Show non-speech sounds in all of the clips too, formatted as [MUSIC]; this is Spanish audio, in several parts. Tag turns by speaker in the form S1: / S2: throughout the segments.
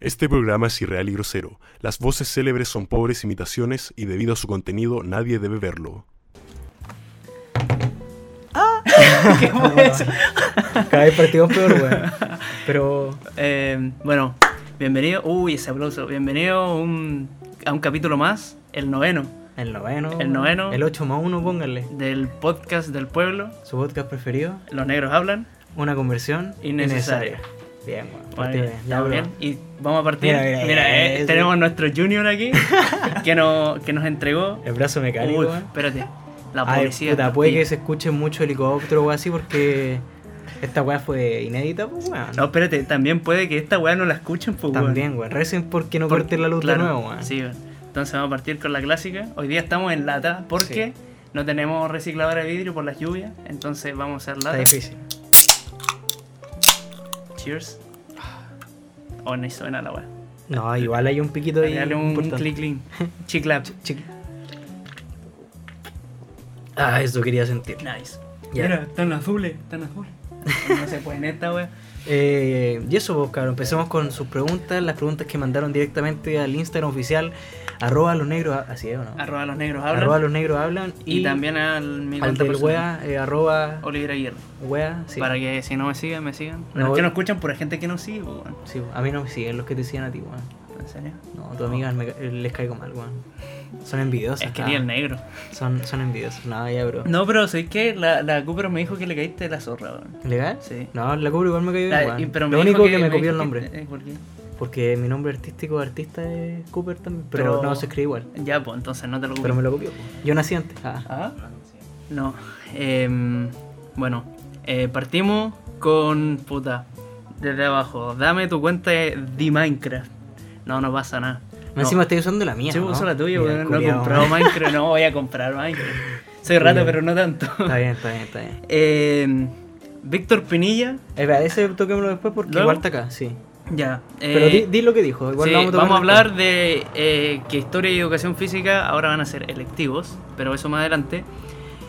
S1: Este programa es irreal y grosero. Las voces célebres son pobres imitaciones y debido a su contenido nadie debe verlo.
S2: [LAUGHS]
S3: ¿Qué fue eso?
S2: Cada vez partimos peor,
S3: [LAUGHS]
S2: weón. Pero
S3: Eh, bueno, bienvenido. Uy, ese aplauso. Bienvenido a un, a un capítulo más, el noveno,
S2: el noveno.
S3: El noveno.
S2: El 8 más 1, pónganle.
S3: del podcast del pueblo.
S2: Su podcast preferido.
S3: Los negros hablan.
S2: Una conversión
S3: Innecesaria.
S2: innecesaria. Bien, weón.
S3: Bueno,
S2: partimos bien. Ya,
S3: ¿estamos bien?
S2: bro.
S3: Y vamos a partir.
S2: Mira,
S3: Mira,
S2: mira,
S3: eh,
S2: eso.
S3: tenemos nuestro junior
S2: [LAUGHS]
S3: aquí que, nos, que nos entregó.
S2: El brazo mecánico,
S3: Uy,
S2: weón.
S3: espérate. La
S2: Ay,
S3: policía.
S2: puta, puede que se escuche mucho helicóptero o así porque esta weá fue inédita, pues weón.
S3: No, espérate. También puede que esta weá no la escuchen. Pues, weón.
S2: También, weón. Recen porque no
S3: Por-
S2: corten la luz
S3: claro,
S2: de nuevo, weón.
S3: Sí, weón. entonces vamos a partir con la clásica. Hoy día estamos en lata porque
S2: Sí.
S3: no tenemos recicladora de vidrio por las lluvias, entonces vamos a hacer
S2: Está
S3: lata.
S2: difícil.
S3: Cheers. Oh, no suena la weá.
S2: No, igual hay un piquito ahí.
S3: Dale un, un
S2: importante.
S3: clic
S2: [LAUGHS]
S3: link. Chiclap.
S2: Chic. Ah, eso quería sentir.
S3: Nice.
S2: Ya.
S3: Mira, están azules, están azules. No se puede en esta weá.
S2: Eh, y eso, pues, cabrón. Empecemos con sus preguntas, las preguntas que mandaron directamente al Instagram oficial, arroba los negros, ha- así es, ¿o no?
S3: Arroba los negros hablan.
S2: Arroba los negros hablan
S3: y, también al mi
S2: al
S3: cuenta
S2: del
S3: personal,
S2: wea, eh, arroba
S3: Oliver Aguirre.
S2: wea, sí.
S3: Para que si no me sigan, me sigan.
S2: No,
S3: Los que
S2: voy-
S3: no escuchan por gente que no sigue, pues, weón.
S2: Sí, a mí no me siguen los que te siguen a ti, weón.
S3: En serio.
S2: No, tus amigas me ca- eh, les caigo mal, weón. Son envidiosas.
S3: Es que
S2: ah.
S3: ni el negro.
S2: son, son envidiosas. No, ya, bro.
S3: No, pero ¿sabes qué? La, la Cooper me dijo que le caíste de la zorra, weón.
S2: ¿Legal?
S3: Sí.
S2: No, la cubro igual me cayó bien,
S3: La-
S2: weón.
S3: y- pero
S2: Lo
S3: dijo
S2: único que, me
S3: dijo
S2: copió el
S3: que-
S2: nombre.
S3: eh, ¿por qué?
S2: Porque mi nombre artístico de artista es Cooper también. Pero,
S3: Pero-
S2: no se escribe igual.
S3: Ya, pues entonces no te lo
S2: Pero
S3: copies.
S2: me lo copió. pues. Yo nací antes. Ah.
S3: ¿Ah? No. em, bueno, eh, partimos con. puta. Desde abajo. Dame tu cuenta de The Minecraft. No, no pasa nada.
S2: Más
S3: No.
S2: Encima estoy usando la mía.
S3: Sí,
S2: ¿no?
S3: uso la tuya,
S2: Mira,
S3: weón. No he
S2: culiao.
S3: comprado Minecraft. No voy a comprar
S2: [LAUGHS]
S3: Minecraft. Soy rato,
S2: Culiao.
S3: pero no tanto.
S2: [LAUGHS] Está bien, está bien, está bien.
S3: Em, Víctor Pinilla.
S2: Espera, ese toquémoslo después porque
S3: ¿Luego?
S2: igual está acá, sí.
S3: Ya.
S2: Pero
S3: eh,
S2: di, di lo que dijo. Igual
S3: Sí,
S2: lo
S3: vamos a,
S2: tocar
S3: hablar
S2: después.
S3: de eh, que historia y educación física ahora van a ser electivos, pero eso más adelante.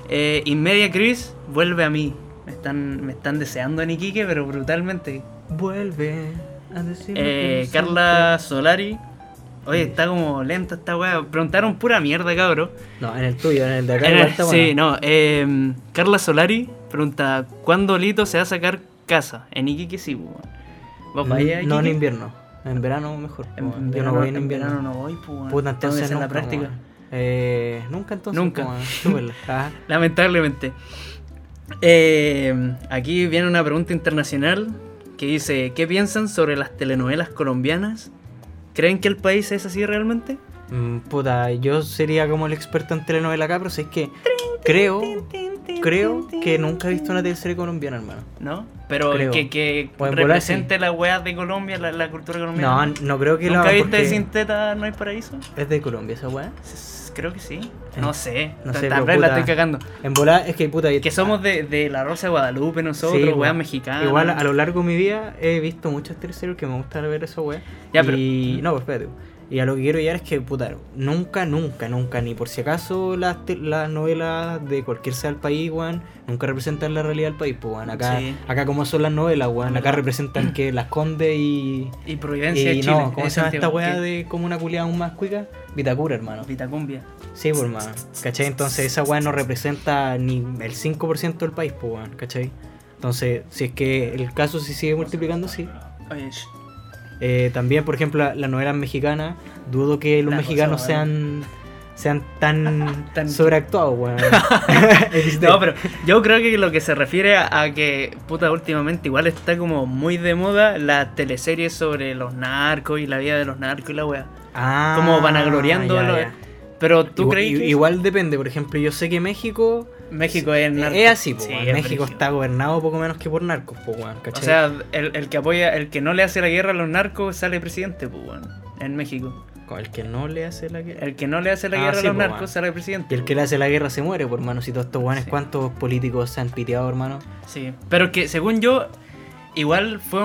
S3: Eh, y Media Cris vuelve a mí. Me están, me están deseando en Iquique, pero brutalmente.
S2: Vuelve a decir. lo
S3: Eh,
S2: que no
S3: Carla Solari. Oye, está como lenta esta weá. Preguntaron pura mierda, cabro.
S2: siempre- No, en el tuyo, en el de acá
S3: Eh,
S2: igual está
S3: sí,
S2: bueno.
S3: no. eh, Carla Solari pregunta: ¿Cuándo Lito se va a sacar casa? En Iquique sí, pues, weón. ¿Vas
S2: no,
S3: pa' allá,
S2: Mm, no en
S3: Iquique?
S2: invierno. En verano mejor.
S3: En- en
S2: Yo no
S3: verano-
S2: voy en invierno.
S3: verano no voy, pues, weón.
S2: Puta,
S3: Tengo que
S2: entonces
S3: hacer
S2: no
S3: la práctica.
S2: Eh, [LAUGHS] nunca entonces.
S3: Nunca.
S2: pues, weón. Chúpenla. Ah,
S3: Lamentablemente. Eh, aquí viene una pregunta internacional que dice, ¿qué piensan sobre las telenovelas colombianas? ¿Creen que el país es así realmente?
S2: mm, puta, yo sería como el experto en telenovela acá, pero si es que creo, creo que nunca he visto una tercera colombiana, hermano.
S3: ¿No? Pero
S2: Creo.
S3: que, que
S2: O en volar,
S3: represente las weas de Colombia, la, la cultura
S2: No,
S3: colombiana.
S2: no creo que lo
S3: ¿Nunca
S2: haga
S3: viste
S2: porque
S3: Sin Teta No Hay Paraíso?
S2: Es de Colombia esa weá.
S3: S- Creo que sí. No sé.
S2: Eh, No
S3: No
S2: sé,
S3: Tal
S2: pero
S3: vez la
S2: puta.
S3: estoy cagando.
S2: En volar es que puta.
S3: Que somos de, de la Rosa de Guadalupe nosotros,
S2: Sí,
S3: weas
S2: weón.
S3: mexicanas.
S2: Igual a lo largo de mi vida he visto muchos terceros que me gusta ver esa weá.
S3: Ya, pero-
S2: Y no, pues espérate. Y a lo que quiero llegar es que, puta, nunca, nunca, nunca, ni por si acaso las, te- las novelas de cualquier sea el país, weón, nunca representan la realidad del país, pues, weón. Acá,
S3: Sí.
S2: acá como son las novelas, weón, acá representan que las condes y...
S3: Y Providencia de
S2: Y
S3: Chile.
S2: no, ¿cómo
S3: en
S2: se llama esta
S3: Santiago,
S2: weá
S3: que-
S2: de como una culiada aún más cuica? Vitacura, hermano.
S3: Vitacumbia.
S2: Sí, por hermano. ¿Cachai? Entonces esa weá no representa ni el 5% del país, pues weón, ¿cachai? Entonces, si es que el caso se sigue multiplicando, sí.
S3: Oye, sh-
S2: Eh, también, por ejemplo, la- las novelas mexicanas, dudo que los
S3: La cosa,
S2: mexicanos sean
S3: weón.
S2: sean tan,
S3: [LAUGHS] Tan- [LAUGHS]
S2: sobreactuados, weón. XD.
S3: No, pero yo creo que lo que se refiere a, a que, puta, últimamente igual está como muy de moda las teleseries sobre los narcos y la vida de los narcos y la wea.
S2: Ah,
S3: como vanagloriando
S2: ya,
S3: a los-
S2: ya.
S3: Pero tú
S2: Igual-
S3: crees que
S2: igual depende, por ejemplo, yo sé que México
S3: México es narco.
S2: Es así, po,
S3: Sí,
S2: weón.
S3: es
S2: México
S3: brígido.
S2: está gobernado poco menos que por narcos, po, weón,
S3: O
S2: ¿cachai?
S3: sea, el, el que apoya, el que no le hace la guerra a los narcos sale presidente, pues, weón. En México.
S2: Con el que no le hace la guerra.
S3: El que no le hace la
S2: Ah,
S3: guerra
S2: sí,
S3: a los
S2: pues,
S3: narcos
S2: weón.
S3: sale presidente.
S2: Y el que le hace la guerra se muere, por hermano. Si todos estos guanes,
S3: Sí.
S2: ¿cuántos políticos se han piteado, hermano?
S3: Sí, pero que según yo, igual fue.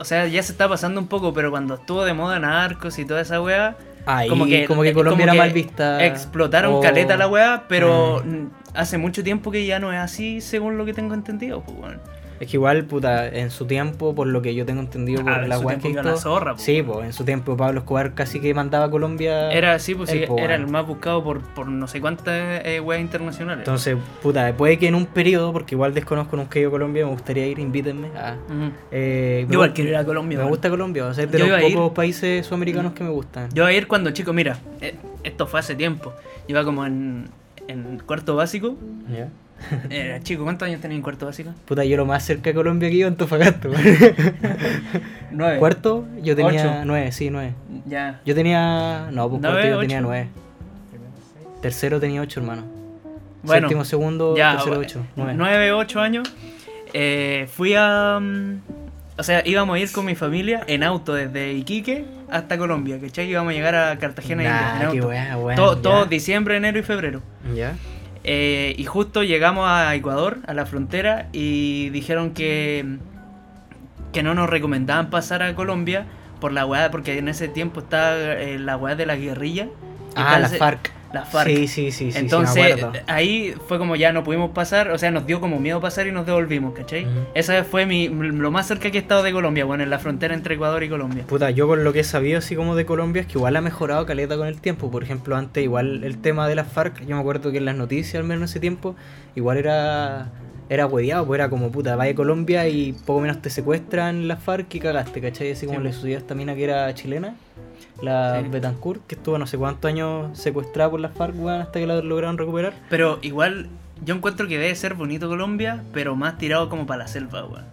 S3: O sea, ya se está pasando un poco, pero cuando estuvo de moda narcos y toda esa wea.
S2: Ahí, como que, Colombia
S3: como
S2: era
S3: que
S2: mal vista.
S3: Explotaron
S2: o-
S3: caleta la weá, pero
S2: Ah.
S3: mm, hace mucho tiempo que ya no es así, según lo que tengo entendido. Pues, weón.
S2: Es que igual, puta, en su tiempo, por lo que yo tengo entendido por
S3: Ah, en
S2: pues, la
S3: su
S2: weá
S3: tiempo
S2: que
S3: era
S2: hizo-
S3: la zorra, po.
S2: Sí, pues en su tiempo Pablo Escobar casi que mandaba a Colombia.
S3: Era así, pues
S2: El
S3: sí,
S2: po,
S3: era
S2: weón.
S3: el más buscado por, por no sé cuántas eh, weas internacionales.
S2: Entonces, puta, puede que en un periodo, porque igual desconozco nunca he ido a Colombia, me gustaría ir, invítenme. Ah,
S3: Ujú.
S2: eh,
S3: Mm. Yo igual quiero ir a Colombia.
S2: Me
S3: weón.
S2: gusta Colombia, o sea, es de
S3: Yo
S2: los
S3: iba a ir.
S2: pocos países sudamericanos que me gustan.
S3: Yo iba a ir cuando chico, mira, eh, esto fue hace tiempo. Iba como en, en cuarto
S2: [LAUGHS]
S3: básico.
S2: Ya.
S3: Era chico, ¿cuántos años tenía en cuarto básico?
S2: Puta, yo lo más cerca de Colombia que iba
S3: [LAUGHS]
S2: Antofagasta. weón.
S3: Nueve.
S2: Cuarto, yo tenía
S3: Ocho.
S2: nueve, sí, nueve.
S3: Ya.
S2: Yo tenía. No,
S3: Nueve,
S2: pues cuarto yo
S3: ocho.
S2: tenía nueve. Tercero tenía ocho, hermano.
S3: Bueno,
S2: Séptimo, segundo,
S3: ya.
S2: tercero,
S3: we-
S2: ocho. Nueve.
S3: Nueve, ocho años. Eh, fui a. mm, o sea, íbamos a ir con mi familia en auto desde Iquique hasta Colombia, ¿cachai? Íbamos a llegar a Cartagena
S2: Nah,
S3: y en
S2: qué
S3: auto.
S2: weá, weón,
S3: todo,
S2: ya.
S3: todo diciembre, enero y febrero.
S2: Ya.
S3: Eh, y justo llegamos a Ecuador, a la frontera, y dijeron que, que no nos recomendaban pasar a Colombia por la weá, porque en ese tiempo estaba eh, la weá de la guerrilla. Y
S2: Ah, la
S3: entonces-
S2: FARC.
S3: La FARC.
S2: Sí, sí, sí. sí, sí, me
S3: Entonces,
S2: acuerdo.
S3: ahí fue como ya no pudimos pasar, o sea, nos dio como miedo pasar y nos devolvimos, ¿cachai?
S2: Ujú.
S3: Esa fue mi, lo más cerca que he estado de Colombia, bueno, en la frontera entre Ecuador y Colombia.
S2: Puta, yo con lo que he sabido así como de Colombia es que igual ha mejorado caleta con el tiempo. Por ejemplo, antes igual el tema de las FARC, yo me acuerdo que en las noticias, al menos en ese tiempo, igual era era hueveado, pues era como puta, vaya a Colombia y poco menos te secuestran las FARC y cagaste, ¿cachai? Así como
S3: Sí. pues.
S2: le sucedió a esta mina que era chilena, la
S3: Sí.
S2: Betancourt, que estuvo no sé cuántos años secuestrada por las FARC, weón, hasta que la lograron recuperar.
S3: Pero igual, yo encuentro que debe ser bonito Colombia, pero más tirado como para la selva, weón.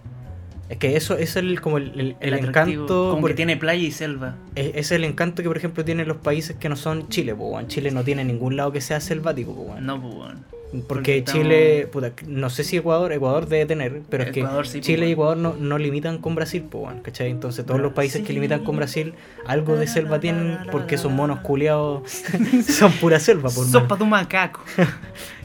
S2: Es que eso, eso es el, como el, el- el
S3: atractivo,
S2: encanto.
S3: como
S2: por-
S3: que tiene playa y selva.
S2: Es, es el encanto que, por ejemplo, tienen los países que no son Chile, po, weón. Chile no tiene ningún lado que sea selvático, po, weón.
S3: No, pues, weón. porque
S2: Porque
S3: estamos-
S2: Chile, puta, no sé si Ecuador, Ecuador debe tener, pero es que
S3: Ecuador sí, po,
S2: Chile y
S3: weón.
S2: Ecuador no, no limitan con Brasil, po, weón, ¿cachai? Entonces todos los países que limitan con Brasil, algo de selva tienen porque son monos culiados, [LAUGHS] son pura selva, por
S3: Sopa de un
S2: [LAUGHS]
S3: macaco.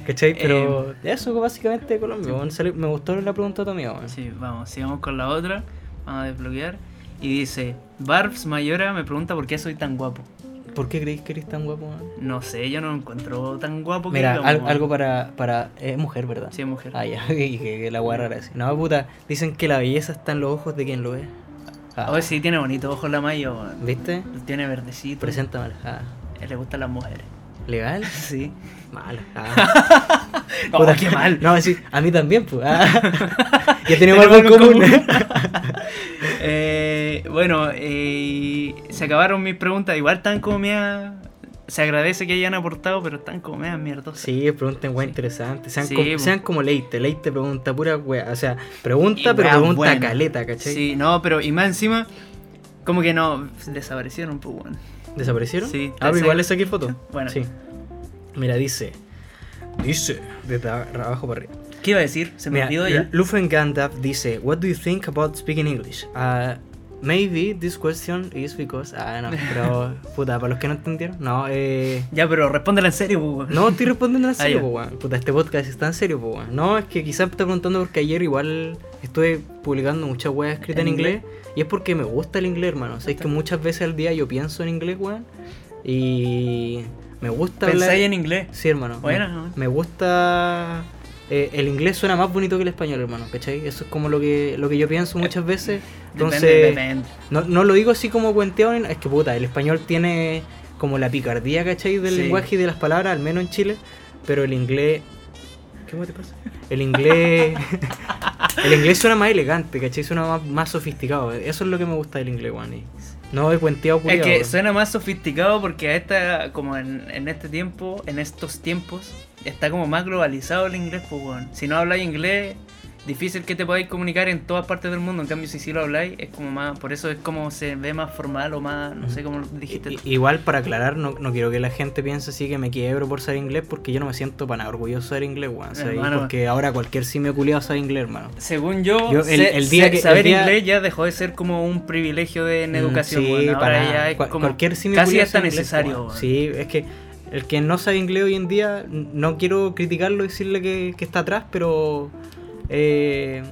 S2: ¿cachai? Pero
S3: Eh,
S2: eso básicamente Colombia, weón. Sale- me gustó la pregunta también, weón.
S3: sí, vamos, sigamos con la otra. Vamos a desbloquear. Y dice, Barbs Mayora me pregunta por qué soy tan guapo.
S2: ¿Por qué creéis que eres tan guapo, weón?
S3: No sé, yo no lo encuentro tan guapo que
S2: Mira,
S3: digamos,
S2: al-
S3: weón.
S2: algo para, para... Es mujer, ¿verdad?
S3: Sí, mujer.
S2: Ah, ya, [LAUGHS] y que, que la weá rara así. No, puta, dicen que la belleza está en los ojos de quien lo ve. Ah,
S3: Oye, sí, tiene bonito ojos la Mayo, weón.
S2: ¿Viste?
S3: Los Tiene verdecito.
S2: Preséntamela. Ah,
S3: Eh, Le gustan las mujeres. [LAUGHS]
S2: ¿Legal?
S3: Sí.
S2: Mala. Ah,
S3: [LAUGHS] Oh,
S2: puta.
S3: qué mal.
S2: No, sí, a mí también,
S3: [LAUGHS]
S2: pues. Ah, ya tenemos algo en común.
S3: Eh, bueno, eh, se acabaron mis preguntas. Igual tan como mea- Se agradece que hayan aportado, pero están como meas mierdosas.
S2: [LAUGHS] sí, pregunten weá interesante. Sean,
S3: Sí,
S2: com-
S3: pues.
S2: sean como Leite. Leite pregunta pura weá. O sea, pregunta,
S3: Y
S2: pero
S3: weá
S2: pregunta
S3: buena.
S2: caleta, ¿cachai?
S3: Sí, no, pero y más encima, como que no, desaparecieron, pues bueno.
S2: ¿Desaparecieron?
S3: Sí,
S2: Ah, pero
S3: te-
S2: igual le saqué foto.
S3: Bueno.
S2: Sí. Mira, dice. Dice. Desde abajo para arriba.
S3: ¿Qué iba a decir? Se me
S2: Mira,
S3: olvidó ya.
S2: Lufen Gandalf dice, What do you think about speaking English? Ah, maybe this question is because... Ah,
S3: [LAUGHS]
S2: no, pero... puta, para los que no entendieron, no, eh...
S3: Ya, pero respóndela en serio, pues weón.
S2: No, estoy
S3: [LAUGHS]
S2: respondiendo en serio,
S3: ya.
S2: po, weón. Puta, este podcast está en serio, po, weón. No, es que quizás me está preguntando porque ayer igual estuve publicando muchas weas escritas
S3: ¿En
S2: en, inglés. Y es porque me gusta el inglés, hermano. O sea, es que muchas veces al día yo pienso en inglés, weón. Y... Me gusta hablar...
S3: Pensáis en inglés.
S2: Sí, hermano.
S3: Buena,
S2: me,
S3: ¿no?
S2: me gusta. eh, el inglés suena más bonito que el español, hermano, ¿cachai? Eso es como lo que, lo que yo pienso muchas veces. Entonces,
S3: Eh, depende, depende.
S2: No, no lo digo así como cuenteo, ni- es que puta, el español tiene como la picardía, ¿cachai? Del
S3: Sí.
S2: lenguaje y de las palabras, al menos en Chile, pero el inglés... ¿Qué hueá te pasa?
S3: [LAUGHS]
S2: El inglés... el inglés suena más elegante, ¿cachai? Suena más, más sofisticado. Eso es lo que me gusta del inglés, weón. y No he cuenteado,
S3: Es
S2: culiao,
S3: que
S2: weón.
S3: suena más sofisticado porque a esta, como en, en este tiempo, en estos tiempos, está como más globalizado el inglés, pues weón. Si no habláis inglés, difícil que te podáis comunicar en todas partes del mundo. En cambio, si sí lo habláis, es como más, por eso es como se ve más formal o más, no sé cómo lo dijiste.
S2: I-
S3: tú.
S2: Igual para aclarar, no, no quiero que la gente piense así que me quiebro por saber inglés porque yo no me siento para nada orgulloso de ser inglés, weón. ¿sabes?
S3: Hermano.
S2: Porque ahora cualquier simio culiado sabe inglés, hermano.
S3: Según yo,
S2: Yo, el-
S3: se-
S2: el día
S3: se-
S2: que- el
S3: saber
S2: día-
S3: inglés ya dejó de ser como un privilegio de, en
S2: Mm,
S3: educación.
S2: sí,
S3: weón. Ahora
S2: para nada.
S3: ya es
S2: Cual-
S3: como
S2: cualquier simio
S3: casi
S2: culiao
S3: ya está
S2: sabe inglés,
S3: necesario.
S2: weón.
S3: weón.
S2: Sí, es que el que no sabe inglés hoy en día, n- no quiero criticarlo y decirle que, que está atrás, pero eh,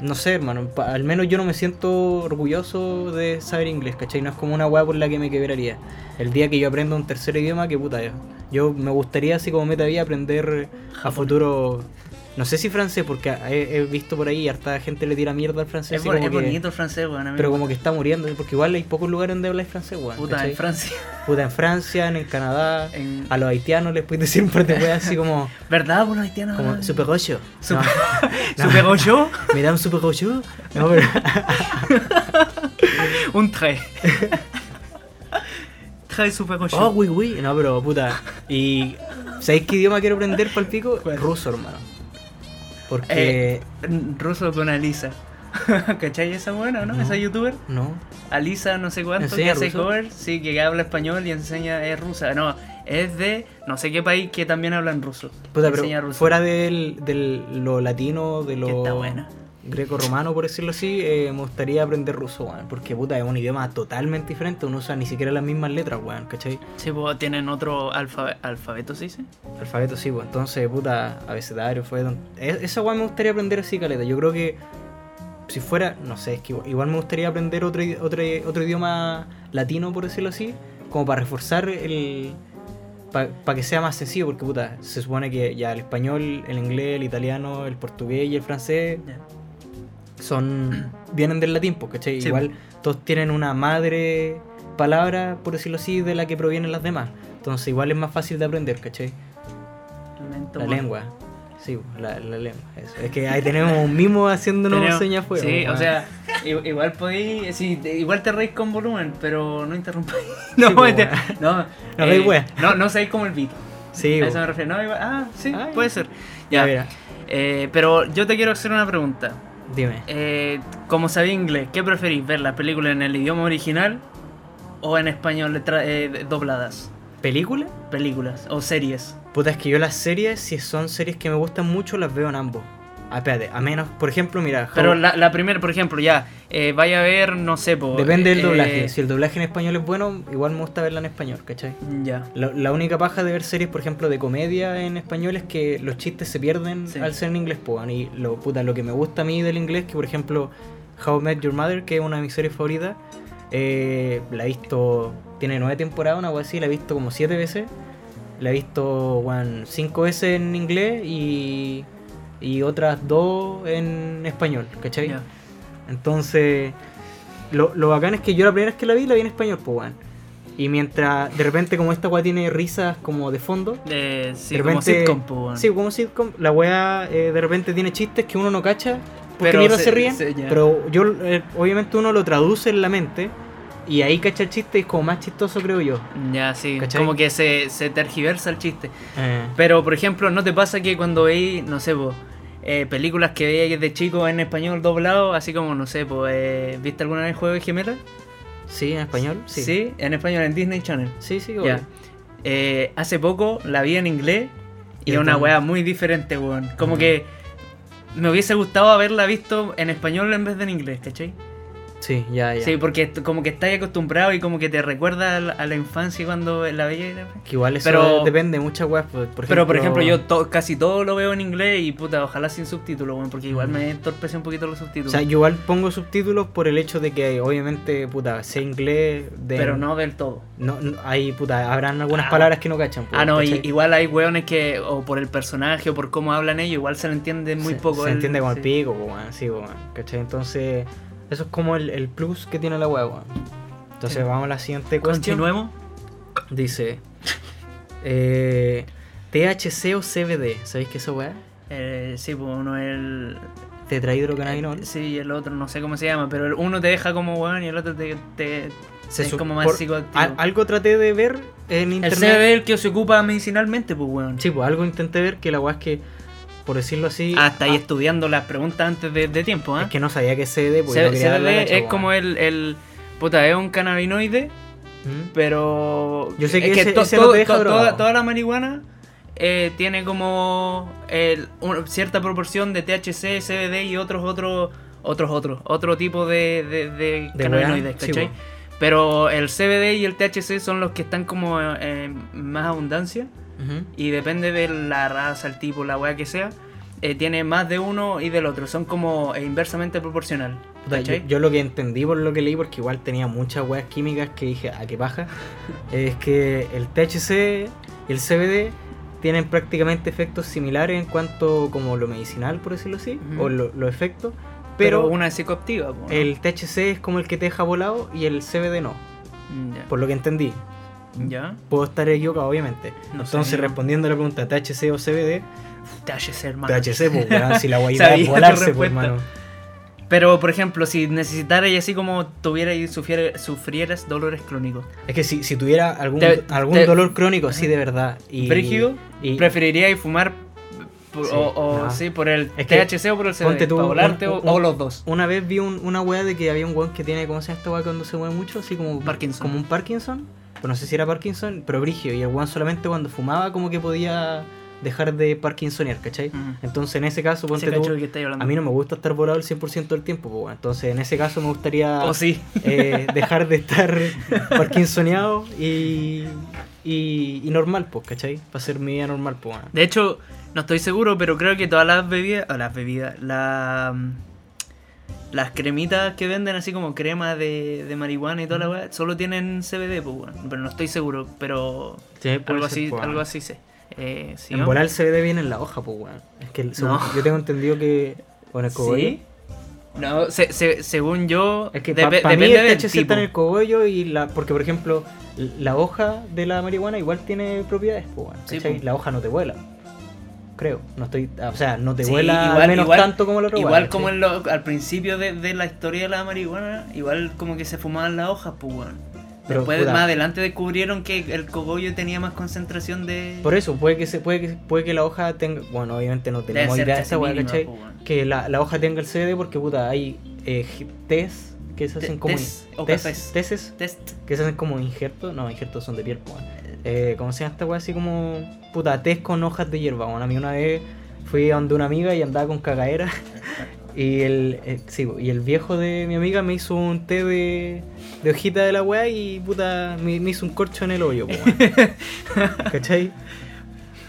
S2: no sé, hermano. pa- al menos yo no me siento orgulloso de saber inglés, ¿cachai? No es como una weá por la que me quebraría. El día que yo aprenda un tercer idioma, que puta yo. Yo me gustaría, así como meta vida, aprender a futuro No sé si francés, porque he, he visto por ahí harta gente le tira mierda al francés.
S3: Es,
S2: así
S3: bo-
S2: como
S3: es
S2: que-
S3: bonito el francés, weón. amigo.
S2: Pero como que está muriendo, porque igual hay pocos lugares donde hablas francés, weón.
S3: Puta,
S2: ¿cachai?
S3: en Francia.
S2: Puta, en Francia, en el Canadá,
S3: En-
S2: a los haitianos les puedes decir un par de weas así como,
S3: ¿Verdad, por los haitianos?
S2: como
S3: weón?
S2: super ocho.
S3: Sup- Super
S2: [LAUGHS]
S3: ocho,
S2: me da un super ocho.
S3: [LAUGHS]
S2: No, pero,
S3: un 3. [LAUGHS] 3 super ocho.
S2: oh, uy, uy. No, pero puta. Y ¿sabéis qué idioma quiero aprender para el pico? Ruso, hermano.
S3: Eh,
S2: Porque
S3: ruso con Alisa. [LAUGHS] ¿Cachai esa buena, no?
S2: No.
S3: Esa youtuber.
S2: no,
S3: Alisa no sé cuánto que
S2: ¿Enseña
S3: hace
S2: ruso?
S3: cover, sí, que habla español y enseña es rusa. No, es de no sé qué país que también hablan ruso.
S2: puta,
S3: Enseña
S2: pero
S3: ruso.
S2: fuera del, del- lo latino, de
S3: Que
S2: lo
S3: está buena.
S2: greco-romano, por decirlo así, eh, me gustaría aprender ruso, weón. Porque puta, es un idioma totalmente diferente, uno usa ni siquiera las mismas letras, weón, ¿cachai?
S3: Sí, pues, tienen otro alfa- alfabeto, ¿se dice?
S2: Alfabeto sí, pues entonces, puta, abecedario, fue... e-, Esa weá me gustaría aprender así, caleta. Yo creo que si fuera, no sé, es que igual, igual me gustaría aprender otro, idi- otro, otro idioma latino, por decirlo así, como para reforzar el... Para que sea más sencillo, porque puta, se supone que ya el español, el inglés, el italiano, el portugués y el francés
S3: Ya.
S2: son vienen del latín, pues, ¿cachai?
S3: Sí,
S2: Igual todos tienen una madre palabra, por decirlo así, de la que provienen las demás. Entonces igual es más fácil de aprender, ¿cachai?
S3: Lamento
S2: La
S3: mucho.
S2: lengua. Sí, la, la lengua. eso. Es que
S3: [LAUGHS]
S2: ahí tenemos un mimo haciéndonos
S3: Tenemos-
S2: señas fuera.
S3: Sí, o
S2: weón.
S3: sea, i- igual podéis, sí, de- igual te reís con volumen, pero no
S2: [LAUGHS]
S3: interrumpáis.
S2: Sí,
S3: No,
S2: po,
S3: mente-
S2: weón.
S3: no, eh,
S2: No dais wea.
S3: no, no seáis como el Vito.
S2: Sí,
S3: a
S2: weón.
S3: eso me refiero. No, igual- ah, sí,
S2: Ay.
S3: puede ser.
S2: Ya,
S3: Ya,
S2: mira,
S3: eh, pero yo te quiero hacer una pregunta.
S2: dime.
S3: Eh, como sabía inglés, ¿qué preferís? ¿Ver las películas en el idioma original o en español letra- eh, dobladas?
S2: ¿Película?
S3: Películas o series.
S2: Puta, es que yo las series, si son series que me gustan mucho, las veo en ambos. Ah, espérate, a menos, por ejemplo, mira, How-
S3: Pero la, la primera, por ejemplo, ya, eh, vaya a ver, no sé, po,
S2: depende del
S3: eh,
S2: doblaje. Si el doblaje en español es bueno, igual me gusta verla en español, ¿cachai?
S3: Ya.
S2: La, la única paja de ver series, por ejemplo, de comedia en español es que los chistes se pierden
S3: Sí.
S2: al ser en inglés, po, weón. Y lo, puta, lo que me gusta a mí del inglés, que por ejemplo, How I Met Your Mother, que es una de mis series favoritas, eh, la he visto, tiene nueve temporadas, una cosa así, la he visto como siete veces. La he visto, weón, cinco veces en inglés y, y otras dos en español, ¿cachai?
S3: ya.
S2: Entonces, lo, lo bacán es que yo la primera vez que la vi, la vi en español, pues, weón. Y mientras, de repente, como esta weá tiene risas como de fondo,
S3: Eh, sí,
S2: de
S3: como
S2: repente,
S3: sitcom, po, weón.
S2: Sí, como sitcom, la weá eh, de repente tiene chistes que uno no cacha, porque
S3: Pero
S2: mierda se,
S3: se-
S2: ríen,
S3: se- ya.
S2: pero yo, eh, obviamente uno lo traduce en la mente, y ahí cacha el chiste y es como más chistoso, creo yo.
S3: Ya, sí,
S2: ¿Cachai?
S3: como que se, se tergiversa el chiste.
S2: Eh,
S3: Pero, por ejemplo, ¿no te pasa que cuando veis, no sé, po, eh, películas que veías de chico en español doblado, así como, no sé, po, eh, ¿viste alguna vez Juego de Gemelas?
S2: sí, en español, sí.
S3: en español, en Disney Channel.
S2: sí, sí,
S3: Ya.
S2: obvio.
S3: Eh, hace poco la vi en inglés y
S2: Yo
S3: es una
S2: también.
S3: weá muy diferente, weón. Como
S2: Ujú.
S3: que me hubiese gustado haberla visto en español en vez de en inglés, ¿cachai?
S2: Sí, ya, ya.
S3: Sí, porque est- como que estás acostumbrado y como que te recuerda a la, a la infancia cuando la veías.
S2: Que igual eso
S3: Pero-
S2: depende de muchas weas. pues, Por, por
S3: Pero por ejemplo, yo to- casi todo lo veo en inglés y puta, ojalá sin subtítulos, weón, porque igual me entorpece un poquito los
S2: Mm. O
S3: subtítulos.
S2: sea, yo igual pongo subtítulos por el hecho de que obviamente, puta, sé inglés de...
S3: pero no del todo.
S2: No, no- hay, puta, habrán algunas
S3: Ah.
S2: palabras que no cachan. pues,
S3: Ah, no, y-
S2: ¿cachai?
S3: igual hay weones que, o por el personaje o por cómo hablan ellos, igual se le entiende muy
S2: Se-
S3: poco.
S2: Se
S3: el-
S2: entiende como
S3: sí.
S2: el pico, pues, weón, sí, pues, weón, ¿cachai? Entonces, eso es como el, el plus que tiene la web, weón. Entonces,
S3: Sí.
S2: vamos a la siguiente cuestión.
S3: Continuemos.
S2: Dice, [LAUGHS] eh, THC o CBD, ¿sabéis qué es eso, weón?
S3: Eh, sí, pues uno es el.
S2: Tetrahidrocannabinol.
S3: el- Sí, y el otro, no sé cómo se llama, pero el uno te deja como weón y el otro te. te- es
S2: su-
S3: como más
S2: por-
S3: psicoactivo.
S2: al- algo traté de ver en
S3: el
S2: internet.
S3: CBD es el que se ocupa medicinalmente, pues weón.
S2: Sí, pues algo intenté ver que la weá es que, por decirlo así.
S3: Ah, está ahí
S2: ah,
S3: estudiando las preguntas antes de, de tiempo, ¿ah?
S2: Es que no sabía que CD, porque
S3: C-
S2: yo quería
S3: CBD
S2: darle la
S3: es
S2: cacha, weón.
S3: como el, el. Puta, es un cannabinoide,
S2: ¿Mm?
S3: pero.
S2: Yo sé
S3: es
S2: que ese- ese no
S3: todo-
S2: te deja
S3: todo-
S2: drogado.
S3: toda, toda la marihuana eh, tiene como. el- una cierta proporción de THC, CBD y otros, otros, otros, otros. Otro tipo de, de, de
S2: De
S3: cannabinoides,
S2: weá, sí,
S3: ¿cachai?
S2: po.
S3: Pero el CBD y el THC son los que están como eh, en más abundancia
S2: Ujú.
S3: y depende de la raza, el tipo, la weá que sea, eh, tiene más de uno y del otro. Son como eh, inversamente proporcional.
S2: Puta, yo,
S3: ¿cachai?
S2: yo lo que entendí por lo que leí, porque igual tenía muchas weas "Ah, [LAUGHS] químicas que dije, ¿a qué paja? es que el THC y el CBD tienen prácticamente efectos similares en cuanto como lo medicinal, por decirlo así,
S3: Ujú.
S2: o lo- los efectos,
S3: Pero,
S2: pero,
S3: una es psicoactiva, po, ¿no?
S2: el THC es como el que te deja volado y el CBD no,
S3: Mm, ya.
S2: por lo que entendí.
S3: ¿Ya?
S2: Puedo estar equivocado, obviamente.
S3: No sé,
S2: Entonces,
S3: yo-
S2: respondiendo a la pregunta, ¿THC o CBD?
S3: THC, hermano.
S2: THC, pues,
S3: [LAUGHS]
S2: weón, si la guayita
S3: Sabía
S2: es
S3: tu
S2: volarse, pues,
S3: respuesta.
S2: hermano.
S3: Pero, por ejemplo, si necesitara y así como tuviera y sufriera- sufrieras dolores crónicos,
S2: Es que si, si tuviera algún,
S3: Te-
S2: algún
S3: te-
S2: dolor crónico, sí, de verdad. Y,
S3: ¿Brígido?
S2: y-
S3: ¿preferirías fumar por-
S2: Sí,
S3: o, o-
S2: no.
S3: sí, por el
S2: Es que
S3: THC o por el CBD?
S2: ponte tú
S3: ¿Para volarte
S2: un-
S3: o-
S2: un-
S3: o los dos?
S2: Una vez vi un- una weá de que había un weón que tiene, ¿cómo se llama esta weá cuando se mueve mucho? Así como,
S3: Parkinson.
S2: como un Parkinson. Pero no sé si era Parkinson, pero brigio. Y el weón solamente cuando fumaba como que podía dejar de Parkinsonear, ¿cachai?
S3: Ujú.
S2: Entonces en ese caso, ponte
S3: Se
S2: tú,
S3: cachó de qué estáis hablando.
S2: a mí no me gusta estar volado el 100% del tiempo, pues, weón. entonces en ese caso me gustaría
S3: O Oh, sí.
S2: eh, dejar de estar Parkinsoneado y, y, y normal, pues, ¿cachai? Para ser mi vida normal, pues. weón.
S3: De hecho, no estoy seguro, pero creo que todas las bebidas, o las bebidas, la, mm, las cremitas que venden, así como crema de, de marihuana y toda la weá, solo tienen CBD, pues weón. Pero no estoy seguro, pero
S2: Sí, puede
S3: algo
S2: ser,
S3: así,
S2: pues,
S3: algo
S2: weón.
S3: así sé. Eh, ¿sí,
S2: En
S3: no?
S2: volar el CBD viene en la hoja, pues, weón. Es que el- según- yo tengo entendido que. Bueno, el cogollo.
S3: ¿Sí? No, se- se- según yo,
S2: Es que
S3: depe-
S2: para mí
S3: depende
S2: el
S3: del
S2: THC está en el
S3: tipo.
S2: cogollo y la. Porque, por ejemplo, l- la hoja de la marihuana igual tiene propiedades, pues, weón.
S3: Sí,
S2: ¿cachai?
S3: pues.
S2: La hoja no te vuela. Creo. No estoy. O sea, no te
S3: Sí,
S2: vuela al
S3: igual-
S2: menos
S3: igual-
S2: tanto como la otra
S3: Igual
S2: weá,
S3: como
S2: ¿cachai?
S3: en lo- al principio de, de la historia de la marihuana, igual como que se fumaban las hojas, pues weón.
S2: Pero,
S3: Después,
S2: puta,
S3: más adelante descubrieron que el cogollo tenía más concentración de...
S2: Por eso, puede que se, puede que puede que la hoja tenga. Bueno, obviamente no
S3: Debe
S2: tenemos
S3: ser
S2: idea de
S3: casi
S2: esa weá,
S3: mínima,
S2: ¿cachai?
S3: po, weón.
S2: Que la, la hoja tenga el CBD porque puta, hay eh, test que se
S3: Te-
S2: hacen como.
S3: tes o
S2: tes-
S3: cafés.
S2: teses
S3: Test.
S2: que se hacen como injertos, no, injertos son de piel, po, weón. Eh, ¿Cómo se llama esta weá? Así como puta, tés con hojas de hierba, weón. A mí una vez fui a donde una amiga y andaba con
S3: [LAUGHS]
S2: cagaera. y, el, eh, sí, po, y el viejo de mi amiga me hizo un té de, de hojita de la weá y puta, me, me hizo un corcho en el hoyo, po, weón.
S3: [LAUGHS]
S2: ¿Cachai?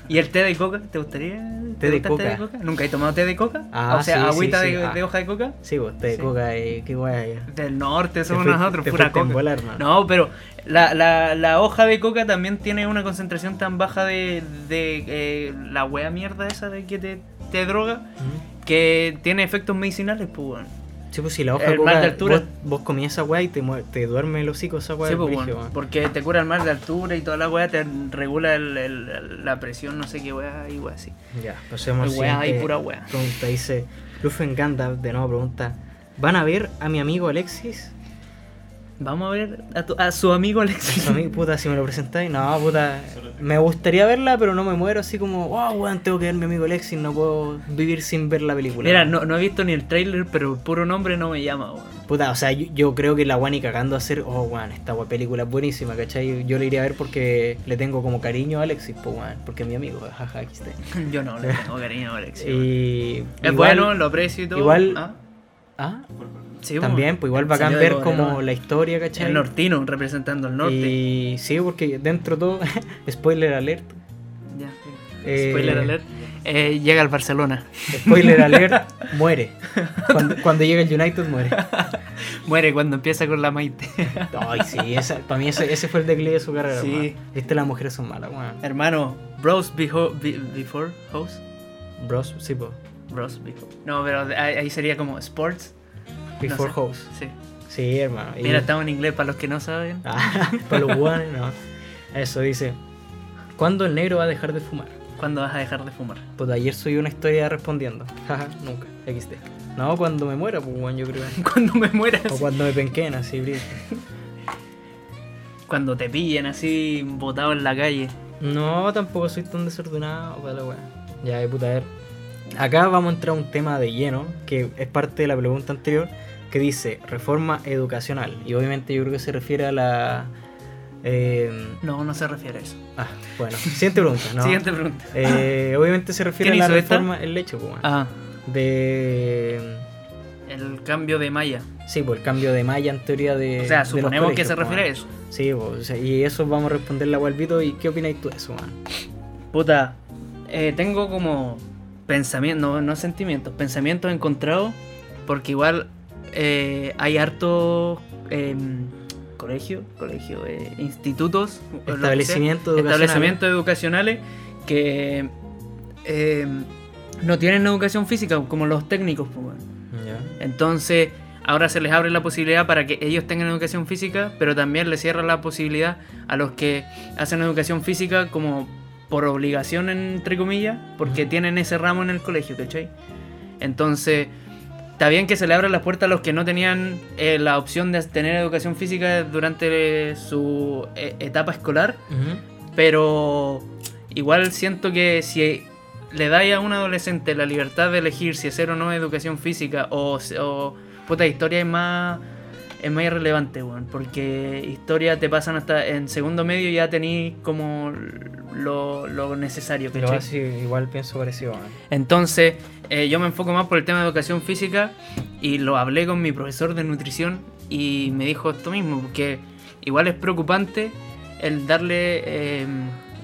S3: ¿Y el té de coca? ¿Te gustaría?
S2: Té
S3: ¿Te
S2: de
S3: gusta el té de
S2: coca.
S3: coca? ¿Nunca he tomado té de coca?
S2: Ah,
S3: o sea,
S2: sí, sí,
S3: agüita
S2: sí,
S3: de,
S2: ah.
S3: de hoja de coca.
S2: Sí, pues, té de
S3: Sí.
S2: coca, eh, qué weá. eh.
S3: Del norte, somos
S2: Te fuiste-
S3: nosotros,
S2: te
S3: pura
S2: fuiste en
S3: coca.
S2: bola, hermano.
S3: No, pero la, la, la hoja de coca también tiene una concentración tan baja de, de, eh, la wea mierda esa de que te, te droga
S2: Mm.
S3: que tiene efectos medicinales, pues, weón.
S2: Sí, pues si la hoja
S3: El
S2: de
S3: mal
S2: coca,
S3: de altura.
S2: Vos, vos comías esa weá y te, mue- te duerme el hocico esa weá.
S3: Sí,
S2: es
S3: pues,
S2: brígido,
S3: weón,
S2: weón.
S3: porque te cura el mal de altura y toda la weá, te regula el- el- la presión, no sé qué weá y weá así.
S2: Ya, pasemos
S3: Hay weá, hay
S2: siguiente
S3: pura weá.
S2: Pregunta, dice Lufen Gandalf, de nuevo pregunta, ¿van a ver a mi amigo Alexis?
S3: Vamos a ver a, tu- a su amigo
S2: A
S3: Alexis. [LAUGHS]
S2: su amigo, puta, si me lo presentáis, no, puta, me gustaría verla, pero no me muero así como, wow, weón, tengo que ver a mi amigo Alexis, no puedo vivir sin ver la película.
S3: Mira, no, no he visto ni el trailer, pero el puro nombre no me llama, weón. [LAUGHS]
S2: Puta, o sea, yo, yo creo que la weá ni cagando a hacer, oh, weón, esta weá película es buenísima, ¿cachai? Yo la iría a ver porque le tengo como cariño a Alexis, pues, weón, porque es mi amigo, [LAUGHS] jaja, aquí está.
S3: Yo no le tengo cariño a Alexis. weón.
S2: [LAUGHS] Y...
S3: Es
S2: igual-
S3: bueno, lo aprecio y todo.
S2: igual-
S3: Ah,
S2: Ah,
S3: sí,
S2: también,
S3: weón.
S2: pues igual bacán
S3: Salió de
S2: ver como
S3: Cobreloa.
S2: la historia, ¿cachai?
S3: El nortino representando al norte.
S2: Y sí, porque dentro de todo, [LAUGHS] spoiler alert,
S3: Ya, sí.
S2: Eh,
S3: Spoiler alert. Eh, llega al Barcelona. [LAUGHS]
S2: spoiler alert, muere. Cuando, cuando llega el United muere.
S3: Muere cuando empieza con la Maite. [LAUGHS]
S2: Ay, sí, esa, para mí ese, ese fue el declive de su carrera.
S3: Sí.
S2: Sí. Viste, las mujeres son malas, weón.
S3: Hermano, Bros beho- be- Before House.
S2: Bros, sí, po.
S3: Bros Before. No, pero ahí ahí sería como Sports.
S2: Before
S3: sé.
S2: House.
S3: Sí.
S2: Sí, hermano. y- [LAUGHS]
S3: Mira, estamos en inglés para los que no saben.
S2: Eh. Ah, para los guanes, no. Eso dice. ¿Cuándo el negro va a dejar de fumar?
S3: ¿Cuándo vas a dejar de fumar? [LAUGHS]
S2: Pues ayer subí una historia respondiendo. [LAUGHS] Jaja, nunca. XD. No, cuando me muera, pues, weón,
S3: [LAUGHS]
S2: yo creo.
S3: Cuando me mueras.
S2: O cuando me penquen, así, brillo.
S3: Cuando te pillen así botado en la calle.
S2: No, tampoco soy tan desordenado para la weá. Ya, de puta, a ver. Acá vamos a entrar a un tema de lleno, que es parte de la pregunta anterior, que dice reforma educacional. Y obviamente yo creo que se refiere a la. eh,
S3: No, no se refiere a eso.
S2: ah,
S3: [LAUGHS]
S2: bueno, siguiente pregunta, ¿no?
S3: Siguiente pregunta.
S2: Eh, obviamente se refiere a
S3: ¿Quién
S2: la
S3: hizo esta?
S2: reforma. El lecho, pues, weón.
S3: Ah,
S2: De.
S3: el cambio de malla.
S2: Sí, por el cambio de malla en teoría de.
S3: O
S2: Eh, de
S3: sea,
S2: los
S3: suponemos que
S2: colegios,
S3: se
S2: pues,
S3: refiere a
S2: weón.
S3: eso.
S2: Sí, pues, o sea, y eso vamos a responderle a Walvito. ¿Y qué opináis tú de eso, man?
S3: Puta, eh, tengo como pensamientos, no, no sentimientos, pensamientos encontrados, porque igual eh, hay hartos em, colegio, colegio, eh, institutos, o lo que sea,
S2: Establecimiento educacional.
S3: establecimientos educacionales que eh, no tienen educación física como los técnicos. Pues, weón.
S2: Ya.
S3: Entonces, ahora se les abre la posibilidad para que ellos tengan educación física, pero también le cierra la posibilidad a los que hacen educación física como por obligación, entre comillas, porque tienen ese ramo en el colegio, ¿cachai? Entonces, está bien que se le abran las puertas a los que no tenían eh, la opción de tener educación física durante su eh, etapa escolar, pero igual siento que si le dais a un adolescente la libertad de elegir si hacer o no educación física o, o puta historia es más es más irrelevante, weón, porque historia te pasan hasta en segundo medio ya tenís como lo, lo necesario,
S2: Pero
S3: ¿cachai?
S2: así igual pienso parecido. weón.
S3: Entonces, eh, yo me enfoco más por el tema de educación física y lo hablé con mi profesor de nutrición y me dijo esto mismo, porque igual es preocupante el darle eh,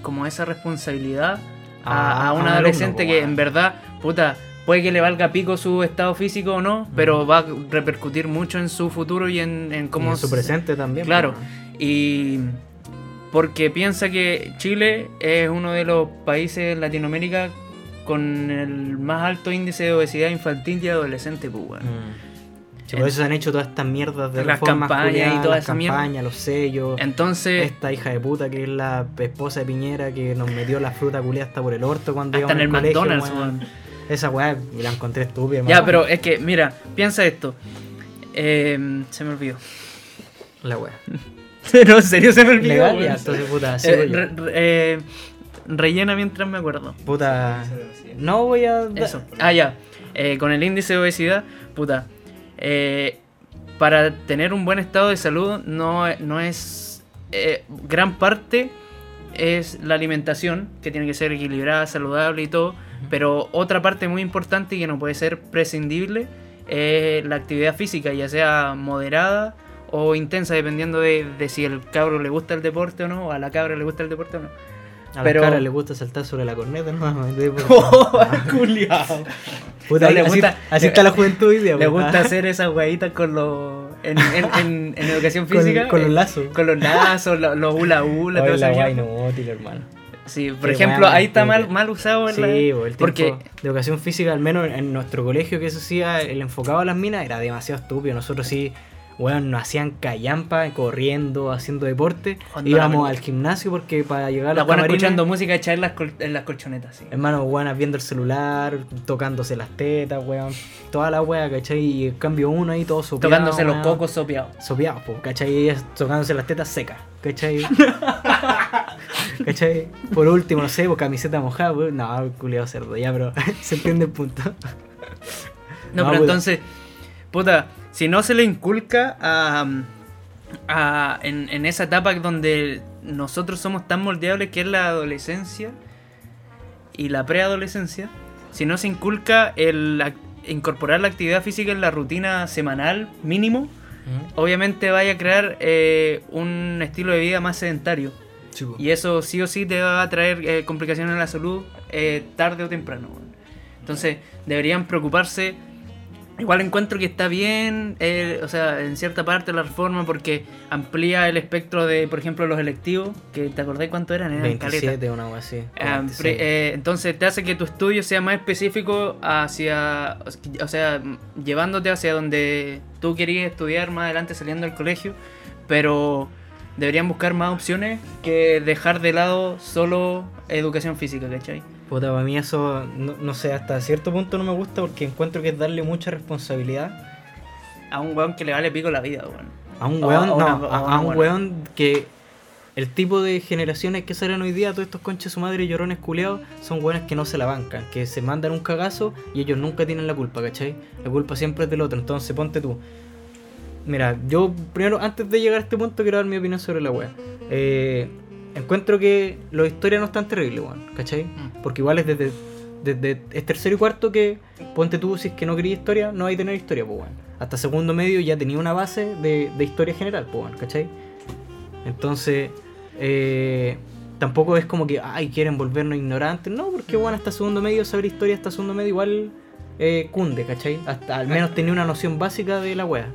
S3: como esa responsabilidad a,
S2: Ah,
S3: a un
S2: a un
S3: adolescente
S2: alumno,
S3: que
S2: pues,
S3: en verdad, puta, puede que le valga pico su estado físico o no, pero va a repercutir mucho en su futuro y en, en cómo
S2: Y en su
S3: se-
S2: presente también.
S3: Claro.
S2: pues, weón.
S3: y porque piensa que Chile es uno de los países en Latinoamérica con el más alto índice de obesidad infantil y adolescente, pues, weón.
S2: Mm. Sí, por eso se han hecho todas estas mierdas de
S3: Las
S2: reformas
S3: campañas y
S2: culiadas,
S3: toda
S2: las
S3: esa mierda.
S2: campañas, los sellos.
S3: Entonces,
S2: Esta hija de puta que es la esposa de Piñera que nos metió la fruta culiada hasta por el orto cuando
S3: hasta en el
S2: íbamos al colegio,
S3: McDonald's,
S2: weón.
S3: weón.
S2: Esa weá la encontré estúpida.
S3: Ya,
S2: hermano.
S3: pero es que, mira, piensa esto. Eh, se me olvidó. [LAUGHS]
S2: La weá.
S3: no, en serio se me olvidó.
S2: Legal,
S3: weón.
S2: ya, entonces puta,
S3: Eh,
S2: sigo yo.
S3: re- re- eh, rellena mientras me acuerdo.
S2: Puta. No voy a. da-
S3: Eso. Ah, ya. Eh, con el índice de obesidad, puta. eh, para tener un buen estado de salud no, no es... eh, gran parte es la alimentación, que tiene que ser equilibrada, saludable y todo. Pero otra parte muy importante y que no puede ser prescindible es la actividad física, ya sea moderada o intensa, dependiendo de, de si el cabro le gusta el deporte o no, o a la cabra le gusta el deporte o no. [LAUGHS]
S2: A
S3: pero-
S2: la cara le gusta saltar sobre la corneta, no [LAUGHS] me doy
S3: [LAUGHS]
S2: por-
S3: Culiao.
S2: Puta,
S3: No, le
S2: así,
S3: gusta-
S2: así
S3: le-
S2: está la juventud hoy
S3: [LAUGHS]
S2: día, pues, ah,
S3: Le
S2: puta.
S3: gusta hacer esas huevitas con los. En, en, en, en educación
S2: [LAUGHS] Con-
S3: física.
S2: con los
S3: eh,
S2: lazos.
S3: con los lazos, lo- los hula hula, todo
S2: Hoy la
S3: eso.
S2: guay no útil, hermano.
S3: Sí, por
S2: Qué
S3: ejemplo,
S2: weá,
S3: ahí está
S2: estúpida.
S3: mal, mal usado en
S2: Sí,
S3: la-
S2: bo, el tiempo
S3: Porque
S2: de educación física, al menos en- en nuestro colegio que se hacía, el enfocado a las minas era demasiado estúpido. Nosotros sí, bueno, nos hacían callampa, corriendo, haciendo deporte.
S3: Jugando a la
S2: Íbamos
S3: pelota.
S2: al gimnasio porque para llegar a
S3: la
S2: los
S3: buena
S2: camarines,
S3: escuchando música echar en las, col- en las colchonetas. sí.
S2: Hermano, weonas viendo el celular, tocándose las tetas, weón. Toda la wea, ¿cachai? Y en cambio uno ahí todo sopeado.
S3: Tocándose los
S2: weón.
S3: cocos sopeados.
S2: Sopeados, po, ¿cachai? Y ellas tocándose las tetas secas, ¿cachai? ¿cachai? Por último, no sé, po, camiseta mojada, weón. No, culiado cerdo, ya, pero [LAUGHS] se entiende el punto.
S3: No,
S2: No,
S3: pero
S2: weón.
S3: entonces, puta, si no se le inculca a, a- en, en esa etapa donde nosotros somos tan moldeables que es la adolescencia y la preadolescencia, si no se inculca el ac- incorporar la actividad física en la rutina semanal mínimo, obviamente vaya a crear eh, un estilo de vida más sedentario. Y eso sí o sí te va a traer eh, complicaciones en la salud eh, tarde o temprano. weón. Entonces deberían preocuparse. Igual encuentro que está bien, eh, o sea, en cierta parte la reforma porque amplía el espectro de, por ejemplo, los electivos, que te acordás cuánto eran, eran caleta.
S2: 27, una wea así. o
S3: Ah,
S2: 26.
S3: pre- eh, entonces te hace que tu estudio sea más específico hacia, o sea, mm, llevándote hacia donde tú querías estudiar más adelante saliendo del colegio, pero deberían buscar más opciones que dejar de lado solo educación física, ¿cachai?
S2: Puta, para mí eso, no, no sé, hasta cierto punto no me gusta porque encuentro que es darle mucha responsabilidad
S3: A un weón que le vale pico la vida, weón.
S2: a un
S3: O-
S2: weón,
S3: o
S2: no,
S3: Ah, una-
S2: a,
S3: o una
S2: a un
S3: buena.
S2: weón que el tipo de generaciones que salen hoy día, todos estos conches su madre llorones culeados, son weones que no se la bancan, que se mandan un cagazo y ellos nunca tienen la culpa, ¿cachai? La culpa siempre es del otro, entonces ponte tú. Mira, yo primero, antes de llegar a este punto, quiero dar mi opinión sobre la wea. Eh, encuentro que los historias no están terribles, weón, ¿cachai?
S3: Mm.
S2: Porque igual es desde, desde es tercero y cuarto que ponte tú, si es que no querías historia, no vais a tener historia, pues weón. Hasta segundo medio ya tenía una base de, de historia general, pues weón, ¿cachai? Entonces, eh, tampoco es como que, ay, quieren volvernos ignorantes. No, porque bueno, hasta segundo medio, saber historia hasta segundo medio igual eh, cunde, ¿cachai? Hasta, al menos tenía una noción básica de la wea.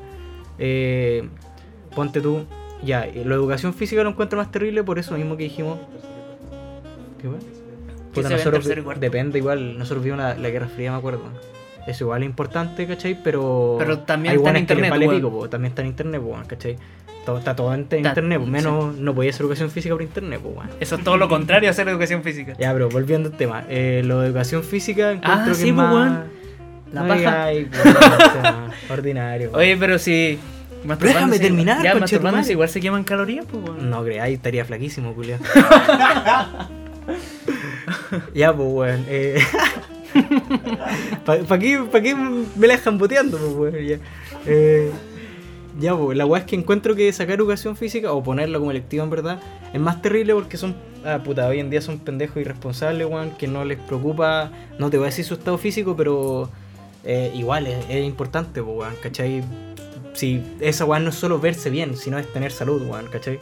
S2: Eh, ponte tú, ya, eh, la educación física lo encuentro más terrible por eso mismo que dijimos. ¿Qué wea?
S3: ¿Qué
S2: Puta,
S3: se ve en
S2: nosotros,
S3: tercero y cuarto?
S2: depende igual, nosotros vimos la, la Guerra Fría, me acuerdo. Eso igual es importante, ¿cachai? Pero,
S3: Pero también
S2: hay
S3: está en
S2: hueones que les
S3: internet,
S2: vale
S3: weón.
S2: pico, po, también está en internet, po, weón, ¿cachai? Todo, está todo en, en
S3: Está-
S2: internet, po, menos no podía hacer educación física por internet, po, weón.
S3: Eso es todo lo contrario a hacer educación física.
S2: Ya, pero volviendo al tema, eh, lo de educación física encuentro que
S3: Ah, sí,
S2: es
S3: po,
S2: más...
S3: weón. La
S2: No
S3: paja.
S2: digáis, po, [LAUGHS] o sea,
S3: [LAUGHS]
S2: ordinario. po.
S3: Oye, pero si. masturbándose-
S2: déjame terminar,
S3: Ya,
S2: conchetumare.
S3: masturbándose igual se queman calorías, pues, weón.
S2: No creáis, estaría flaquísimo, Julián. [LAUGHS] ya, pues, weón. ¿Para qué, [LAUGHS] pa' qué me la dejan boteando, pues, weón? Ya, Eh, ya, pues, la weá es que encuentro que sacar educación física o ponerla como electiva, en verdad, es más terrible porque son. Ah, puta, hoy en día son pendejos irresponsables, weón, que no les preocupa. No te voy a decir su estado físico, pero. eh, igual es, es importante, pues, weón, ¿cachai? Si esa weá no es solo verse bien, sino es tener salud, weón, ¿cachai?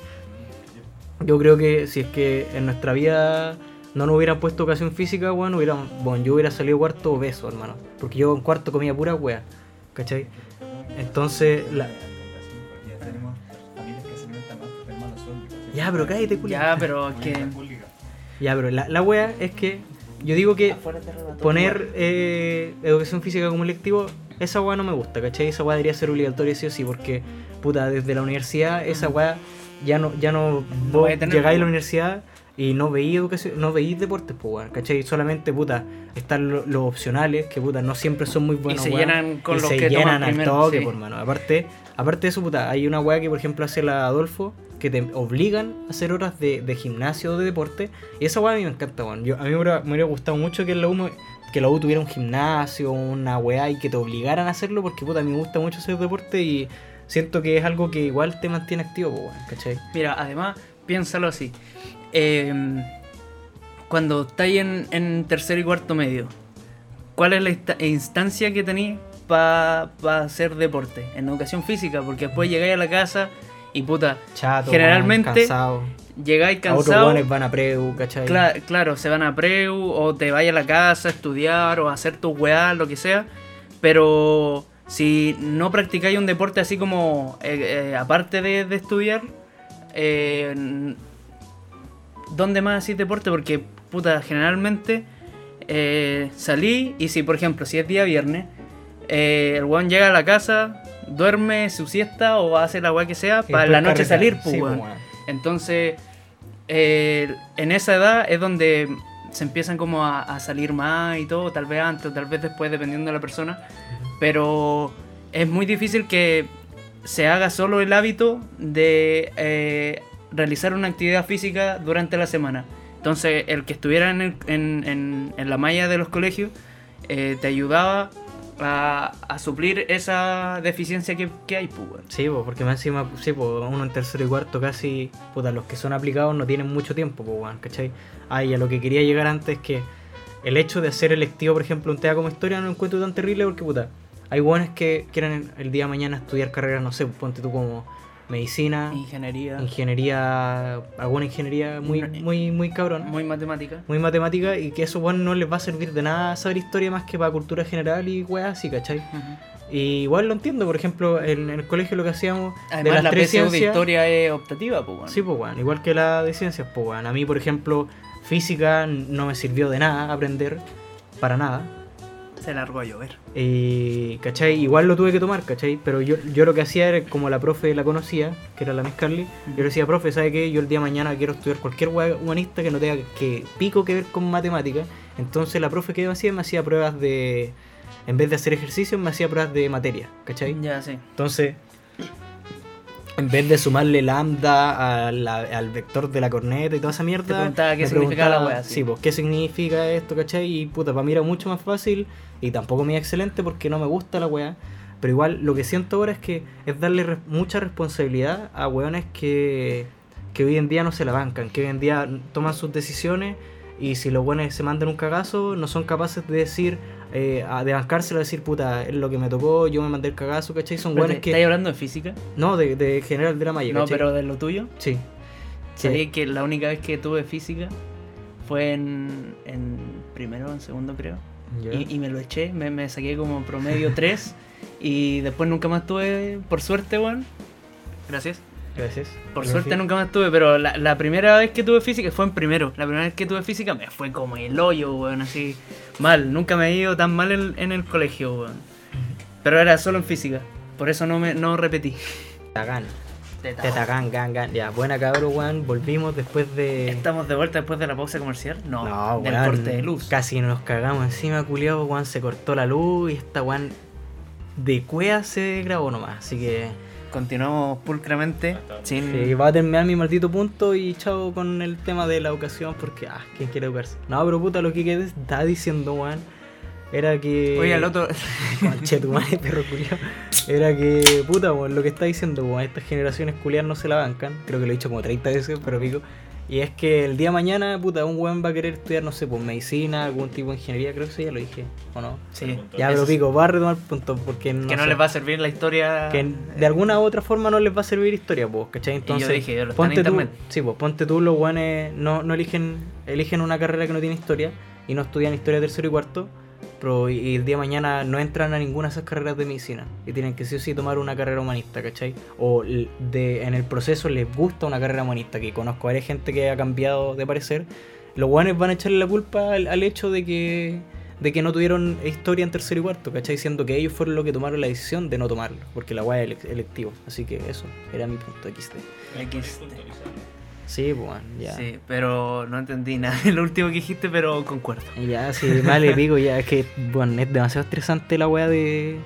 S2: Yo creo que si es que en nuestra vida no nos hubieran puesto educación física, weón, hubiéramos- bueno, yo hubiera salido cuarto obeso, hermano. Porque yo en cuarto comía pura wea, ¿cachai? Entonces, la...
S4: Ya tenemos familias que se alimentan más por hermanos sueldos.
S2: ya, pero cállate, culiao.
S3: Ya, pero que.
S5: [LAUGHS]
S2: Ya, pero la, la wea es que yo digo que
S3: Afuera te arrebató tu
S2: poner eh, educación física como electivo, esa weá no me gusta, ¿cachai? Esa weá debería ser obligatoria sí o sí, porque, puta, desde la universidad, esa weá ya no, ya no, vos
S3: voy a tener,
S2: llegáis a la
S3: weón.
S2: universidad y no veís educación, no veís deportes, pues weón, ¿cachai? Solamente, puta, están lo- los opcionales, que puta, no siempre son muy buenos.
S3: se
S2: weón,
S3: llenan con
S2: y
S3: los
S2: se
S3: que toman
S2: llenan al
S3: primero,
S2: toque,
S3: sí.
S2: por mano. Aparte, aparte de eso, puta, hay una weá que por ejemplo hace la Adolfo, que te obligan a hacer horas de, de gimnasio o de deporte. Y esa weá a mí me encanta, weón. Yo- A mí me hubiera, me hubiera gustado mucho que la U, me- que la U tuviera un gimnasio, una weá y que te obligaran a hacerlo, porque puta, a mí me gusta mucho hacer deporte y siento que es algo que igual te mantiene activo, po, weón, ¿cachai?
S3: Mira, además, piénsalo así. Eh, cuando estáis en, en tercer y cuarto medio, ¿cuál es la insta- instancia que tenéis para hacer deporte? En educación física, porque después llegáis a la casa y puta,
S2: Chato,
S3: Generalmente,
S2: weón, cansado.
S3: llegáis
S2: A otros
S3: cansado.
S2: weones van a preu, ¿cachai?
S3: Cla- claro, se van a preu o te vayas a la casa a estudiar o a hacer tus weá, lo que sea. Pero si no practicáis un deporte así como eh, eh, aparte de, de estudiar, eh, n- ¿dónde más hacís deporte? Porque, puta, generalmente eh, salí y si, por ejemplo, si es día viernes, eh, el weón llega a la casa, duerme su siesta o hace la weá que sea
S2: Y
S3: para la noche
S2: después
S3: salir,
S2: carretear.
S3: pues,
S2: Sí, po,
S3: weón.
S2: weón.
S3: Entonces, eh, en esa edad es donde se empiezan como a, a salir más y todo, tal vez antes o tal vez después, dependiendo de la persona. Pero es muy difícil que se haga solo el hábito de eh, realizar una actividad física durante la semana. Entonces, el que estuviera en, el- en- en- en la malla de los colegios eh, te ayudaba a, a suplir esa deficiencia que, que hay, pues, weón.
S2: Sí, po, porque más encima, sí, po, uno en tercero y cuarto casi, puta, los que son aplicados no tienen mucho tiempo, po, weón, ¿cachai? Ah, y a lo que quería llegar antes es que el hecho de hacer electivo, por ejemplo, un tema como historia no lo encuentro tan terrible porque, puta, hay buenos que quieren el día de mañana estudiar carreras, no sé, pues, ponte tú como medicina,
S3: Ingeniería,
S2: ingeniería, alguna ingeniería muy, muy, muy cabrón
S3: muy matemática.
S2: muy matemática y que eso weón, no les va a servir de nada saber historia más que para cultura general y weas así, ¿cachai?
S3: Ujú.
S2: Y igual lo entiendo, por ejemplo, en, en el colegio lo que hacíamos de
S3: Además,
S2: las
S3: la
S2: tres
S3: PSU de
S2: ciencias,
S3: historia es optativa, pues,
S2: sí, pues weón, igual que la de ciencias, pues weón. A mí, por ejemplo, física no me sirvió de nada aprender, para nada.
S3: Se largó a llover.
S2: Y, ¿cachai? Igual lo tuve que tomar, ¿cachai? Pero yo, yo lo que hacía era, como la profe la conocía, que era la Miss Carly, yo le decía, profe, ¿sabe qué? Yo el día de mañana quiero estudiar cualquier hueá humanista que no tenga que pico que ver con matemática. Entonces la profe que me hacía, me hacía pruebas de... En vez de hacer ejercicios, me hacía pruebas de materia, ¿cachai?
S3: Ya, sí.
S2: Entonces, en vez de sumarle lambda a la- al vector de la corneta y toda esa mierda,
S3: Te preguntaba qué
S2: me
S3: significaba la
S2: preguntaba,
S3: wea, sí.
S2: Sí, pues, ¿qué significa esto, cachai? Y puta, para mí era mucho más fácil y tampoco me iba excelente porque no me gusta la wea. Pero igual, lo que siento ahora es que es darle res- mucha responsabilidad a weones que, que hoy en día no se la bancan, que hoy en día toman sus decisiones y si los buenos se mandan un cagazo, no son capaces de decir, eh, a- de bancárselo, decir, puta, es lo que me tocó, yo me mandé el cagazo, ¿cachai? Son
S3: Pero te-
S2: buenos que...
S3: ¿Estáis hablando de física?
S2: No, de, de general de la malla,
S3: No,
S2: ¿cachai?
S3: pero de lo tuyo.
S2: Sí.
S3: Sabía que la única vez que tuve física fue en, en primero o en segundo, creo. Y, y me lo eché, me, me saqué como
S2: [LAUGHS]
S3: promedio 3. y después nunca más tuve, por suerte, weón. Gracias.
S2: Gracias.
S3: Por
S2: Gracias.
S3: suerte nunca más tuve, pero la, la primera vez que tuve física fue en primero. La primera vez que tuve física me fue como el hoyo, weón, así mal. Nunca me he ido tan mal en, en el colegio, weón. Pero era solo en física, por eso no, me, no repetí.
S2: Tacán. Tetacán, gan, gan. Ya, buena cabrón, weón. Volvimos después de.
S3: ¿Estamos de vuelta después de la pausa comercial? No,
S2: No,
S3: del
S2: weón,
S3: corte de luz.
S2: Casi nos cagamos encima, culiado, Juan se cortó la luz y esta Juan de cuea se grabó nomás. Así que
S3: Continuamos pulcramente, sin...
S2: eh, va a terminar mi maldito punto y chao con el tema de la educación porque, ah, ¿quién quiere educarse? No, pero puta, lo que quedes está diciendo, Juan, era que...
S3: Oye, al otro...
S2: Che, tu madre, perro culiao. Era que, puta, weón, lo que está diciendo, weón, estas generaciones culiadas no se la bancan. Creo que lo he dicho como 30 veces, pero pico. Y es que el día de mañana, puta, un weón va a querer estudiar, no sé, pues medicina, algún tipo de ingeniería, creo que eso ya lo dije, ¿o no?
S3: Sí,
S2: Ya,
S3: eso
S2: pero
S3: sí.
S2: pico, va a retomar puntos porque no
S3: que no
S2: sé,
S3: les va a servir la historia...
S2: que de alguna u otra forma no les va a servir historia, pues, ¿cachai? Entonces,
S3: dije, pero está en
S2: ponte tú,
S3: internet.
S2: sí, pues, ponte tú, los weones no, no eligen, eligen una carrera que no tiene historia y no estudian historia de tercero y cuarto, pero y, y el día de mañana no entran a ninguna de esas carreras de medicina y tienen que sí o sí tomar una carrera humanista, ¿cachai? O l- de, en el proceso les gusta una carrera humanista, que conozco, hay gente que ha cambiado de parecer, los weones van a echarle la culpa al, al hecho de que de que no tuvieron historia en tercero y cuarto, ¿cachai? Diciendo que ellos fueron los que tomaron la decisión de no tomarlo, porque la guay es elec- electiva. Así que eso, era mi punto XD. Sí, pues, bueno, ya.
S3: Sí, pero no entendí nada de lo último que dijiste, pero concuerdo.
S2: Ya, sí,
S3: [LAUGHS]
S2: vale, pico, ya, es que, bueno, es demasiado estresante la weá de,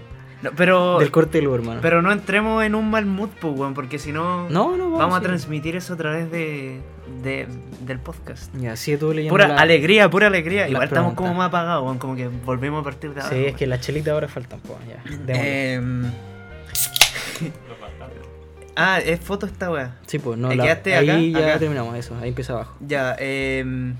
S3: No, pero,
S2: del corte del hermano.
S3: Oh, pero no entremos en un mal mood, pues, weón, porque si no,
S2: no, no, vamos,
S3: vamos a
S2: sí.
S3: transmitir eso a través de, de- del podcast.
S2: Ya, sí, tú leyendo.
S3: Pura
S2: la-
S3: alegría, pura alegría.
S2: las
S3: Igual estamos
S2: preguntas.
S3: como más apagados, weón, como que volvemos a partir de ahora.
S2: Sí, es
S3: weón.
S2: que las chelitas ahora faltan, pues, ya. démosle.
S3: Em, [LAUGHS] ah, es foto esta weá.
S2: sí, pues, no,
S3: ¿te
S2: la-
S3: quedaste
S2: ahí
S3: acá?
S2: ya
S3: Acá.
S2: terminamos eso, ahí empieza abajo.
S3: Ya, em,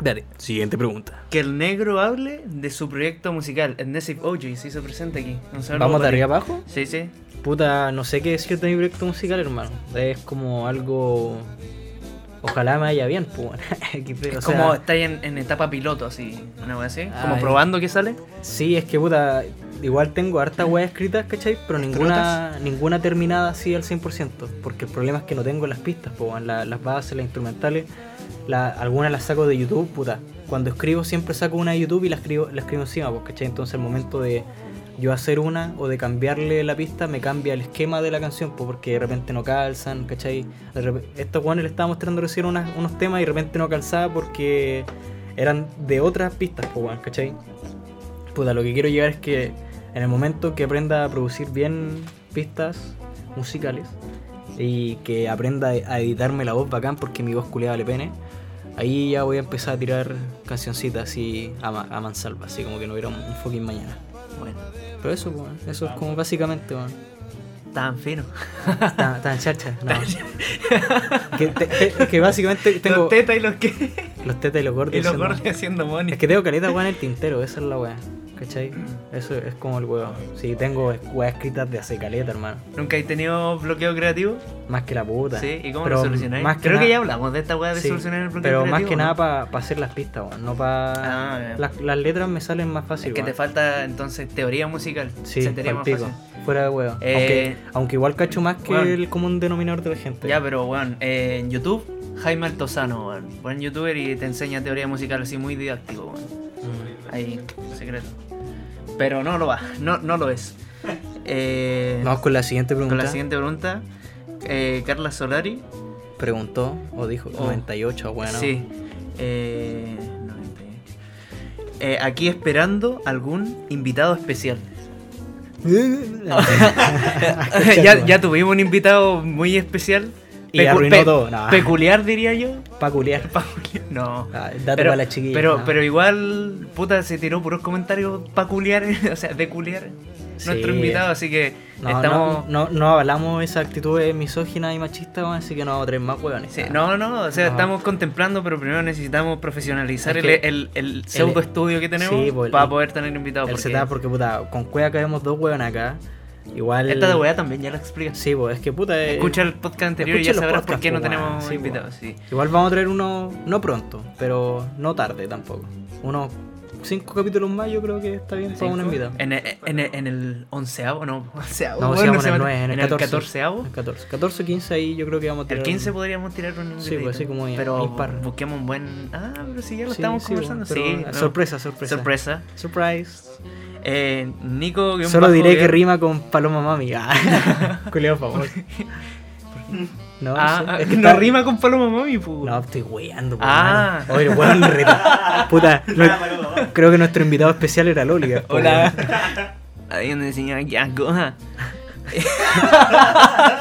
S2: Dale, siguiente pregunta.
S3: que el negro hable de su proyecto musical. El Nesip OJ se hizo presente aquí. Un saludo
S2: ¿Vamos de
S3: para ti.
S2: arriba abajo?
S3: Sí, sí.
S2: Puta, no sé qué decirte de mi proyecto musical, hermano. Es como algo. Ojalá me vaya bien, [LAUGHS] pues. XD, o
S3: Es
S2: sea,
S3: como estáis en, en etapa piloto, así, una wea así. Como
S2: Ay.
S3: probando que sale.
S2: Sí, es que puta. Igual tengo hartas weas escritas, ¿cachai? Pero ninguna, ninguna terminada así al 100%. Porque el problema es que no tengo las pistas, pues, weón, la- las bases, las instrumentales. la- algunas las saco de YouTube, puta. Cuando escribo siempre saco una de YouTube y la escribo, la escribo encima, pues, ¿cachai? Entonces el momento de yo hacer una o de cambiarle la pista me cambia el esquema de la canción, pues, porque de repente no calzan, ¿cachai? De rep- Estos weones le estaba mostrando recién unas- unos temas y de repente no calzaba porque eran de otras pistas, pues, weón, ¿cachai? Puta, lo que quiero llegar es que en el momento que aprenda a producir bien pistas musicales y que aprenda a editarme la voz bacán porque mi voz culiada le pene, ahí ya voy a empezar a tirar cancioncitas así a, ma- a mansalva, así como que no hubiera un, un fucking mañana.
S3: Bueno,
S2: Pero eso, pues, weón, eso es como básicamente, weón.
S3: tan fino.
S2: Tan, tan chacha,
S3: [LAUGHS]
S2: no. que, te- te- que básicamente tengo
S3: Los tetas y los
S2: [LAUGHS]
S3: que.
S2: los tetas y los gordos.
S3: Y los
S2: diciendo-
S3: gordos haciendo money.
S2: Es que tengo caleta weá en el tintero, esa es la weá. ¿Cachai? Eso es como el huevo. Sí, tengo weá escritas de hace caleta, hermano.
S3: ¿Nunca has tenido bloqueo creativo?
S2: Más que la puta.
S3: Sí, ¿y cómo
S2: Pero
S3: lo solucionáis?
S2: más que
S3: Creo que
S2: nada-
S3: ya hablamos de esta weá de
S2: Sí,
S3: solucionar el bloqueo
S2: Pero
S3: creativo.
S2: más que
S3: ¿no?
S2: nada para hacer las pistas, weón. No para.
S3: Ah, ya.
S2: las, las letras me salen más fácil,
S3: Es que te
S2: weón.
S3: falta entonces teoría musical.
S2: Sí,
S3: Se te haría más
S2: palpico.
S3: fácil.
S2: Fuera de huevo.
S3: Eh,
S2: Aunque, aunque igual cacho más que
S3: weón.
S2: el común denominador de la gente.
S3: Ya, pero bueno, eh, en YouTube, Jaime Altozano, weón. Buen youtuber y te enseña teoría musical así muy didáctico, weón.
S2: Mm.
S3: Ahí, secreto. Pero no lo va, no, no lo
S2: [LAUGHS]
S3: es. Eh,
S2: Vamos con la siguiente pregunta.
S3: con la siguiente pregunta. Eh, Carla Solari.
S2: Preguntó o dijo
S3: Oh.
S2: 98, bueno. [LAUGHS]
S3: Sí. Eh, 98. Eh, aquí esperando algún invitado especial. [LAUGHS] ya, ya tuvimos un invitado muy especial.
S2: Y arruinó todo, no.
S3: Peculiar, diría yo. [LAUGHS]
S2: Pa' culiar.
S3: Peculiar, No.
S2: Ah, Dato
S3: Pero,
S2: para la chiquilla.
S3: pero,
S2: no.
S3: pero igual, puta, se tiró puros comentarios peculiares, [LAUGHS] o sea, de culiar nuestro
S2: Sí.
S3: invitado, así que
S2: No,
S3: estamos...
S2: no, no, no avalamos esa actitud misógina y machista, weón, así que no vamos a traer más huevones.
S3: Sí, no, no, o sea,
S2: No.
S3: estamos contemplando, pero primero necesitamos profesionalizar
S2: Es que-
S3: el, el, el pseudo estudio que tenemos
S2: Sí, pues, el-
S3: para poder tener invitados.
S2: El
S3: porque
S2: setup, porque puta, con cueva caemos dos huevones acá. Igual.
S3: Esta de weá también ya la explicas.
S2: Sí, pues es que puta. eh,
S3: Escucha el podcast anterior y ya
S2: escuchen
S3: sabrás
S2: los
S3: por
S2: podcasts,
S3: qué no
S2: pues,
S3: tenemos
S2: weón, sí,
S3: invitados. Sí.
S2: Igual vamos a traer uno, no pronto, pero no tarde tampoco. Uno cinco capítulos más, yo creo que está bien para una
S3: Cinco.
S2: vida.
S3: En el, en el, en el onceavo, no, onceavo,
S2: No,
S3: bueno,
S2: sí, vamos
S3: se
S2: en el
S3: llama-
S2: nueve, en el
S3: catorceavo.
S2: 14, 14, 15 ahí yo creo que vamos a
S3: El
S2: tirar.
S3: 15 podríamos tirar un
S2: Sí, pues, así como
S3: Pero
S2: impar.
S3: busquemos un buen... Ah, pero si ya lo
S2: Sí,
S3: estamos
S2: sí, pues,
S3: conversando.
S2: pero
S3: sí, no.
S2: Sorpresa, sorpresa.
S3: Sorpresa.
S2: Surprise.
S3: Eh, Nico... guión
S2: Solo
S3: bajo,
S2: diré que
S3: guión-
S2: rima con Paloma Mami. Ah.
S3: [LAUGHS]
S2: Culeado, por favor. No,
S3: Ah,
S2: sé.
S3: ah,
S2: Es que
S3: no
S2: está-
S3: rima con Paloma Mami, pu.
S2: No, estoy weando, po,
S3: Ah.
S2: hermano. Oye,
S3: [LAUGHS]
S2: weón, reta. Puta, no- creo que nuestro invitado especial era Loli. po, weón.
S3: Hola. Ahí donde enseñaba ya,
S2: [LAUGHS]
S3: coja. [LAUGHS]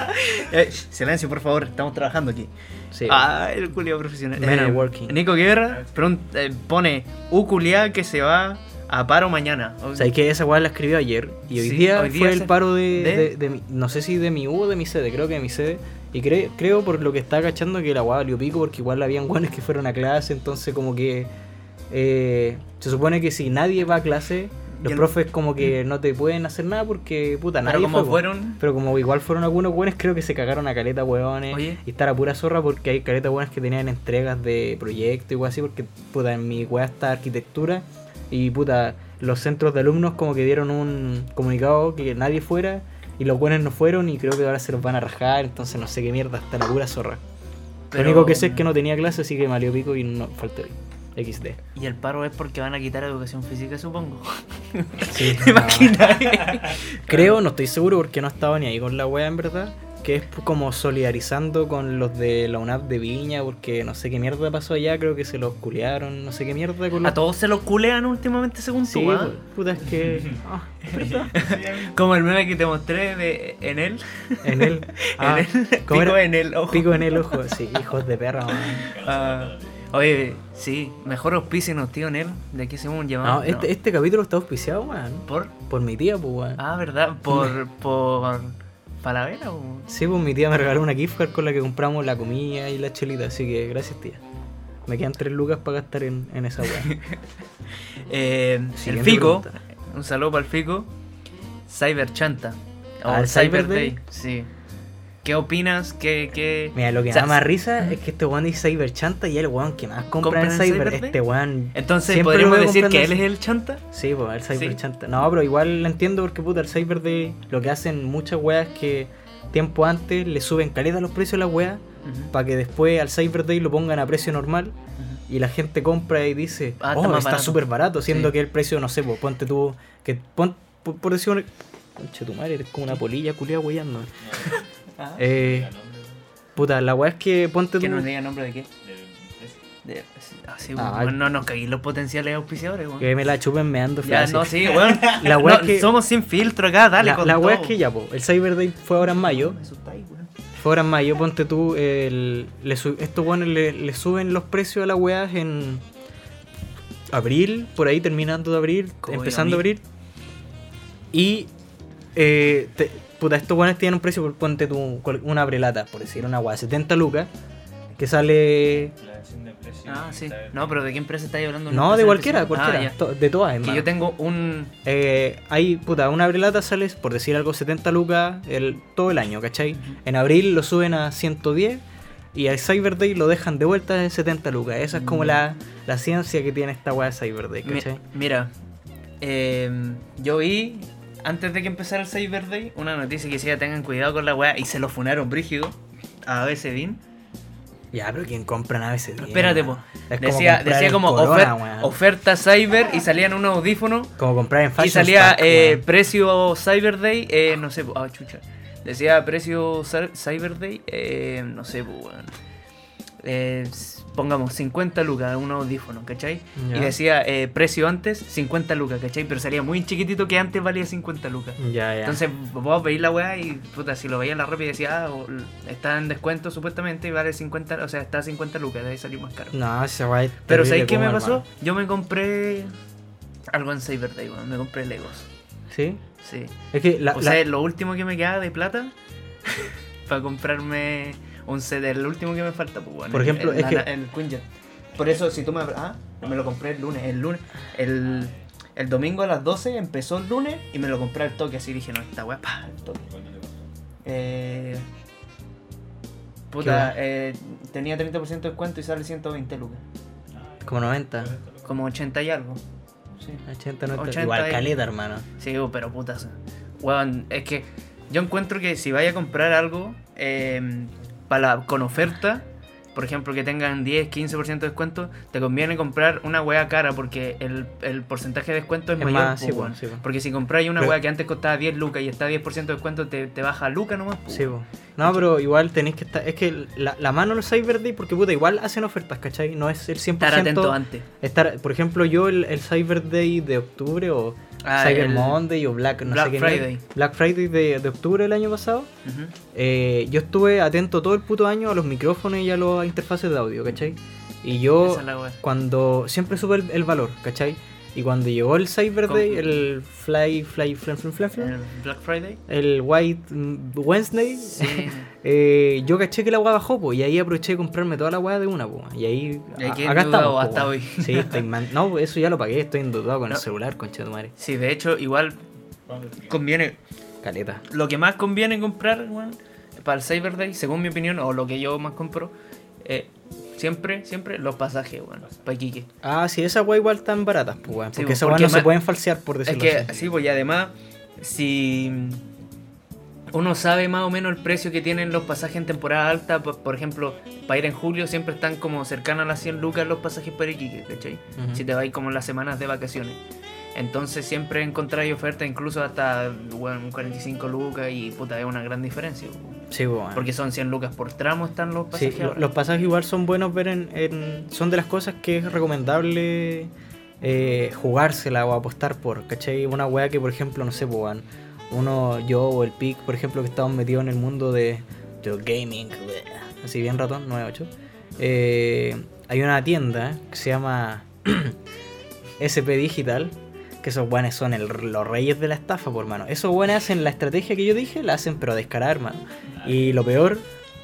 S3: Eh, sh, silencio, por favor, estamos trabajando aquí.
S2: Sí.
S3: Ah, el culiao profesional. Eh,
S2: Men are working.
S3: Nico Guerra pregun- eh, pone U culiao que se va a paro mañana. O-
S2: O sea, es que esa weá la escribió ayer y hoy,
S3: Sí,
S2: día,
S3: hoy día
S2: fue
S3: se-
S2: el paro de,
S3: de-
S2: de- de mi- no sé si de mi U o de mi sede, creo que de mi sede. Y cre- creo por lo que está cachando que la weá valió pico porque igual habían guanes que fueron a clase, entonces como que eh, se supone que si nadie va a clase,
S3: Y
S2: los
S3: el-
S2: profes como que no te pueden hacer nada porque puta,
S3: Pero
S2: nadie
S3: como
S2: fue, po.
S3: fueron-
S2: Pero como igual fueron algunos weones, creo que se cagaron a caleta weones
S3: Oye.
S2: y estar a pura zorra porque hay caleta weones que tenían entregas de proyecto y weas así porque puta, en mi weá está arquitectura y puta, los centros de alumnos como que dieron un comunicado que nadie fuera y los buenos no fueron y creo que ahora se los van a rajar, entonces no sé qué mierda, hasta la pura zorra.
S3: Pero- mm.
S2: Lo único que sé es que no tenía clase, así que me valió pico y no falté hoy. XD.
S3: Y el paro es porque van a quitar educación física, supongo.
S2: Sí,
S3: [LAUGHS] ¿Te imaginas?
S2: [LAUGHS] Creo, no estoy seguro porque no estaba ni ahí con la wea en verdad, que es como solidarizando con los de la UNAP de Viña porque no sé qué mierda pasó allá, creo que se los culearon, no sé qué mierda con
S3: a
S2: los...
S3: todos se los culean últimamente, según
S2: Sí, pues,
S3: tú, ¿ah?
S2: puta, es que...
S3: [LAUGHS]
S2: Ah,
S3: Como el meme que te mostré de en él.
S2: en él. Ah,
S3: en él.
S2: [LAUGHS] ¿cómo
S3: Pico
S2: era?
S3: en el ojo.
S2: Pico en el ojo, sí, hijos de
S3: [LAUGHS]
S2: perra, man.
S3: Ah, oye, sí, mejor auspícenos, tío Nel. De aquí hacemos un llamado.
S2: No, este, este capítulo está auspiciado, weón.
S3: ¿Por?
S2: Por mi tía, pues, weón.
S3: Ah, ¿verdad? Por. por. Palavera o.
S2: Sí, pues mi tía me regaló una gift card con la que compramos la comida y la chelita, así que gracias, tía. Me quedan tres lucas para gastar en, en
S3: [LAUGHS]
S2: esa weá.
S3: Eh, el
S2: Siguiente
S3: Fico.
S2: pregunta.
S3: Un saludo para el Fico. Cyber Chanta. O
S2: Ah, ¿el
S3: Cyber
S2: Cyber
S3: Day.
S2: Day?
S3: Sí. ¿Qué opinas? ¿Qué. qué...
S2: Mira, lo que
S3: O sea,
S2: da más risa es que este weón dice Cyber Chanta y es el weón que más compra
S3: ¿Compra
S2: en
S3: en
S2: Cyber.
S3: Cyber Day?
S2: Este weón.
S3: Entonces,
S2: siempre lo
S3: ¿podríamos
S2: veo
S3: decir
S2: comprando
S3: que él
S2: así.
S3: es el Chanta?
S2: Sí, pues el Cyber
S3: Sí.
S2: Chanta. No, pero igual lo entiendo porque puta, el Cyber Day lo que hacen muchas weas es que tiempo antes le suben caleta los precios a las weas
S3: Ujú,
S2: para que después al Cyber Day lo pongan a precio normal
S3: ujú.
S2: y la gente compra y dice,
S3: Ah, está
S2: oh,
S3: más
S2: está
S3: barato".
S2: súper barato, siendo
S3: Sí.
S2: que el precio, no sé, pues ponte tú, que pon, por, por decir, un- conche tu madre, eres como una polilla culia weyando.
S3: [LAUGHS] Ah,
S2: Eh, puta, la weá es que ponte tú,
S3: que nos diga nombre de qué. De- ah, sí,
S2: Ah,
S3: bueno, no nos caí los potenciales auspiciadores, weón.
S2: que me la chupen meando
S3: Ya,
S2: frases.
S3: no, sí, [LAUGHS] weón.
S2: La wea
S3: No,
S2: es que-
S3: Somos sin filtro acá, dale,
S2: la
S3: con
S2: la wea
S3: todo.
S2: es que ya, po, el Cyber Day fue ahora en mayo, fue ahora en mayo, ponte tú, el, le su- estos weones le, le suben los precios a las weas en abril, por ahí terminando de abril,
S3: Como yo
S2: empezando
S3: a
S2: a
S3: mí.
S2: abril. Y, eh, te- puta, estos weones tienen un precio, por, ponte tú, cual- una prelata, por decir una wea, 70 lucas, que sale...
S3: Ah, sí. No, pero ¿de qué empresa estáis hablando? ¿Una
S2: No, de
S3: empresa
S2: cualquiera,
S3: específica?
S2: cualquiera,
S3: Ah,
S2: to- de todas,
S3: ya.
S2: hermano.
S3: Que yo tengo un...
S2: Eh, hay, puta, una abrelata sale, por decir algo, 70 lucas el, todo el año, ¿cachai? En abril lo suben a 110 y al Cyber Day lo dejan de vuelta en 70 lucas. Esa es como la, la ciencia que tiene esta weá de Cyber Day,
S3: mi-
S2: ¿cachai?
S3: mira, eh, yo vi, antes de que empezara el Cyber Day, una noticia que decía tengan cuidado con la weá y se lo funaron brígido a ABC Bin.
S2: Ya, pero quien compra nada veces.
S3: Espérate, po. Decía
S2: comprar
S3: decía
S2: en
S3: como,
S2: Corona,
S3: ofer-
S2: weón.
S3: oferta Cyber y salían unos audífonos
S2: Como comprar en Fashion
S3: Y salía
S2: Stack,
S3: eh,
S2: weón.
S3: precio Cyber Day, eh, no sé, po- ah, chucha. Decía precio Cy- Cyber Day, eh, no sé, pues, weón. Eh, s- pongamos 50 lucas, un audífono, ¿cachai?
S2: Ya.
S3: Y decía eh, precio antes 50 lucas, ¿cachai? Pero salía muy chiquitito que antes valía 50 lucas.
S2: Ya, ya.
S3: Entonces vos veis la weá y puta, si lo veías en la rápida decía, ah, o- está en descuento supuestamente y vale 50, o sea, está a 50 lucas, de ahí salió más caro.
S2: no, esa weá es
S3: Pero
S2: terrible
S3: ¿sabéis qué
S2: como,
S3: me pasó?
S2: hermano.
S3: Yo me compré algo en Cyber Day, weón, me compré Legos.
S2: Sí.
S3: Sí.
S2: Es que la,
S3: o
S2: la-
S3: sea, lo último que me queda de plata [LAUGHS] para comprarme un CD, el último que me falta, pues bueno,
S2: Por
S3: el-
S2: ejemplo,
S3: el,
S2: es que-
S3: nana- el Queen Jet. Por eso, si tú me. Ah, me lo compré el lunes. El lunes. El, el domingo a las 12 empezó el lunes y me lo compré al toque. Así dije, no, esta weá, pa, al toque. Eh, puta, eh, tenía 30% de descuento y sale 120 lucas.
S2: como 90.
S3: Como 80 y algo. Sí.
S2: 80, 90.
S3: 80
S2: Igual
S3: y-
S2: caleta, hermano.
S3: Sí, oh, pero putas. Weón, es que yo encuentro que si vaya a comprar algo eh, para la- con oferta, por ejemplo, que tengan 10, 15% de descuento, te conviene comprar una wea cara porque el, el porcentaje de descuento es,
S2: Es
S3: mayor.
S2: más,
S3: po,
S2: sí, po,
S3: weón.
S2: sí, po.
S3: Porque si compráis una
S1: Pero-
S3: wea que antes costaba 10 lucas y está a 10% de descuento, te, te baja lucas nomás. po.
S2: Sí, po. No, pero igual tenéis que estar. Es que la, la mano los Cyber Day, porque puta, igual hacen ofertas, ¿cachai? No es el 100%.
S3: Estar atento antes.
S2: estar- por ejemplo, yo el, el Cyber Day de octubre o
S3: Ah,
S2: Cyber
S3: el-
S2: Monday o Black, no
S3: Black
S2: sé qué
S3: Friday.
S2: mierda, Black Friday de, de octubre del año pasado.
S3: Ujú.
S2: eh, yo estuve atento todo el puto año a los micrófonos y a las interfaces de audio, ¿cachai? Y yo
S3: Esa es la wea.
S2: cuando siempre sube el, el valor, ¿cachai? Y cuando llegó el Cyber
S3: Con-
S2: Day, el Fly, Fly, Fly, Fly, Fly, Fly,
S3: El Black Friday.
S2: el White mm, Wednesday, [LAUGHS]
S3: Sí.
S2: eh, yo caché que la weá bajó, po, y ahí aproveché de comprarme toda la weá de una, po, y ahí,
S3: Y ahí
S2: a-
S3: quedé endeudado
S2: acá estamos, po,
S3: hasta
S2: weón.
S3: hoy.
S2: [LAUGHS] Sí, estoy man- No, eso ya lo pagué, estoy endeudado con
S3: No.
S2: el celular, concha de tu madre.
S3: sí, de hecho, igual conviene
S2: Caleta.
S3: lo que más conviene comprar, weón, para el Cyber Day, según mi opinión, o lo que yo más compro, eh, siempre, siempre los pasajes, weón, para Iquique.
S2: Ah, sí, esas weá igual están baratas, pues, weón,
S3: Sí,
S2: porque
S3: po,
S2: esas weá
S3: porque
S2: no se
S3: ma-
S2: pueden falsear, por
S3: Es
S2: decirlo
S3: que,
S2: así.
S3: sí, pues, y además, si uno sabe más o menos el precio que tienen los pasajes en temporada alta, por, por ejemplo, para ir en julio siempre están como cercanos a las 100 lucas los pasajes para Iquique, ¿cachai?
S2: Ujú.
S3: Si te vais como en las semanas de vacaciones. Entonces siempre encontráis ofertas incluso hasta, weón, 45 lucas y puta, es una gran diferencia, weón.
S2: Sí, po, weón.
S3: Porque son 100 lucas por tramo están los
S2: Ah. Sí,
S3: pasajes.
S2: lo-
S3: ahora.
S2: los pasajes igual son buenos ver en, en- Son de las cosas que es recomendable eh, jugársela o apostar por, ¿cachai? Una weá que, por ejemplo, no sé, pues, weón, uno, yo o el PIC, por ejemplo, que estamos metidos en el mundo de, de gaming, bleh, así bien ratón, 98. Eh, hay una tienda que se llama [CLEARS THROAT] SP Digital, que esos buenos son el- los reyes de la estafa, por mano. Esos buenos hacen la estrategia que yo dije, la hacen pero a descarar, hermano. Y lo peor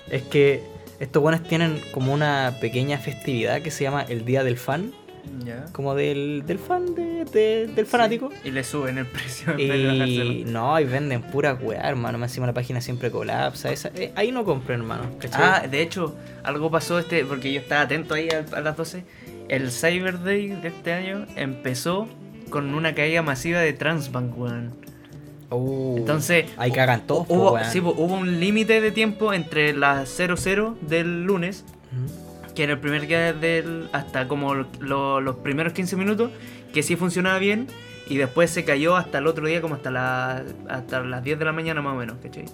S2: es que estos buenos tienen como una pequeña festividad que se llama el Día del Fan,
S3: Ya.
S2: como del, del fan, de- de- del fanático.
S3: Y le suben el precio en vez [LAUGHS] de
S2: Y
S3: bajárselo.
S2: no, y venden pura weá, hermano. Más encima la página siempre colapsa. Esa, eh, ahí no compren, hermano. ¿cachai?
S3: Ah, de hecho, algo pasó este, porque yo estaba atento ahí a, a las 12. El Cyber Day de este año empezó con una caída masiva de Transbank, weón.
S2: Uh,
S3: Entonces,
S2: Ahí cagan todos, po,
S3: Hubo,
S2: weón.
S3: sí, pues. po, hubo un límite de tiempo entre las 00 del lunes,
S2: Ujú.
S3: que era el primer día del. hasta como lo- los primeros 15 minutos, que sí funcionaba bien. Y después se cayó hasta el otro día, como hasta, la, hasta las 10 de la mañana más o menos, ¿cachai?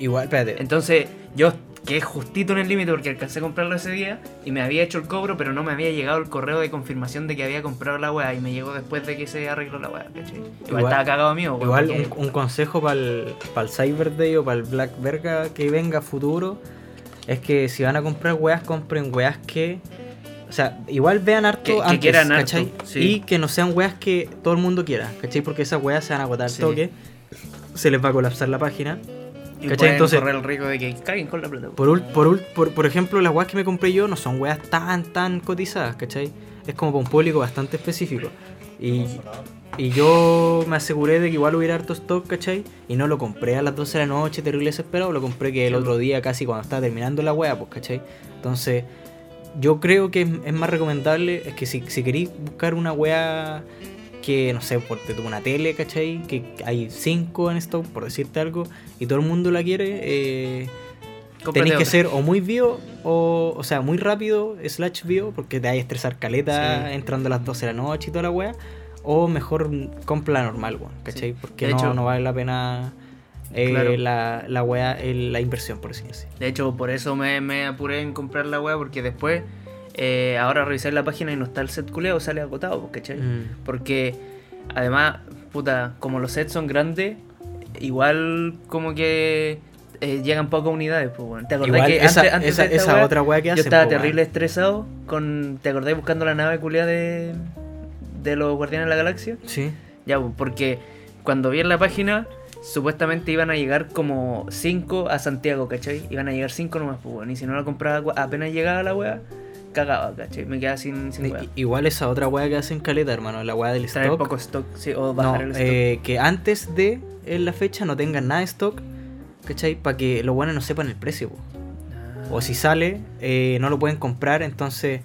S2: Igual, espérate.
S3: Entonces, yo quedé justito en el límite porque alcancé a comprarlo ese día y me había hecho el cobro, pero no me había llegado el correo de confirmación de que había comprado la weá y me llegó después de que se arregló la weá, ¿cachai? Igual,
S2: Igual-
S3: estaba cagado mío, weón,
S2: Igual
S3: porque-
S2: un, un consejo para el Cyber Day o para el Black Verga que venga futuro es que si van a comprar weas, compren weas que. O sea, igual vean harto
S3: Que- que
S2: antes,
S3: quieran harto,
S2: ¿cachai?
S3: sí.
S2: Y que no sean weas que todo el mundo quiera, ¿cachai? Porque esas weas se van a agotar al
S3: Sí.
S2: toque, se les va a colapsar la página.
S3: y
S2: ¿cachai?
S3: pueden
S2: Entonces-
S3: correr el riesgo de que caguen con la plata.
S2: Por, ul- por, ul- por, por ejemplo, las weas que me compré yo no son weas tan, tan cotizadas, ¿cachai? Es como para un público bastante específico. Y, Y yo me aseguré de que igual hubiera harto stock, ¿cachai? Y no lo compré a las 12 de la noche, terrible desesperado, lo compré que el otro día casi cuando estaba terminando la wea, pues, ¿cachai? Entonces, yo creo que es, es más recomendable, es que si, si queréis buscar una wea que, no sé, por te tuvo una tele, ¿cachai? Que hay 5 en stock, por decirte algo, y todo el mundo la quiere, eh,
S3: Cómprate
S2: tenéis que
S3: otra.
S2: ser o muy bio, o, o sea, muy rápido, slash bio, porque te vais a estresar caleta
S3: Sí.
S2: entrando a las 12 de la noche y toda la wea. O mejor mm, compra normal, weón, ¿cachai?
S3: Sí.
S2: Porque
S3: De
S2: no,
S3: hecho-
S2: no vale la pena eh,
S3: Claro.
S2: la, la wea, el- la inversión, por decirlo así.
S3: De hecho, por eso me, me apuré en comprar la weá porque después, eh, ahora revisé la página y no está el set culeo, sale agotado, pues, ¿cachai?
S2: Mm.
S3: Porque además, puta, como los sets son grandes, igual como que eh, llegan pocas unidades, pues bueno. ¿Te acordás
S2: Igual,
S3: que
S2: esa,
S3: antes, antes
S2: esa,
S3: de esta
S2: esa
S3: weá,
S2: otra wea que
S3: yo
S2: hacen,
S3: estaba
S2: po, weón.
S3: terrible estresado con. ¿Te acordás buscando la nave culiada de. de los Guardianes de la Galaxia?
S2: Sí.
S3: Ya, pues, porque cuando vi en la página, supuestamente iban a llegar como 5 a Santiago, ¿cachai? Iban a llegar 5 nomás, pues bueno. Y si no la compraba cua- apenas llegaba la wea, cagaba, ¿cachai? Me quedaba sin, sin
S2: I-
S3: wea.
S2: Igual esa otra wea que hacen caleta, hermano, la wea del
S3: Traer
S2: stock.
S3: poco stock, sí, o
S2: No,
S3: bajar el stock.
S2: eh, que antes de eh, la fecha no tengan nada de stock, ¿cachai? Para que los buenos no sepan el precio, po.
S3: Ah.
S2: O si sale, eh, no lo pueden comprar, entonces,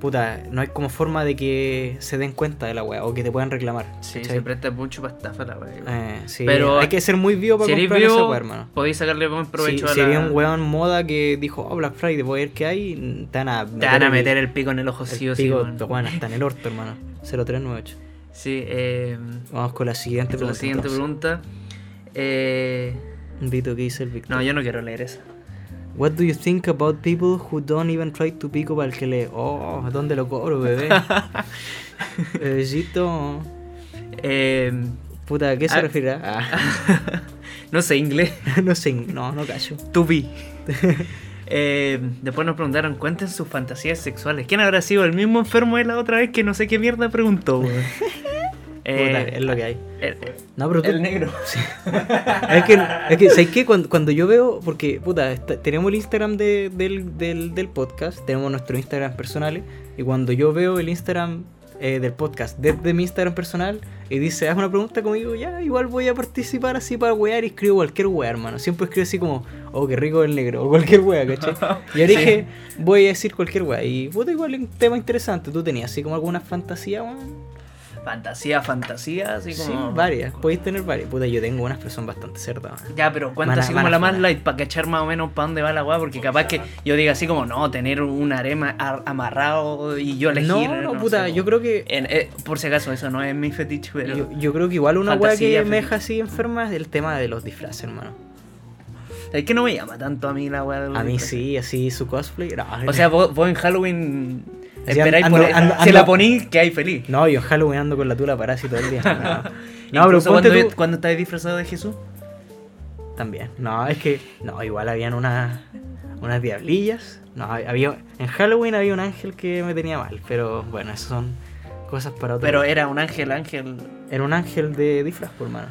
S2: puta, no hay como forma de que se den cuenta de la weá o que te puedan reclamar.
S3: Ah, Sí,
S2: ¿cachai?
S3: se presta mucho para estafa la wea.
S2: Eh, sí,
S3: Pero-
S2: hay que ser muy vivo para
S3: si eres
S2: comprar esa
S3: vivo,
S2: weá, hermano.
S3: podéis sacarle buen provecho
S2: Si-
S3: a
S2: si
S3: la...
S2: había un weón moda que dijo, oh, Black Friday, voy a ver qué hay, te van a
S3: Te van a meter
S2: el,
S3: el pico en el ojo, sí o
S2: el
S3: sí,
S2: pico,
S3: weón.
S2: weón, hasta en el orto, hermano. 0398.
S3: Sí, eh...
S2: Vamos con la siguiente pregunta.
S3: La siguiente
S2: entonces.
S3: pregunta. Eh...
S2: Dito, ¿qué dice el Víctor?
S3: No, yo no quiero leer esa.
S2: What do you think about people who don't even try to pick up al que lee? Oh, ¿a dónde lo
S3: [LAUGHS]
S2: cobro, bebé? Bebecito.
S3: Eh...
S2: Puta, ¿a qué se
S3: Ah.
S2: refiere? Ah, [LAUGHS]
S3: no sé inglés. [LAUGHS]
S2: no sé, no, no cacho.
S3: To be. [LAUGHS] Eh, después nos preguntaron, cuenten sus fantasías sexuales. ¿Quién habrá sido el mismo enfermo de la otra vez que no sé qué mierda preguntó? weón?
S2: [LAUGHS]
S3: [LAUGHS]
S2: Puta,
S3: Eh,
S2: es lo que hay.
S3: el-
S2: No, pero tú,
S4: El negro. [LAUGHS]
S2: Es que, es que ¿sabes qué? Cuando, cuando yo veo, porque, puta, está- tenemos el Instagram de- del, del- del podcast, tenemos nuestro Instagram personal, y cuando yo veo el Instagram eh, del podcast desde mi Instagram personal, y dice, haz una pregunta conmigo, ya, igual voy a participar así para wear, y escribo cualquier wea, hermano. Siempre escribo así como, oh, qué rico el negro, o cualquier wea, ¿cachai? Y ahora dije, voy a decir cualquier wea, y puta, igual es un tema interesante. ¿Tú tenías así como alguna fantasía, weón?
S3: fantasía, fantasía, así
S2: Sí,
S3: como...
S2: varias, pues. podéis tener varias. Puta, yo tengo unas, pero son bastante cerdas, weón.
S3: Ya, pero cuenta
S2: Van a-
S3: así
S2: van
S3: como
S2: a
S3: la más
S2: funar.
S3: light para cachar más o menos para dónde va la weá, porque capaz que yo diga así como, no, tener un arema ar- amarrado y yo elegir.
S2: No, no, puta,
S3: sé,
S2: yo
S3: como-
S2: creo que.
S3: En- eh, por si acaso, eso no es mi fetiche, Eh, pero...
S2: Yo, yo creo que igual una weá
S3: Fantasía,
S2: que me
S3: fetiche.
S2: deja así enferma es el tema de los disfraces, hermano.
S3: Es que no me llama tanto a mí la weá. de los
S2: A mí
S3: disfraces.
S2: sí, así su cosplay. No,
S3: O sea, vos, vos en Halloween
S2: Sí,
S3: esperáis
S2: ando-
S3: por
S2: ando-
S3: Si
S2: ando-
S3: la ponís, que hay feliz.
S2: no, yo en Halloween ando con la tula parásito todo el día.
S3: [LAUGHS]
S2: No, no pero
S3: Incluso
S2: ponte
S3: cuando,
S2: tú.
S3: cuando estáis disfrazado de Jesús.
S2: También. No, es que. No, igual habían unas. Unas diablillas. No, había. En Halloween había un ángel que me tenía mal, pero bueno, esas son cosas para otro.
S3: Pero
S2: día.
S3: era un ángel, ángel.
S2: era un ángel de disfraz, por hermano.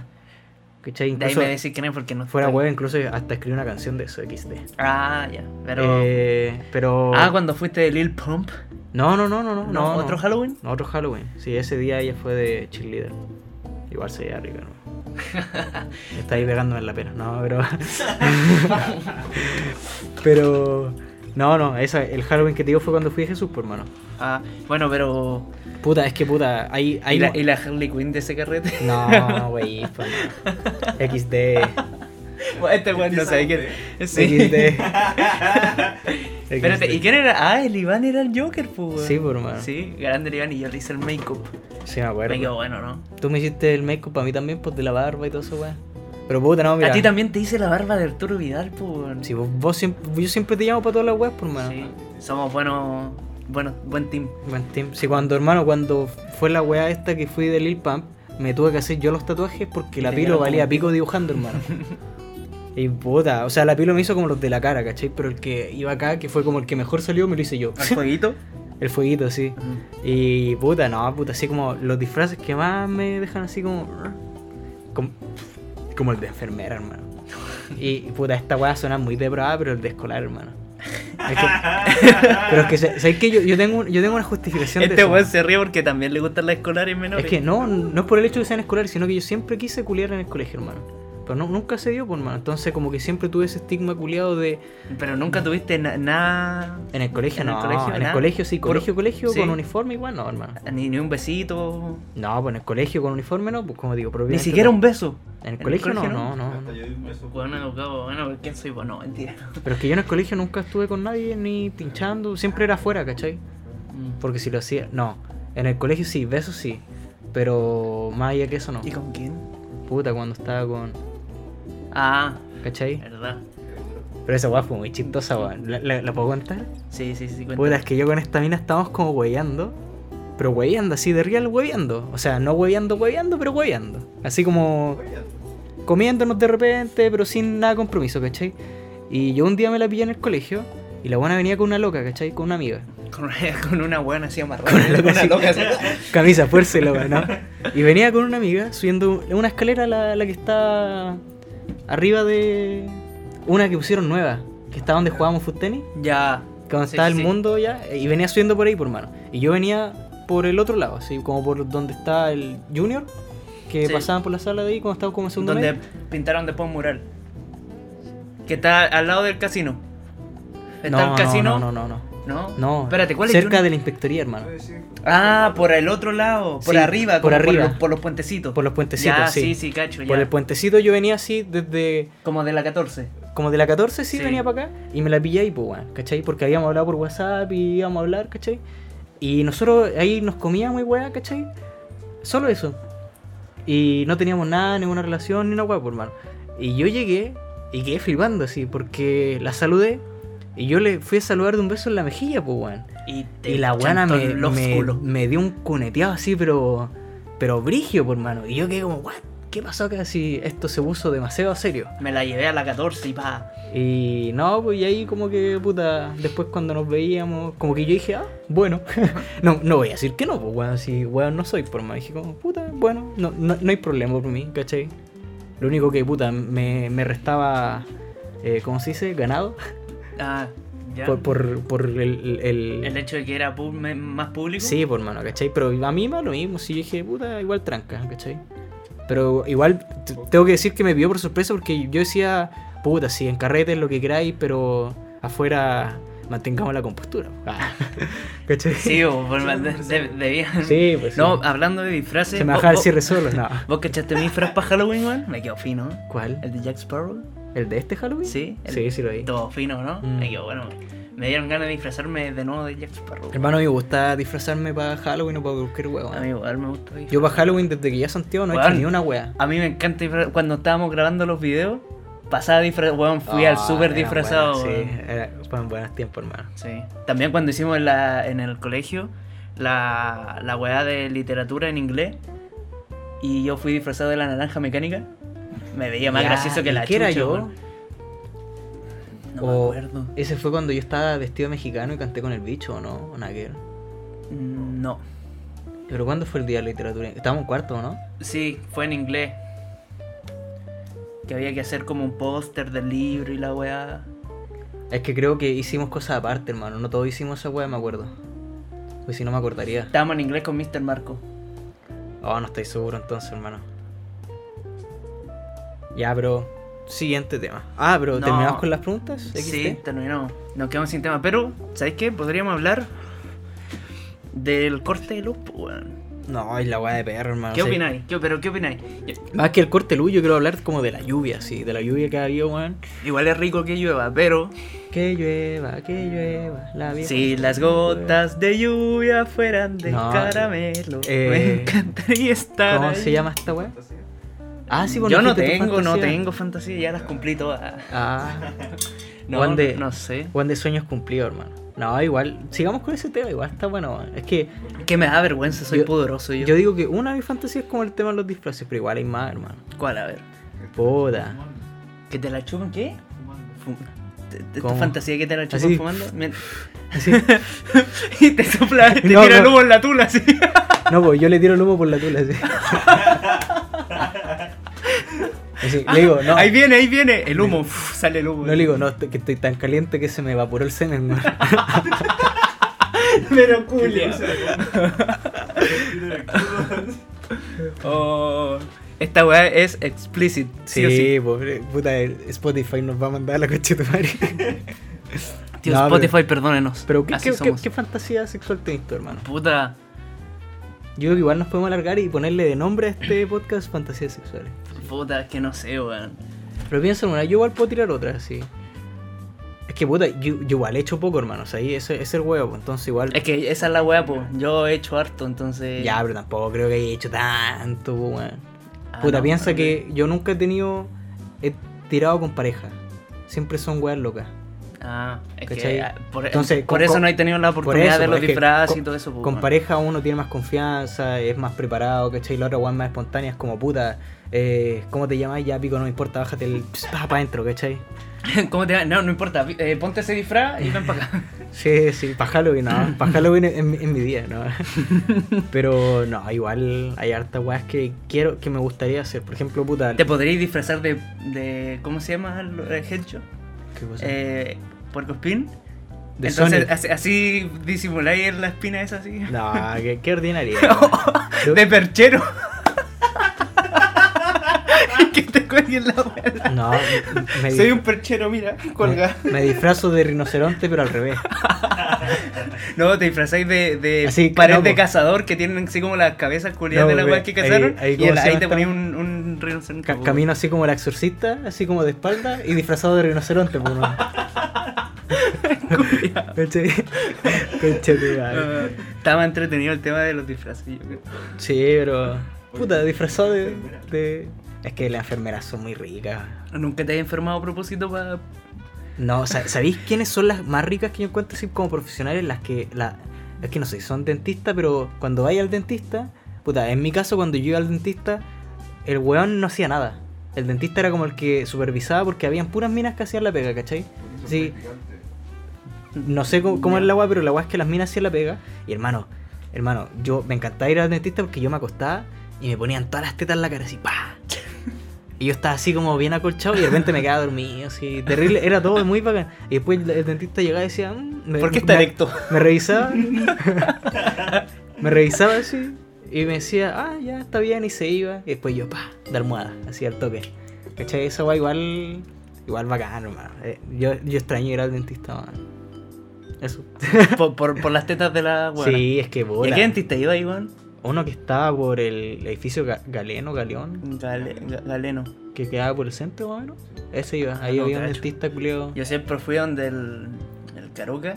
S2: ¿Cachai?
S3: De ahí
S2: Incluso.
S3: me decís quién es porque no
S2: Fuera
S3: estoy.
S2: web, incluso hasta escribí una canción de eso, XD.
S3: Ah, ya. Pero.
S2: Eh, pero...
S3: Ah, cuando fuiste de Lil Pump.
S2: No, no, no, no, no.
S3: No,
S2: no,
S3: ¿Otro
S2: no.
S3: Halloween?
S2: No, Otro Halloween. Sí, ese día ella fue de cheerleader. Igual se veía rica,
S3: [LAUGHS]
S2: ¿no? Está ahí pegándome en la pena, no, pero. pero. No, no, esa, el Halloween que te digo fue cuando fui a Jesús, por hermano.
S3: Ah, bueno, pero.
S2: Puta, es que puta, ahí. ahí
S3: ¿Y la, y la Harley Quinn de ese carrete?
S2: [LAUGHS]
S3: [LAUGHS]
S2: No, güey, pues, no. XD.
S3: este weón no sabe quién. Sí.
S2: XD.
S3: [LAUGHS] Espérate, ¿y quién era? Ah, el Iván era el Joker, pues. weón.
S2: Sí, por hermano. Sí,
S3: Sí, grande el Iván y yo le hice el make-up.
S2: me
S3: Me quedó
S2: acuerdo.
S3: bueno, ¿no?
S2: Tú me hiciste el make-up a mí también, pues de la barba y todo eso, weón. Pero puta, no, mira.
S3: A ti también te hice la barba de Arturo Vidal, pues. weón.
S2: Si vos, vos siempre, yo siempre te llamo para todas las webs, por hermano.
S3: Sí, somos buenos, buenos, buen team.
S2: Buen team. Sí, cuando hermano, cuando fue la weá esta que fui de Lil Pump, me tuve que hacer yo los tatuajes porque la
S3: te
S2: pilo
S3: quedaron
S2: valía
S3: como-
S2: pico
S3: [LAUGHS]
S2: dibujando, hermano. y puta, o sea, la pilo me hizo como los de la cara, ¿cachai? Pero el que iba acá, que fue como el que mejor salió, me lo hice yo.
S3: ¿Al jueguito?
S2: el fueguito, sí. Y puta, no, puta, así como los disfraces que más me dejan así como. Como, como el de enfermera, hermano. Y puta, esta weá suena muy depravada, pero el de escolar, hermano. Es que- [LAUGHS] pero es que, sa- ¿sabes qué? Yo, yo, tengo, un- yo tengo una justificación de
S3: Este
S2: eso.
S3: weón se ríe porque también le gustan las escolares menores.
S2: Es que no, no es por el hecho de que sean escolares, sino que yo siempre quise culiar en el colegio, hermano. Pero no, nunca se dio, por hermano. Entonces, como que siempre tuve ese estigma culiado de.
S3: Pero nunca tuviste na- nada.
S2: En el colegio,
S3: En el
S2: no.
S3: colegio,
S2: en el
S3: nada.
S2: colegio, sí.
S3: Puro-
S2: Colegio, colegio,
S3: sí.
S2: con uniforme, igual no, hermano.
S3: Ni, ni un besito.
S2: No, pues en el colegio con uniforme no, pues como digo,
S3: Ni
S2: propiamente
S3: siquiera
S2: no.
S3: un beso.
S2: En el colegio, no, no, no,
S4: Hasta
S2: no.
S4: yo di un beso.
S3: Bueno, educado, bueno, ¿quién soy? Bueno, mentira.
S2: Pero es que yo en el colegio nunca estuve con nadie ni pinchando, siempre era afuera, ¿cachai? Porque si lo hacía, no. En el colegio sí, besos sí. Pero más allá que eso no.
S3: ¿Y con quién?
S2: Puta, cuando estaba con.
S3: Ah,
S2: ¿cachai?
S3: verdad.
S2: Pero esa weá fue muy chistosa, weón. ¿La, la, la puedo contar?
S3: Sí, sí, sí, cuenta.
S2: Puta, es que yo con esta mina estábamos como hueveando. Pero hueveando, así de real hueveando. O sea, no hueveando, hueveando, pero hueveando. Así como. comiéndonos de repente, pero sin nada de compromiso, ¿cachai? Y yo un día me la pillé en el colegio y la buena venía con una loca, ¿cachai? Con una amiga.
S3: Con, con una buena así amarrada. Con una loca así.
S2: Camisa, fuerza y la weá, ¿no? Y venía con una amiga subiendo una escalera, la, la que está arriba de una que pusieron nueva, que está donde jugábamos fut tenis,
S3: ya.
S2: que donde
S3: Sí,
S2: estaba el
S3: sí.
S2: mundo ya, eh, y venía subiendo por ahí, por mano. Y yo venía por el otro lado, así como por donde está el junior, que
S3: Sí.
S2: pasaban por la sala de ahí cuando estaba como en segundo
S3: Donde
S2: medio.
S3: pintaron después un mural. Que está al lado del casino. Está
S2: No,
S3: el casino.
S2: no, no, no, no.
S3: ¿no?
S2: No,
S3: Espérate, ¿cuál es
S2: cerca
S3: Yuni?
S2: de la inspectoría, hermano.
S3: Ah, por el otro lado, por
S2: Sí,
S3: arriba,
S2: por
S3: como
S2: arriba.
S3: Por, los, por los puentecitos.
S2: Por los puentecitos,
S3: Ya,
S2: sí.
S3: sí, sí, cacho,
S2: Por
S3: ya.
S2: el puentecito yo venía así desde
S3: Como de la 14.
S2: como de la 14 sí,
S3: Sí.
S2: venía para acá y me la pillé ahí, pues, weón, ¿cachai? Porque habíamos hablado por WhatsApp y íbamos a hablar, ¿cachai? Y nosotros ahí nos comíamos y weá, ¿cachai? Solo eso. Y no teníamos nada, ninguna relación, ni una weá, por hermano. Y yo llegué y quedé flipando así, porque la saludé y yo le fui a saludar de un beso en la mejilla, pues, weón.
S3: Y, te
S2: Y la weana
S3: chantó
S2: me,
S3: el
S2: me-
S3: ósculo.
S2: me dio un cuneteado así, pero. Pero brigio, por mano. Y yo quedé como, ¿What? ¿Qué pasó acá si esto se puso demasiado serio?
S3: Me la llevé a la 14 y pa.
S2: Y no, pues y ahí como que, puta, después cuando nos veíamos, como que yo dije, ah, bueno. [LAUGHS] no, no voy a decir que no, pues weón, si weón no soy, por más. Dije como, puta, bueno, no, no, no hay problema por mí, ¿cachai? Lo único que, puta, me, me restaba, eh, ¿cómo se dice? Ganado.
S3: Ah, ya.
S2: Por, por, por el- el,
S3: El hecho de que era pub- me- más público.
S2: Sí, por mano, ¿cachai? Pero a mí me da lo mismo, si yo dije, puta, igual tranca, ¿cachai? Pero igual t- tengo que decir que me vio por sorpresa porque yo decía, puta, sí, en carretes lo que queráis, pero afuera mantengamos la compostura. Ah, [LAUGHS] ¿Cachai?
S3: Sí, o por más de- de- debían.
S2: Sí, pues sí.
S3: No, hablando de disfraces.
S2: Se me
S3: vos-
S2: bajaba el
S3: vos-
S2: cierre solo,
S3: [LAUGHS]
S2: no.
S3: ¿Vos cachaste mi disfraz para Halloween, weón? Me quedó fino. ¿eh?
S2: ¿Cuál?
S3: El de Jack Sparrow.
S2: ¿El de este Halloween?
S3: Sí, el-
S2: sí, sí lo vi.
S3: Todo fino, ¿no?
S2: Mm.
S3: Me quedó bueno. Me dieron ganas de disfrazarme de nuevo de Jack Sparrow.
S2: Hermano, me gusta disfrazarme para Halloween o para cualquier huevo.
S3: A mí igual me gusta. disfrazarme.
S2: Yo para Halloween desde que ya Santiago no he hecho
S3: Weón.
S2: ni una wea.
S3: A mí me encanta disfra- cuando estábamos grabando los videos, pasaba disfrazado, weón, fui al
S2: Ah,
S3: súper
S2: eran
S3: disfrazado.
S2: buenas,
S3: weón.
S2: Sí, era- fueron buenos tiempos, hermano.
S3: sí. También cuando hicimos en, la, en el colegio la, la weá de literatura en inglés y yo fui disfrazado de la naranja mecánica, me veía más
S2: Ya,
S3: gracioso que
S2: ¿y
S3: la
S2: ¿Qué era
S3: chucha,
S2: yo?
S3: weón. No
S2: O-
S3: me acuerdo.
S2: Ese fue cuando yo estaba vestido de mexicano y canté con el bicho, ¿o no? ¿O nada que ver?
S3: Mm, No.
S2: Pero ¿cuándo fue el día de la literatura? Estábamos en cuarto, ¿o ¿no?
S3: Sí, fue en inglés. Que había que hacer como un póster del libro y la weá.
S2: Es que creo que hicimos cosas aparte, hermano. No todos hicimos esa weá, me acuerdo. Pues si no me acordaría.
S3: Estábamos en inglés con Mr. Marco.
S2: Oh, no estoy seguro entonces, hermano. Ya, pero... Siguiente tema. Ah, pero
S3: No.
S2: ¿terminamos con las preguntas? XT?
S3: Sí, terminamos. Nos quedamos sin tema. Pero, ¿sabes qué? Podríamos hablar del corte de luz. po, weón.
S2: No, es la weá de perro, hermano.
S3: ¿Qué
S2: Ah, Sí.
S3: opináis? ¿Qué- pero, ¿qué opináis? Yo-
S2: Más que el corte luz, yo quiero hablar como de la lluvia, sí. De la lluvia que ha habido, weón.
S3: Igual es rico que llueva, pero.
S2: Que llueva, que llueva. La vieja
S3: Si las gotas de lluvia fueran de
S2: No,
S3: caramelo,
S2: eh,
S3: me encantaría estar.
S2: ¿Cómo
S3: ahí.
S2: se llama esta weá? Ah, sí, pues,
S3: Yo no
S2: dijiste tu
S3: tengo, no
S2: fantasía.
S3: tengo fantasía, ya las cumplí todas.
S2: Ah,
S3: No,
S2: Juan de-
S3: no sé.
S2: Juan de sueños cumplidos, hermano. No, igual, sigamos con ese tema, igual está bueno. weón. Es que
S3: Que me da vergüenza, soy
S2: Yo-
S3: poderoso yo.
S2: yo digo que una de mis fantasías es como el tema de los disfraces, pero igual hay más, hermano.
S3: ¿Cuál? A ver.
S2: Puta.
S3: ¿Que te la chupan qué? Fu- te- te- ¿Esta
S2: ¿Cómo?
S3: fantasía que te la chupan
S2: Así.
S3: fumando?
S2: [LAUGHS]
S3: Mien-
S2: Así.
S3: y te sopla, te
S2: No,
S3: tira el
S2: no.
S3: humo en la tula así.
S2: No, pues yo le tiro el humo por la tula, así. Así, le digo, no.
S3: Ahí viene, ahí viene. El humo, uf, sale el humo.
S2: No le digo, no, estoy- que estoy tan caliente que se me evaporó el semen, weón.
S3: [LAUGHS] Pero culia. [LAUGHS] Oh, esta weá es explicit. Sí,
S2: [LAUGHS] Sí,
S3: o sí.
S2: pobre, puta, Spotify nos va a mandar la coche de tu madre.
S3: Tío,
S2: No, pero-
S3: Spotify, perdónenos.
S2: Pero, ¿qué,
S3: Así
S2: qué- qué,
S3: somos.
S2: qué fantasía sexual tenés tú, hermano?
S3: Puta.
S2: Yo creo que igual nos podemos alargar y ponerle de nombre a
S3: [CLEARS THROAT]
S2: este podcast Fantasías Sexuales.
S3: Puta, es que no sé, weón.
S2: Pero piensa, hermano, yo igual puedo tirar otra, sí. Es que puta, yo, yo igual he hecho poco, hermano. O sea, ahí ese ese es el huevo, pues, entonces igual.
S3: Es que esa es la weá, po. Yo he hecho harto, entonces.
S2: Ya, pero tampoco creo que haya hecho tanto, pues, weón.
S3: Ah,
S2: Puta,
S3: no,
S2: piensa
S3: no,
S2: que yo nunca he tenido. He tirado con pareja. Siempre son weas locas.
S3: Ah, es
S2: ¿Cachai?
S3: que ah, por,
S2: Entonces,
S3: por
S2: con-
S3: eso
S2: con-
S3: no he tenido la oportunidad
S2: eso,
S3: de los
S2: es que
S3: disfraces
S2: con-
S3: y todo eso. pues, po,
S2: Con
S3: weón.
S2: pareja uno tiene más confianza, es más preparado, ¿cachai? La otra weón más espontánea es como puta. Eh, ¿Cómo te llamas? Ya pico, no me importa, bájate el. Pa, pa' adentro, ¿cachai?
S3: [LAUGHS] ¿Cómo te va? No, no importa. vi- eh, ponte ese disfraz y ven para
S2: [LAUGHS]
S3: acá.
S2: Sí, sí, para Halloween, no.
S3: [LAUGHS]
S2: Para Halloween es, es mi día, ¿no? Pero no, igual hay hartas weas que quiero, que me gustaría hacer. Por ejemplo, puta.
S3: ¿Te podrías disfrazar de, de. ¿Cómo se llama el el headshot?
S2: ¿Qué cosa?
S3: Eh, Puercospin.
S2: de
S3: Entonces, eh,
S2: Sonic.
S3: así, así disimuláis la espina esa así. [LAUGHS]
S2: No, qué, qué
S3: Oh,
S2: ordinaria.
S3: De perchero. [LAUGHS] que te cuelguen la weá.
S2: No, me,
S3: Soy un perchero, mira, colga.
S2: me, me disfrazo de rinoceronte, pero al revés.
S3: No, te disfrazáis de, de
S2: Así,
S3: pared
S2: no,
S3: de
S2: po.
S3: cazador que tienen así como las cabezas culiadas
S2: No,
S3: de la weá
S2: ve,
S3: que
S2: ahí-
S3: cazaron.
S2: ahí
S3: y
S2: como se
S3: ahí
S2: llama
S3: te
S2: esta
S3: ponías un, un rinoceronte.
S2: Ca-
S3: po,
S2: camino así como el exorcista, así como de espalda y disfrazado de rinoceronte. Pues, weón.
S3: [LAUGHS] culiao.
S2: Conche- conche tu madre.
S3: Ah, Estaba entretenido el tema de los disfraces. yo creo.
S2: Sí, pero. Puta, disfrazado de, de- Es que las enfermeras son muy ricas.
S3: Nunca te has enfermado a propósito para.
S2: No, sa- ¿sabéis quiénes son las más ricas que yo encuentro así como profesionales? Las que. La, es que no sé, son dentistas, pero cuando vaya al dentista. Puta, en mi caso, cuando yo iba al dentista, el weón no hacía nada. El dentista era como el que supervisaba porque habían puras minas que hacían la pega, ¿cachai? Sí. No sé cómo, cómo es la agua, pero la agua es que las minas hacían la pega. Y hermano, hermano, yo me encantaba ir al dentista porque yo me acostaba y me ponían todas las tetas en la cara así,
S3: [LAUGHS]
S2: pa. Y yo estaba así como bien acolchado y de repente me quedaba dormido, así, terrible, era todo muy bacán. Y después el, el dentista llegaba y decía, "Mm", me-
S3: ¿Por qué está
S2: me- [LAUGHS]
S3: erecto?
S2: me revisaba. me revisaba así. Y me decía, ah, ya está bien. Y se iba. Y después yo, pa, de almohada, así al toque. ¿Cachai? Eso va igual. Igual bacán, hermano. Eh, yo, yo extraño ir al dentista, man. Eso.
S3: Por, por, por las tetas de la weá.
S2: Sí, es que
S3: ¿Y
S2: bola.
S3: a qué dentista iba, Iván?
S2: Uno que estaba por el edificio Ga- Galeno, Galeón,
S3: Gale- Ga- galeno.
S2: que quedaba por el centro más o menos. Ese iba. Ahí
S3: Ah, No,
S2: había un
S3: cacho.
S2: dentista culiado.
S3: Yo siempre fui donde el, el Caruca.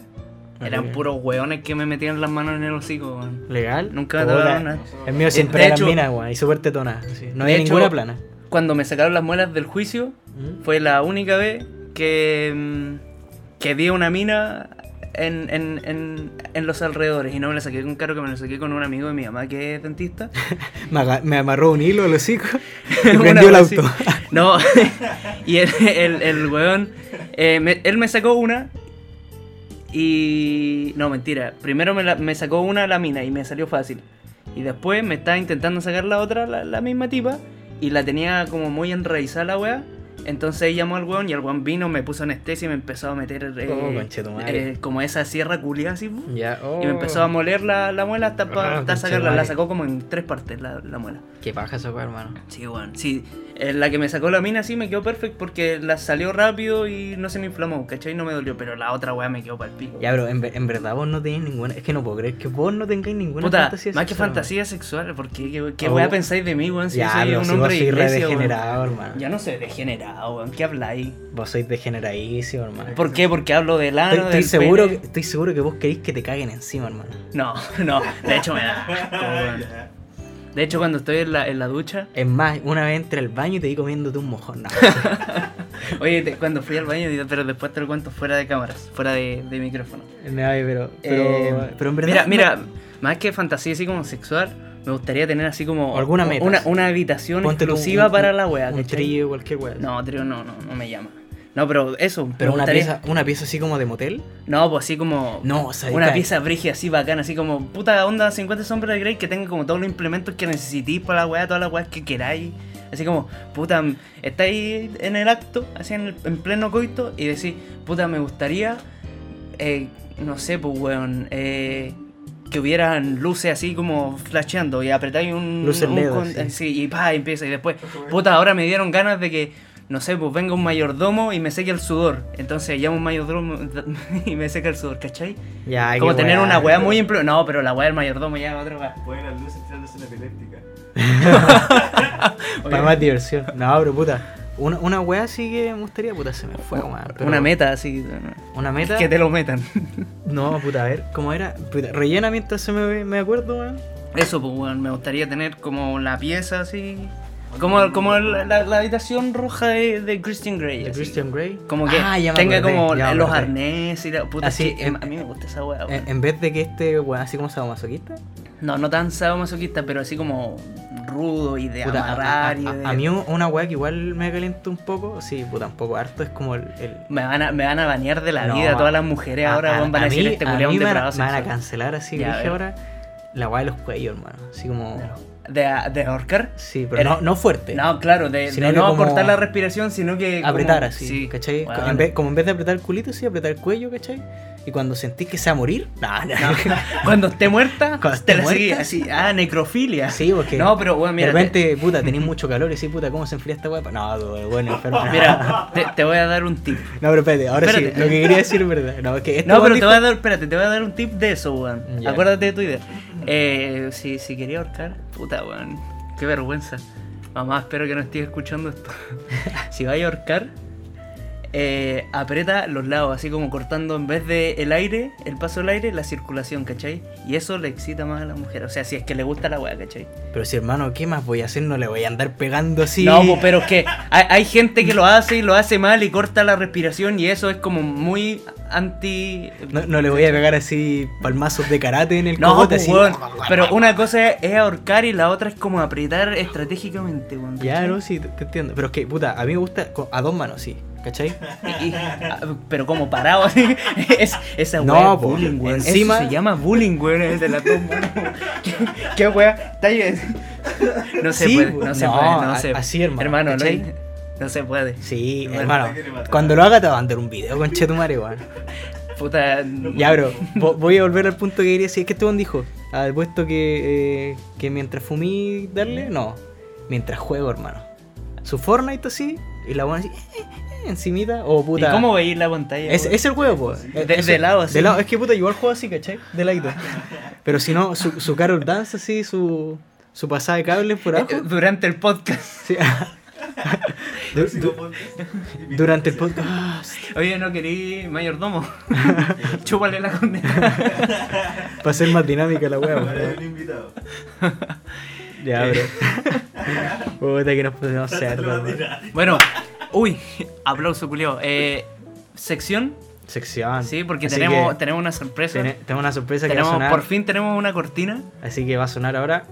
S2: Ah,
S3: Eran
S2: ok.
S3: puros weones que me metían las manos en el hocico, weón.
S2: Legal.
S3: Nunca me
S2: Bola.
S3: tocaron nada.
S2: El mío siempre
S3: De
S2: era
S3: hecho-
S2: mina, weón. Y súper tetona. así. No
S3: De
S2: había
S3: hecho-
S2: ninguna plana.
S3: Cuando me sacaron las muelas del juicio,
S2: ¿Mm?
S3: fue la única vez que, mm, que vi a una mina en, en, en, en los alrededores. Y no me la saqué con caro, que me la saqué con un amigo de mi mamá que es dentista.
S2: Me, aga- me amarró un hilo a los [LAUGHS] hijos y
S3: [LAUGHS] Una
S2: prendió el
S3: wea
S2: auto.
S3: así. No, [LAUGHS] y el, el, el weón, eh, me- él me sacó una y... No, mentira, primero me, la- me sacó una a la mina y me salió fácil. Y después me estaba intentando sacar la otra, la, la misma tipa, y la tenía como muy enraizada la weá. Entonces ahí llamó al weón y el weón vino, me puso anestesia y me empezó a meter eh,
S2: Oh, conchetumare.
S3: eh, como esa sierra culiada así. pu.
S2: Ya, oh.
S3: Y me empezó a moler la, la muela hasta, pa-
S2: Ah,
S3: hasta sacarla. La
S2: conchetumare.
S3: sacó como en tres partes la- la muela.
S2: Qué paja esa weá, hermano.
S3: Sí, bueno, sí. Eh, La que me sacó la mina sí me quedó perfect porque la salió rápido y no se me inflamó, ¿cachai? No me dolió, pero la otra weá me quedó para el pico.
S2: Ya, pero en, ve- en verdad vos no tenés ninguna. Es que no puedo creer que vos no tengáis ninguna
S3: Puta,
S2: fantasía.
S3: más que
S2: sexual,
S3: fantasía sexual, porque qué, qué
S2: Oh.
S3: weá pensáis de mí, weón,
S2: hermano.
S3: si yo
S2: Ya,
S3: soy
S2: pero
S3: un
S2: si
S3: hombre
S2: vos sois re
S3: iglesia, weón.
S2: degenerado, hermano.
S3: Yo no soy degenerado, weón, ¿qué habláis?
S2: Vos sois degeneradísimo, hermano.
S3: ¿Por qué? Porque hablo del ano,
S2: Estoy, estoy
S3: del
S2: seguro que,
S3: pene.
S2: estoy seguro que vos queréis que te caguen encima, hermano.
S3: No, no, de hecho me da asco, weón. De hecho cuando estoy en la, en la ducha,
S2: Es más, una vez entré al baño y te vi comiéndote un mojón. [LAUGHS] No,
S3: oye, te- cuando fui al baño, digo, pero después te lo cuento fuera de cámaras, fuera de- de micrófono.
S2: no, ay, pero, pero,
S3: Eh,
S2: Em, pero en verdad.
S3: Mira,
S2: no-
S3: mira, más que fantasía así como sexual, me gustaría tener así como.
S2: Alguna
S3: un-
S2: meta,
S3: Una,
S2: así.
S3: una habitación
S2: ponte tú
S3: exclusiva
S2: un-
S3: para la wea,
S2: Un
S3: ¿cachai?
S2: trío, cualquier wea.
S3: No, trío no, no, no me llama. No, pero eso.
S2: Pero
S3: me
S2: una
S3: gustaría-
S2: pieza, una pieza así como de motel.
S3: No, pues así como.
S2: No, o sea,
S3: Una
S2: está-
S3: pieza brígida así bacana, así como puta onda 50 sombras de Grey que tenga como todos los implementos que necesitéis para la weá, todas las weas que queráis. Así como, puta, m- estáis en el acto, así en, el- en pleno coito, y decís, puta, me gustaría, eh, no sé, pues weón, eh, que hubieran luces así como flasheando y apretáis un.
S2: Luces
S3: un
S2: LED,
S3: con-
S2: sí.
S3: eh, sí, y pa, empieza, y después, puta, ahora me dieron ganas de que no sé, pues venga un mayordomo y me seque el sudor. Entonces llamo a un mayordomo [LAUGHS] y me seca el sudor, ¿cachai?
S2: Ya, qué
S3: Como tener
S2: weá.
S3: una weá muy impro... No, pero la weá del mayordomo ya es otra weá.
S4: Pueden las luces tirándose en epiléptica.
S2: Para más diversión. No, pero puta. Una, una wea así que me gustaría, puta, se me fue, Pues, weón, pero-
S3: Una meta así.
S2: Una meta.
S3: Que te lo
S2: [LAUGHS]
S3: metan.
S2: No, puta, a ver, ¿cómo era? Puta, rellena mientras se me, me acuerdo, weón.
S3: Eso, pues weón, me gustaría tener como la pieza así. Como, como la, la- la habitación roja de, de Christian Grey.
S2: De
S3: así.
S2: Christian Grey.
S3: Como que
S2: Ah, ya me
S3: tenga
S2: acordé,
S3: como
S2: ya me
S3: los
S2: acordé.
S3: arneses y la puta.
S2: Así,
S3: Así,
S2: en-
S3: a mí me gusta esa weá. weón.
S2: En, en vez de que este weón, así como sadomasoquista.
S3: No, no tan sadomasoquista, pero así como rudo y de
S2: Puta, a- a,
S3: amarrar y
S2: a-
S3: de...
S2: a mí un- una weá que igual me calienta un poco, sí, puta, un poco harto, es como el. el-
S3: Me van, a, me van a banear de la
S2: No,
S3: vida
S2: a-
S3: todas las mujeres
S2: a-
S3: ahora,
S2: a-
S3: weón, van a,
S2: a
S3: decir
S2: mí-
S3: este
S2: a mí
S3: culiao es un
S2: me van a-
S3: depravado
S2: me van a
S3: sexual".
S2: cancelar así,
S3: Ya,
S2: que
S3: a
S2: dije
S3: ver.
S2: ahora. La weá de los cuellos, hermano. Así como.
S3: ¿De, de ahorcar?
S2: Sí, pero
S3: Era-
S2: no, no fuerte.
S3: No, claro, de,
S2: Sino
S3: de
S2: que
S3: no
S2: como-
S3: cortar la respiración, sino que... como-
S2: apretar así,
S3: sí,
S2: ¿cachai?
S3: weón.
S2: En vez- como en vez de apretar el culito, sí, apretar el cuello, ¿cachai? Y cuando sentís que se va a morir, [LAUGHS] no, no.
S3: [LAUGHS] Cuando esté muerta,
S2: Cuando
S3: te
S2: esté
S3: la
S2: muerta.
S3: seguí así. Ah, necrofilia.
S2: Sí, porque
S3: No, pero bueno, mira.
S2: de
S3: te-
S2: repente, puta, tenés mucho calor y sí, puta, ¿cómo se enfría esta weá? No, bueno, enfermo.
S3: [LAUGHS]
S2: no.
S3: Mira, te, te voy a dar un tip.
S2: No, pero espérate, ahora sí,
S3: Espérate.
S2: lo que quería decir es verdad. No, es que este
S3: No,
S2: weón
S3: pero te
S2: dijo-
S3: voy a dar, espérate, te voy a dar un tip de eso, weón.
S2: Ya.
S3: Acuérdate de tu idea. Eh, si, si quería ahorcar, puta, weón. Qué vergüenza. Mamá, espero que no estés escuchando esto. [LAUGHS] si vais a ahorcar, eh, aprieta los lados, así como cortando en vez de el aire, el paso del aire, la circulación, ¿cachai? Y eso le excita más a la mujer. O sea, si es que le gusta la weá, ¿cachai?
S2: Pero si hermano, ¿qué más voy a hacer? No le voy a andar pegando así.
S3: No, pues, po, pero es que hay, hay gente que lo hace y lo hace mal y corta la respiración y eso es como muy anti...
S2: No, no le voy a pegar así palmazos de karate en el
S3: No,
S2: cogote,
S3: pues,
S2: así.
S3: weón, pero una cosa es ahorcar y la otra es como apretar estratégicamente, weón.
S2: Ya,
S3: ¿cachai?
S2: no, sí, te, te entiendo. Pero es que, puta, a mí me gusta co- a dos manos, sí. ¿Cachai?
S3: Y- y- ah, pero como parado [LAUGHS] así. Es, esa
S2: No,
S3: weá es
S2: po,
S3: bullying, weón. Eso
S2: encima-
S3: se llama bullying, weón. Es de la toma.
S2: [LAUGHS]
S3: ¿Qué, qué weá? Está bien. No se
S2: eh. Sí,
S3: puede,
S2: weón.
S3: no se
S2: No,
S3: puede, no
S2: a-
S3: se
S2: así, hermano,
S3: Hermano, no,
S2: ¿cachai?
S3: hay- no se puede.
S2: Sí,
S3: Bueno,
S2: hermano.
S4: te quiere matar.
S2: Cuando lo haga te va a mandar un video con Chetumare, weón.
S3: Puta.
S2: Ya, bro, vo- voy a volver al punto que quería decir. Es que este weón dijo, al puesto que, eh, que mientras fumí darle, no. Mientras juego, hermano. Su Fortnite así, y la buena así, eh, eh, eh, encimita, o puta.
S3: ¿Y cómo veis la pantalla?
S2: Es,
S3: weón?
S2: es el juego, po.
S3: De-
S2: Es-
S3: de lado, así.
S2: De lado. Es que puta, yo igual juego así, ¿cachai?
S3: [LAUGHS]
S2: De lado. Pero si no, su, su Carol Dance así, su, su pasada de cables por
S3: Eh,
S2: abajo.
S3: Durante el podcast. [LAUGHS]
S2: Sí. [LAUGHS] Du-
S4: Próximo
S2: du-
S4: podcast.
S2: [LAUGHS] durante el podcast. ah,
S3: Oye, no querí mayordomo.
S2: [LAUGHS]
S3: Chúpale la condena.
S2: Para ser más dinámica la wea,
S4: Ahora hay
S2: weón.
S4: un invitado.
S2: [LAUGHS] Ya, [LAUGHS] bro. Puta, que nos podemos cerdos, weón.
S3: Bueno, uy, aplauso, culiao. Eh, sección,
S2: Sección.
S3: sí, porque
S2: Ah, Así
S3: tenemos,
S2: que
S3: tenemos una sorpresa.
S2: tene- tenemos una sorpresa
S3: Tenemos-
S2: que va a
S3: por
S2: sonar.
S3: fin tenemos una cortina.
S2: Así que va a sonar ahora.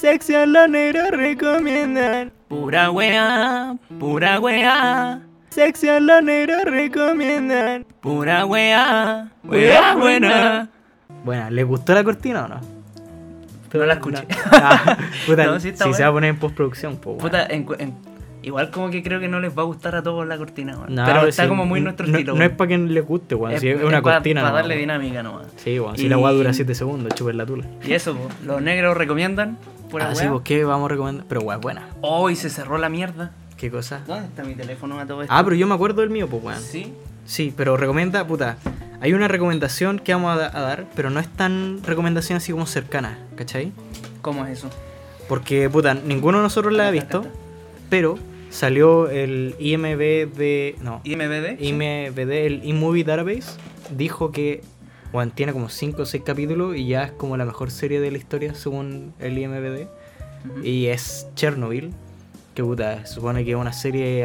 S2: Sección los negros recomiendan.
S3: Pura wea, pura wea,
S2: Sección los negros recomiendan.
S3: pura wea, wea buena.
S2: Bueno, ¿les gustó la cortina o no?
S3: No la escuché.
S2: No. [LAUGHS] Ah, puta,
S3: [LAUGHS] No, sí está
S2: si se
S3: buena.
S2: va a poner en postproducción, pues.
S3: Puta, en- en- igual como que creo que no les va a gustar a todos la cortina, weón.
S2: No,
S3: pero está
S2: sí,
S3: como muy
S2: n-
S3: nuestro
S2: no,
S3: estilo.
S2: No,
S3: weón.
S2: es para que les guste, weón.
S3: Es-
S2: Si es
S3: es
S2: una
S3: pa-
S2: cortina.
S3: pa
S2: no,
S3: darle
S2: weón.
S3: dinámica nomás.
S2: Sí, weón. Si
S3: Y-
S2: la weá dura 7 segundos, chupen la tula.
S3: Y eso, po, los negros recomiendan. Pura
S2: Ah,
S3: wea.
S2: sí, pues, ¿qué vamos a recomendar? Pero weá, buena.
S3: Hoy se cerró la mierda.
S2: ¿Qué cosa?
S3: ¿Dónde está mi teléfono a todo esto?
S2: Ah, pero yo me acuerdo del mío, pues, weón.
S3: Sí.
S2: Sí, pero recomienda, puta. Hay una recomendación que vamos a, da- a dar, pero no es tan recomendación así como cercana, ¿cachai?
S3: ¿Cómo es eso?
S2: Porque, puta, ninguno de nosotros la ha
S3: Acá
S2: visto,
S3: está.
S2: pero salió el IMB de. No,
S3: IMBD.
S2: IMBD, el iMovie Database, dijo que bueno, tiene como 5 o 6 capítulos y ya es como la mejor serie de la historia según el IMBD.
S3: Ujú.
S2: Y es Chernobyl, que puta, supone que es una serie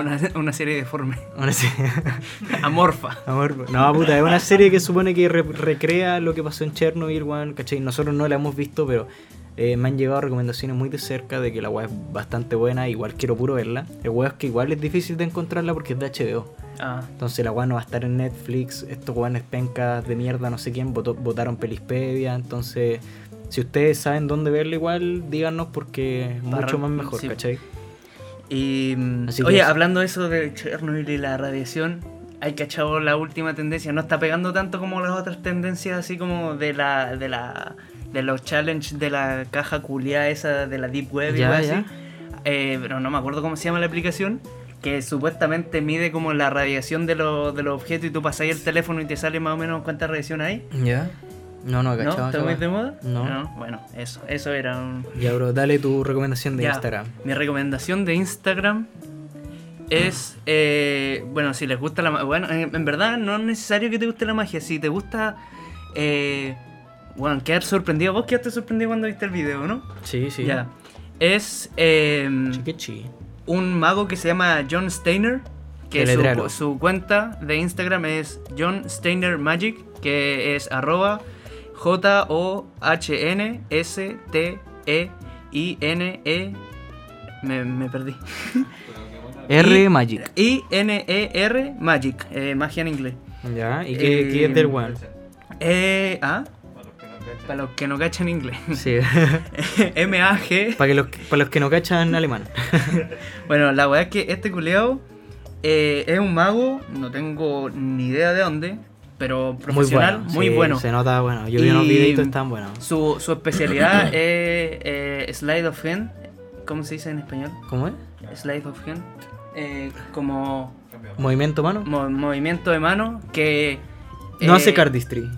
S3: [LAUGHS] Una, una serie
S2: [LAUGHS]
S3: deforme.
S2: una serie-
S3: Amorfa.
S2: Amor, no, puta, es una serie que supone que re- recrea lo que pasó en Chernobyl, weón, ¿cachai? Nosotros no la hemos visto, pero eh, me han llegado recomendaciones muy de cerca de que la weá es bastante buena, igual quiero puro verla. El weá es que igual es difícil de encontrarla porque es de HBO.
S3: Ah,
S2: Entonces la weá no va a estar en Netflix, estos weones pencas de mierda, no sé quién, votó- votaron Pelispedia, entonces si ustedes saben dónde verla igual, díganos porque es
S3: Barra-
S2: mucho más mejor,
S3: sí.
S2: ¿cachai?
S3: y. mm,
S2: Así que
S3: Oye,
S2: eso.
S3: hablando de eso de Chernobyl y la radiación, hay cachado la última tendencia. No está pegando tanto como las otras tendencias, así como de la. de la. de los challenge de la caja culia esa de la Deep Web y
S2: Ya,
S3: cosas
S2: ya.
S3: así. Eh, pero no me acuerdo cómo se llama la aplicación. Que supuestamente mide como la radiación de, los de los objetos y tú pasas ahí el teléfono y te sale más o menos cuánta radiación hay.
S2: ¿Ya? No, no,
S3: ¿No?
S2: cachado.
S3: ¿Está
S2: esa
S3: muy
S2: weá.
S3: de moda?
S2: No.
S3: Bueno, eso, eso era un,
S2: Ya, bro, dale tu recomendación de
S3: Ya,
S2: Instagram.
S3: Mi recomendación de Instagram es, eh, bueno, si les gusta la magia, bueno, en, en verdad no es necesario que te guste la magia, si te gusta, eh, bueno, quedar sorprendido, vos quedaste sorprendido cuando viste el video, ¿no?
S2: Sí, sí.
S3: Ya. Es eh,
S2: Chiquichi.
S3: un mago que se llama John Steiner, que
S2: Deletréalo.
S3: su, su cuenta de Instagram es John Steiner Magic, que es arroba E J-O-H-N-S-T-E-I-N-E. E. Me, me perdí.
S2: R
S3: Y-
S2: Magic.
S3: I-N-E-R E Magic, eh, magia en inglés.
S2: Ya, ¿y
S3: qué-
S2: qué,
S3: qué es del
S2: es del
S4: Para
S2: one?
S4: los que
S3: Eh, ah,
S4: no cachan.
S3: para los que no cachan inglés. [LAUGHS]
S2: Sí. [LAUGHS]
S3: M-A-G.
S2: para, que los, para los que no cachan alemán.
S3: Bueno, la verdad es que este culeado eh, es un mago, no tengo ni idea de dónde, pero profesional, muy bueno.
S2: sí, Se nota bueno. Yo vi unos
S3: Y-
S2: videitos están buenos.
S3: Su, su
S2: [CLEARS THROAT]
S3: especialidad es eh, Slide of Hand. ¿Cómo se dice en español?
S2: ¿Cómo es?
S3: Slide of Hand. Eh, como
S2: Movimiento humano.
S3: mo- movimiento de mano que...
S2: No
S3: eh,
S2: hace cardistry.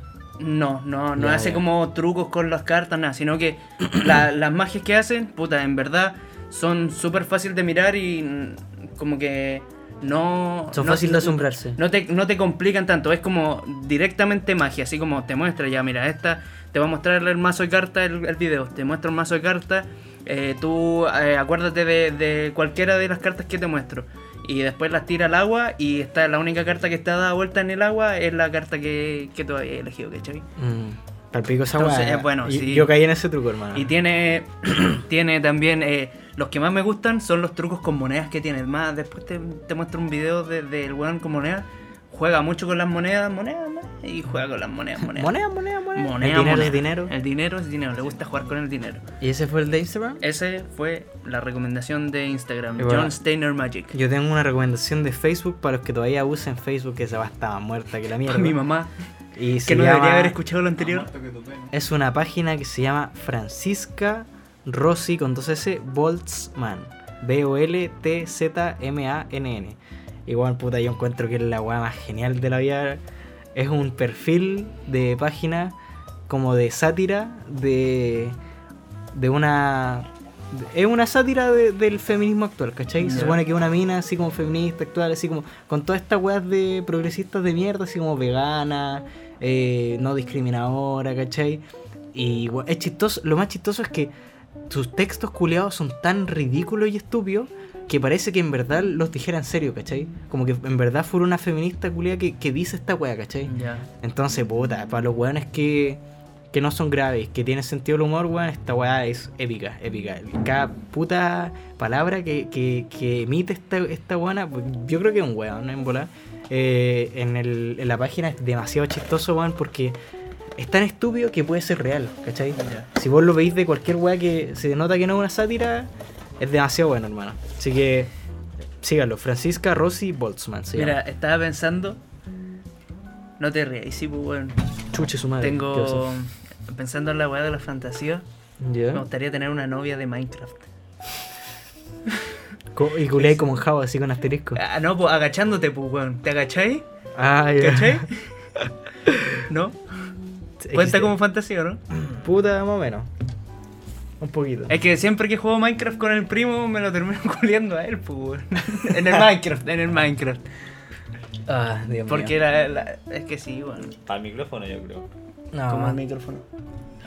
S3: No, no, no
S2: Ya,
S3: hace
S2: ya.
S3: como trucos con las cartas, nada, sino que [CLEARS THROAT] la- las magias que hacen, puta, en verdad son súper fácil de mirar y mm, como que no...
S2: Son
S3: no-
S2: fácil de asombrarse.
S3: No te, no te complican tanto, es como directamente magia, así como te muestra ya, mira, esta te va a mostrar el mazo de cartas, el, el video, te muestra un mazo de cartas, eh, tú eh, acuérdate de, de cualquiera de las cartas que te muestro. Y después las tira al agua y está la única carta que está dada vuelta en el agua es la carta que, que tú has elegido, ¿cachai?
S2: Mm, palpico esa
S3: Entonces,
S2: weá.
S3: es bueno,
S2: Y-
S3: sí.
S2: Yo caí en ese truco, hermano.
S3: Y tiene, [CLEARS THROAT] tiene también, eh, los que más me gustan son los trucos con monedas que tiene. Más, después te, te muestro un video de- del weón con monedas. Juega mucho con las monedas, monedas, monedas, y juega con las monedas, monedas.
S2: Moneda, moneda, moneda.
S3: Moneda,
S2: El dinero
S3: moneda.
S2: es dinero.
S3: El dinero es dinero, le gusta jugar con el dinero.
S2: ¿Y ese fue el de Instagram?
S3: Ese fue la recomendación de Instagram,
S2: Y bueno.
S3: John Steiner Magic.
S2: Yo tengo una recomendación de Facebook para los que todavía usen Facebook, que esa va estaba muerta que la mierda.
S3: Mi mamá,
S2: Y
S3: que
S2: se
S3: no
S2: llama-
S3: debería haber escuchado lo anterior.
S4: muerto que tu pene.
S2: Es una página que se llama Francisca Rossi con dos S Boltzmann. B-O-L-T-Z-M-A-N-N. Igual, puta, yo encuentro que es la weá más genial de la vida. Es un perfil de página como de sátira de. de una. Es una sátira de- del feminismo actual, ¿cachai? Se
S3: Ya.
S2: supone que una mina así como feminista actual, así como con todas estas weas de progresistas de mierda, así como vegana, eh, no discriminadora, ¿cachai? Y we- es chistoso, lo más chistoso es que sus textos culeados son tan ridículos y estúpidos que parece que en verdad los dijera en serio, ¿cachai? Como que en verdad fuera una feminista culiada que, que dice esta wea, ¿cachai?
S3: Ya.
S2: Entonces, puta, para los weones que, que no son graves, que tienen sentido el humor, weón, esta weá es épica, épica. Cada puta palabra que, que, que emite esta, esta weona, pues, yo creo que es un weón, en volar. en, el- en la página es demasiado chistoso, weón, porque es tan estúpido que puede ser real, ¿cachai? Si vos lo veis de cualquier weá que se denota que no es una sátira, es demasiado bueno, hermano. Así que síganlo, Francisca Rossi Boltzmann. se
S3: Mira,
S2: llama.
S3: estaba pensando. No te rías, y sí, pues bueno.
S2: chuche su madre. ¿qué pasó?
S3: Tengo. Pensando en la weá de la fantasía,
S2: ¿Ya?
S3: me gustaría tener una novia de Minecraft.
S2: Co- Y culé como en jabo, así con asterisco.
S3: Ah, no, pues agachándote, pues, weón. ¿Te agacháis?
S2: Ah, ya. [LAUGHS]
S3: ¿Cachai? ¿No? Cuenta
S2: XD.
S3: como fantasía, ¿no?
S2: Puta, más o menos. Un poquito.
S3: Es que siempre que juego Minecraft con el primo me lo termino [LAUGHS] culiando a él, pues, weón. En el Minecraft, en el Minecraft.
S2: Ah, Dios
S3: Porque la, la- es que sí, weón.
S5: Para el micrófono, yo creo.
S2: No.
S3: Toma el micrófono.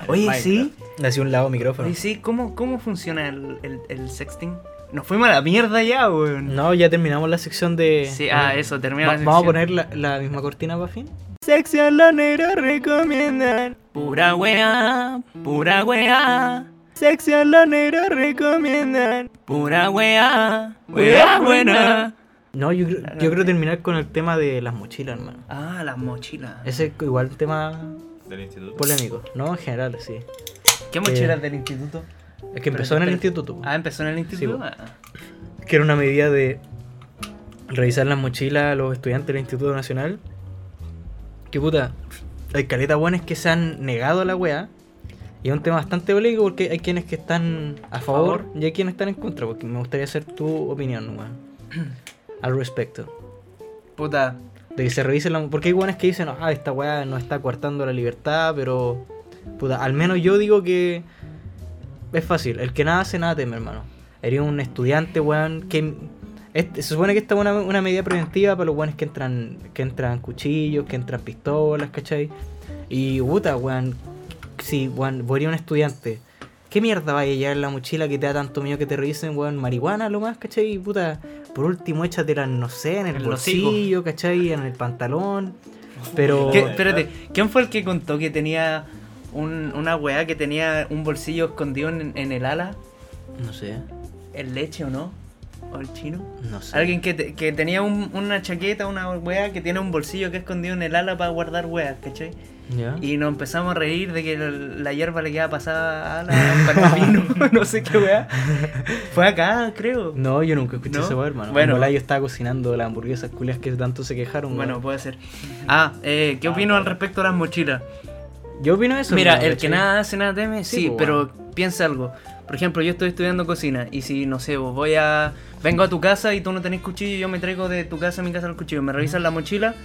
S2: Oye,
S5: Minecraft.
S2: sí. Le hacía un lado micrófono.
S3: Oye, sí, ¿cómo, cómo funciona el, el- el sexting? Nos fuimos a la mierda ya, weón.
S2: No, ya terminamos la sección de.
S3: Sí, ah, eso, termina
S2: Va-
S3: la
S2: Vamos a
S3: sección.
S2: poner la, la misma cortina para fin. Sección los negros recomiendan.
S3: Pura weá, pura weá,
S2: Sección los negros recomiendan.
S3: pura weá, weá buena.
S2: No, yo, creo- yo creo terminar con el tema de las mochilas, hermano.
S3: Ah, las mochilas.
S2: Ese es igual tema
S5: Del instituto.
S2: polémico, ¿no? En general, sí.
S3: ¿Qué mochilas Eh, del instituto?
S2: Es que empezó en el instituto.
S3: Ah, empezó en el instituto.
S2: bueno.
S3: Ah.
S2: que era una medida de revisar las mochilas a los estudiantes del Instituto Nacional. Que puta, hay caleta buenas que se han negado a la weá. Y es un tema bastante polémico porque hay quienes que están a favor, y hay quienes están en contra. Porque me gustaría hacer tu opinión, weón. Al respecto.
S3: Puta,
S2: De que se revise la. Porque hay weones que dicen, ah, esta weá no está coartando la libertad, pero. Puta, al menos yo digo que. Es fácil, el que nada hace, nada teme, hermano. Eres un estudiante, weón, que... este- se supone que esta es una, una medida preventiva para los weones que entran, que entran cuchillos, que entran pistolas, ¿cachai? Y puta, weón, si, weón, vos eres un estudiante, ¿qué mierda vaya a llevar en la mochila que te da tanto miedo que te revisen, weón? Marihuana, lo más, ¿cachai? Y puta, por último, échatela, no sé, en el
S3: En el hocico.
S2: bolsillo, ¿cachai? En el pantalón, pero...
S3: ¿qué- espérate,
S2: ah.
S3: ¿quién fue el que contó que tenía un- una weá que tenía un bolsillo escondido en, en el ala?
S2: No sé,
S3: ¿El leche o no? ¿O el chino?
S2: no sé.
S3: Alguien que, te- que tenía un- una chaqueta, una weá que tiene un bolsillo que es escondido en el ala para guardar weas, ¿cachai?
S2: Ya.
S3: Y nos empezamos a reír de que el- la hierba le quedaba pasada a la para el vino, [LAUGHS] no sé qué weá. Fue acá, creo.
S2: No, yo nunca escuché
S3: ¿No?
S2: esa weá, hermano.
S3: Bueno.
S2: Bueno. yo estaba cocinando las hamburguesas culias que tanto se quejaron.
S3: Bueno,
S2: Bueno,
S3: puede ser. Ah, eh, ¿qué
S5: Ah,
S3: opino al
S5: bueno.
S3: respecto a las mochilas?
S2: yo opino eso.
S3: Mira,
S2: hermano,
S3: el que
S2: ¿cachai?
S3: nada hace nada teme,
S2: Sí,
S3: sí,
S2: po,
S3: pero piensa algo. Por ejemplo, yo estoy estudiando cocina y si, no sé, vos voy a... Vengo a tu casa y tú no tenés cuchillo, yo me traigo de tu casa a mi casa el cuchillo, me revisan la mochila,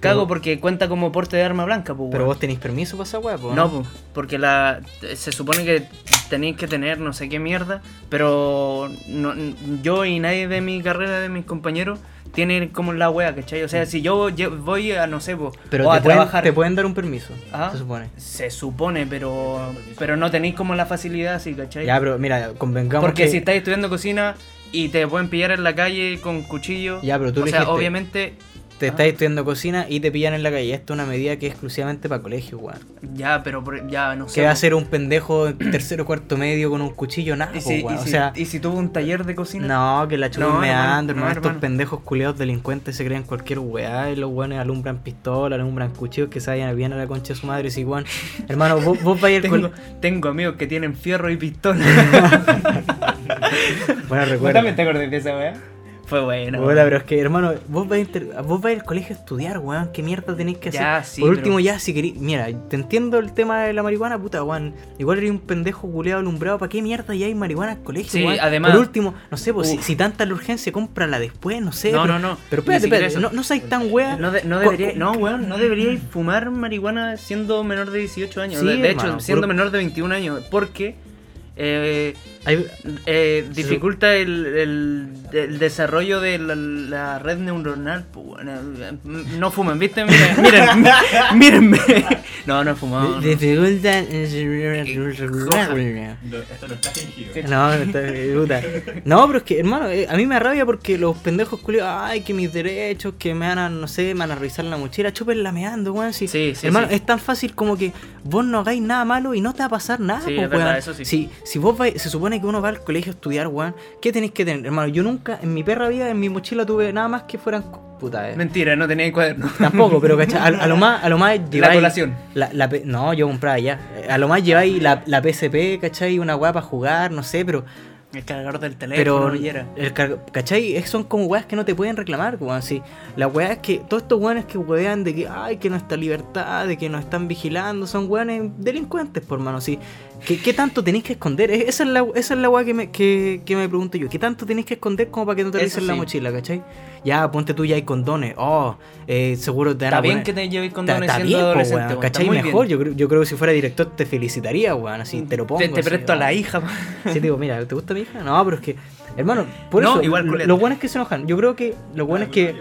S3: cago
S2: Pero-
S3: porque cuenta como porte de arma blanca, pues.
S2: Pero vos tenéis permiso para esa weá, po,
S3: No, po, porque la se supone que tenéis que tener no sé qué mierda, pero no- yo y nadie de mi carrera, de mis compañeros, tienen como la wea, ¿cachai? O sea, si yo lle- voy a, no sé, po,
S2: Pero
S3: o
S2: te
S3: a
S2: pueden,
S3: trabajar, Ah.
S2: te pueden dar un permiso,
S3: Ajá.
S2: se supone.
S3: se supone, pero pero no tenéis como la facilidad así, ¿cachai?
S2: Ya, pero mira, convengamos
S3: porque
S2: que-
S3: si estáis estudiando cocina y te pueden pillar en la calle con cuchillo,
S2: Ya, pero tú
S3: o
S2: lo
S3: sea,
S2: dijiste.
S3: obviamente,
S2: te
S3: Ah.
S2: estás estudiando cocina y te pillan en la calle. Esta es una medida que es exclusivamente para colegio, weón.
S3: ya, pero por- ya, no sé.
S2: ¿Qué va
S3: po.
S2: a hacer un pendejo de tercero cuarto medio con un cuchillo? Nada,
S3: ¿Y
S2: po,
S3: si,
S2: Oh,
S3: y
S2: weón. O
S3: si-
S2: sea,
S3: y si tuvo un taller de cocina?
S2: no, que la chupen
S3: No, hermano,
S2: meando,
S3: no,
S2: hermano. Estos
S3: hermano.
S2: pendejos culeados delincuentes se creen cualquier weá y los weones alumbran pistolas, alumbran cuchillos que se vayan bien a la concha de su madre. Si, weón, hermano, vos, vos vais
S3: [LAUGHS]
S2: al
S3: Tengo,
S2: colegio.
S3: tengo amigos que tienen fierro y
S2: [LAUGHS]
S3: pistola.
S2: Bueno,
S3: ¿Vos
S2: recuerda.
S3: también te acordás de esa weá? Fue buena.
S2: Puta, pero es que, hermano, vos vais, a inter- vos vais al colegio a estudiar, weón. ¿Qué mierda tenéis que hacer?
S3: Ya, sí,
S2: Por
S3: pero-
S2: último, ya, si querís. Mira, te entiendo el tema de la marihuana, puta, weón. Igual eres un pendejo culeado alumbrado. ¿Para qué mierda ya hay marihuana al colegio,
S3: Sí,
S2: weón?
S3: además-
S2: Por último, no sé, pues, si,
S3: Uf.
S2: si tanta la urgencia, cómprala después, no sé.
S3: No,
S2: pero,
S3: no, no,
S2: Pero
S3: ni
S2: espérate,
S3: siquiera
S2: espérate,
S3: eso.
S2: no, no seáis tan weón.
S3: No, de- no
S2: Co-
S3: debería,
S2: co-
S3: no, weón, no deberíais fumar marihuana siendo menor de 18 años.
S2: Sí,
S3: de de hecho,
S2: hermano,
S3: siendo
S2: puro-
S3: menor de 21 años. Porque eh,
S2: Hay-
S3: eh, dificulta el, el- el desarrollo de la, la red neuronal. pues, weón. No fumen, ¿viste?
S2: [LAUGHS]
S3: Miren, miren, mírenme. No, no he fumado.
S2: de-
S3: no.
S2: dificulta-
S5: No, esto no está fingido.
S2: No, está- puta. No, pero es que, hermano, eh, a mí me da rabia porque los pendejos culiados, ay, que mis derechos, que me van a, no sé, me van a revisar la mochila, chupen lameando, weón. Si,
S3: Sí, sí,
S2: hermano,
S3: sí.
S2: es tan fácil como que vos no hagáis nada malo y no te va a pasar nada,
S3: Sí,
S2: po,
S3: es verdad,
S2: weón.
S3: eso sí.
S2: Si, si vos vais, se supone que uno va al colegio a estudiar, weón, ¿qué tenéis que tener? Hermano, yo nunca, en mi perra vida, en mi mochila tuve nada más que fueran, co- puta, eh.
S3: Mentira, no tenía cuaderno.
S2: Tampoco, pero ¿cachai? A, a lo más, a lo más lleváis-
S3: colación.
S2: la- la P- no, yo compraba ya. A lo más lleváis la, la PSP, ¿cachai? Una weá para jugar, no sé, pero
S3: El cargador del teléfono,
S2: pero,
S3: pero, era.
S2: el car- ¿cachai? Es- Son como weas que no te pueden reclamar, weón. Sí. La wea es que todos estos weones que wean de que, ay, que nuestra libertad, de que nos están vigilando, son weones delincuentes, por mano. Sí. ¿Qué, qué tanto tenéis que esconder? E- Esa es la, esa es la wea que me, que, que me pregunto yo. ¿Qué tanto tenéis que esconder como para que no te
S3: Eso
S2: revisen la
S3: sí.
S2: mochila, cachai? Ya, ponte tú ya hay condones. Oh, eh, seguro te van
S3: Está
S2: a
S3: bien
S2: poner-
S3: que te llevéis
S2: Está-
S3: condones
S2: está
S3: siendo
S2: bien, po,
S3: adolescente.
S2: weón,
S3: weón, está
S2: ¿cachai?
S3: muy bien.
S2: Mejor, yo creo, yo creo que si fuera director te felicitaría, weón, así te lo pongo.
S3: Te, te
S2: así,
S3: presto a la
S2: weón.
S3: hija.
S2: Sí, digo, mira, ¿te gusta mi hija? No, pero es que, hermano, por
S3: No,
S2: eso,
S3: igual Ah,
S2: lo,
S3: culeta.
S2: lo bueno es que se enojan. Yo creo que lo bueno es que,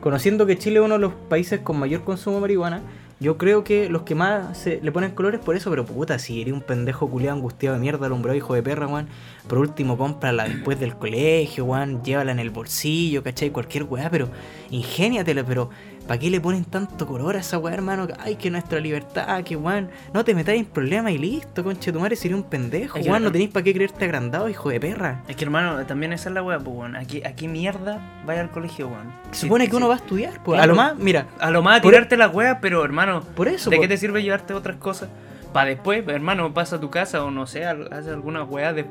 S2: conociendo que Chile es uno de los países con mayor consumo de marihuana, yo creo que los que más se le ponen colores por eso, pero puta, si eres un pendejo culiado angustiado de mierda, alumbrado hijo de perra, weón. Por último, cómprala después del colegio, weón, llévala en el bolsillo, ¿cachai? Cualquier weá, pero ingéniatela, pero ¿para qué le ponen tanto color a esa weá, hermano? Ay, que nuestra libertad, que weón, no te metáis en problemas y listo, conche tu madre, si eres un pendejo,
S3: Es que-
S2: weón, no tenéis para qué creerte agrandado, hijo de perra.
S3: Es que hermano, también esa es la wea, pues, weón. Aquí, aquí mierda vaya al colegio, weón.
S2: Se
S3: Sí,
S2: supone que uno
S3: sí.
S2: va a estudiar, pues.
S3: Claro.
S2: A lo más, mira,
S3: A lo más a
S2: Por- e-
S3: tirarte la wea, pero hermano,
S2: por eso,
S3: ¿de
S2: po-
S3: qué te sirve llevarte otras cosas? Para después, pues, hermano, pasa a tu casa o no sé, al- hace alguna wea de.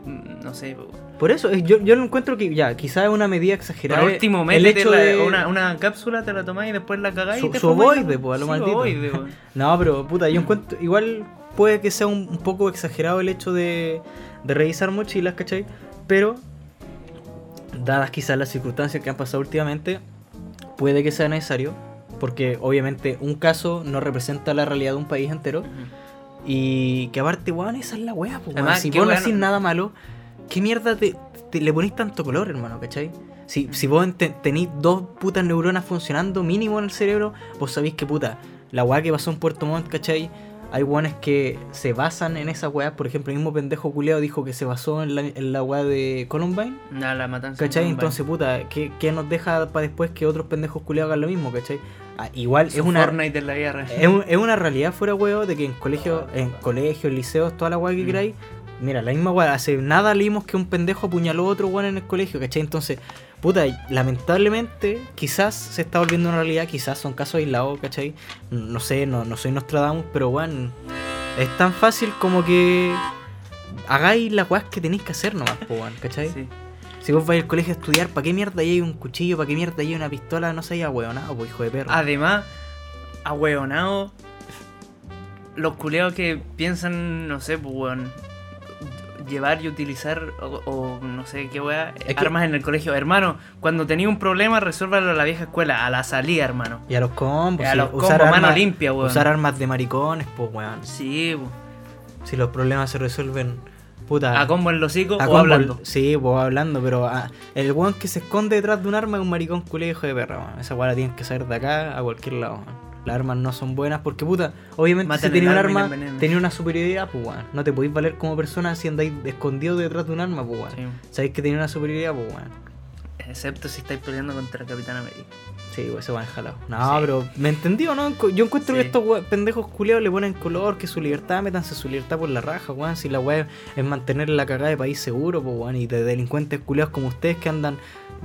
S3: No sé, po, weón.
S2: por eso, eh, yo, yo lo encuentro que ya, quizás es una medida
S3: Por
S2: exagerada.
S3: último,
S2: el
S3: métete
S2: hecho
S3: la-
S2: de-
S3: una, una cápsula, te la tomás y después la cagás y
S2: Su-
S3: te
S2: su
S3: fumáis la-
S2: ovoide, po, a lo
S3: Sí,
S2: maldito.
S3: ovoide, weón.
S2: No, pero puta, yo encuentro. Igual puede que sea un, un poco exagerado el hecho de, de revisar mochilas, ¿cachai? Pero, dadas quizás las circunstancias que han pasado últimamente, puede que sea necesario. Porque obviamente un caso no representa la realidad de un país entero. Y que aparte, weón, esa es la wea, pues,
S3: Además,
S2: Si
S3: qué
S2: vos no
S3: wea
S2: haces
S3: no-
S2: nada malo, ¿qué mierda te, te- le ponís tanto color, hermano, cachai? Si, si vos ente- tenís dos putas neuronas funcionando mínimo en el cerebro, vos sabéis que puta, la weá que pasó en Puerto Montt, cachai. Hay weones que se basan en esa weá. Por ejemplo, el mismo pendejo culeado dijo que se basó en la, en la weá de Columbine.
S3: [LAUGHS] Nah, la matanza.
S2: ¿Cachai?
S3: weón,
S2: Entonces, puta, ¿qué, qué nos deja para después que otros pendejos culeados hagan lo mismo, cachai? Ah, igual
S3: vale.
S2: es una,
S3: Fortnite de la guerra.
S2: es, un- es una realidad fuera huevo de que en colegio, en colegios, liceos, toda la hueá que
S3: Mm.
S2: queráis, Mira, la misma weá, hace nada leímos que un pendejo apuñaló a otro weón en el colegio, ¿cachai? Entonces, puta, lamentablemente, quizás se está volviendo una realidad, quizás son casos aislados, ¿cachai? No sé, no, no soy Nostradamus, pero weón, es tan fácil como que hagáis las weas que tenéis que hacer nomás, po, weón, ¿cachai?
S3: Sí.
S2: Si vos vais al colegio a estudiar, ¿para qué mierda hay un cuchillo? ¿Para qué mierda hay una pistola? No seas weonado, po, hijo de perro.
S3: Además, ahueonado, los culeados que piensan, no sé, pues, weón, llevar y utilizar, o, o no sé qué weá,
S2: Es que-
S3: armas en el colegio. Hermano, cuando tenía un problema, resuélvalo a la vieja escuela, a la salida, hermano.
S2: Y a los combos,
S3: Y a
S2: sí,
S3: los combos, mano
S2: armas-
S3: limpia, weón.
S2: Usar armas de maricones, pues weón.
S3: Sí, po.
S2: Si los problemas se resuelven, puta.
S3: a combo en los hocico
S2: Ah. a
S3: o
S2: combo-
S3: hablando.
S2: Sí, pues hablando, pero ah, el weón que se esconde detrás de un arma es un maricón culé hijo de perra, weón. Esa weá la tienes que saber de acá a cualquier lado, weón. Las armas no son buenas porque, puta, obviamente
S3: Matan
S2: si tenía
S3: el
S2: un
S3: arma y la
S2: arma,
S3: envenenan.
S2: tenía una superioridad, pues weón. No te podéis valer como persona si andáis escondido detrás de un arma, pues weón.
S3: Sí.
S2: Sabéis que tenía una superioridad, pues weón.
S3: Excepto si estáis peleando contra el Capitán América.
S2: Sí,
S3: pues,
S2: güey, se van jalado. No,
S3: Sí.
S2: pero ¿me entendió no? Encu- Yo encuentro que
S3: Sí.
S2: estos güey- pendejos culeados le ponen color, que su libertad, métanse su libertad por la raja, weón. Si la weá es mantener la cagada de país seguro, pues weón. Y de delincuentes culeados como ustedes que andan.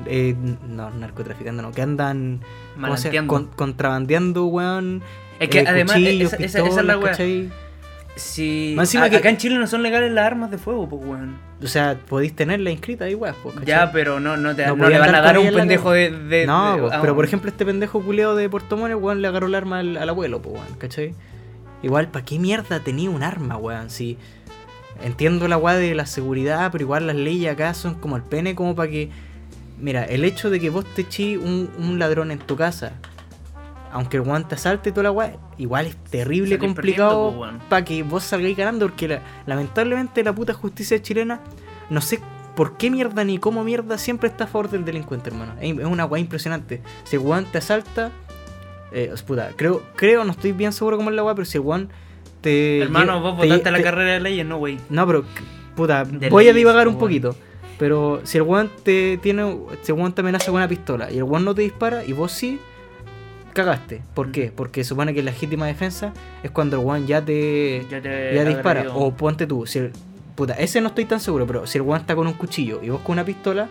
S2: eh, no, narcotraficando, no, que andan. ¿cómo se llama?
S3: Malanteando.
S2: Con- contrabandeando, weón.
S3: Es que
S2: eh,
S3: además,
S2: cuchillos,
S3: esa, esa- esa es la
S2: pistolas,
S3: weá.
S2: ¿cachai?
S3: Si,
S2: Más encima
S3: a-
S2: que-
S3: Acá en Chile no son legales las armas de fuego, pues, weón.
S2: O sea, podéis tenerla inscrita ahí, weón, pues, ¿cachai?
S3: Ya, pero no, no, te,
S2: No
S3: no le
S2: podía
S3: van a
S2: andar
S3: dar a
S2: con
S3: un
S2: ella en la
S3: pendejo de. de-
S2: No,
S3: de-
S2: po,
S3: ah,
S2: pero por
S3: bueno.
S2: ejemplo este pendejo culeo de Puerto Montt, weón, le agarró el arma al, al abuelo, pues, weón, ¿cachai? Igual, ¿para qué mierda tenía un arma, weón? Si entiendo la weá de la seguridad, pero igual las leyes acá son como el pene, como para que... Mira, el hecho de que vos te echís un, un ladrón en tu casa, aunque el weón te asalte y toda la weá, igual es terrible,
S3: Salís
S2: complicado,
S3: perdiendo, po, weón.
S2: para que vos salgáis ganando, porque la- lamentablemente la puta justicia chilena, no sé por qué mierda ni cómo mierda, siempre está a favor del delincuente, hermano. Es es una weá impresionante. Si el weón te asalta, eh, puta, creo, creo, no estoy bien seguro cómo es la weá, pero si el weón te.
S3: Hermano,
S2: lle-
S3: vos
S2: te lle-
S3: votaste la
S2: eh, te-
S3: carrera de leyes, no, güey.
S2: No, pero, c- puta,
S3: De
S2: voy a
S3: leyes,
S2: divagar un
S3: weón.
S2: poquito. Pero si el weón te tiene. Si el weón te amenaza con una pistola y el weón no te dispara y vos sí, cagaste.
S3: Mm.
S2: ¿Por qué? Porque supone que la legítima defensa es cuando el weón ya te.
S3: Ya te.
S2: Ya
S3: ha
S2: dispara.
S3: agredido.
S2: O ponte tú. Si el- puta, ese no estoy tan seguro, pero si el weón está con un cuchillo y vos con una pistola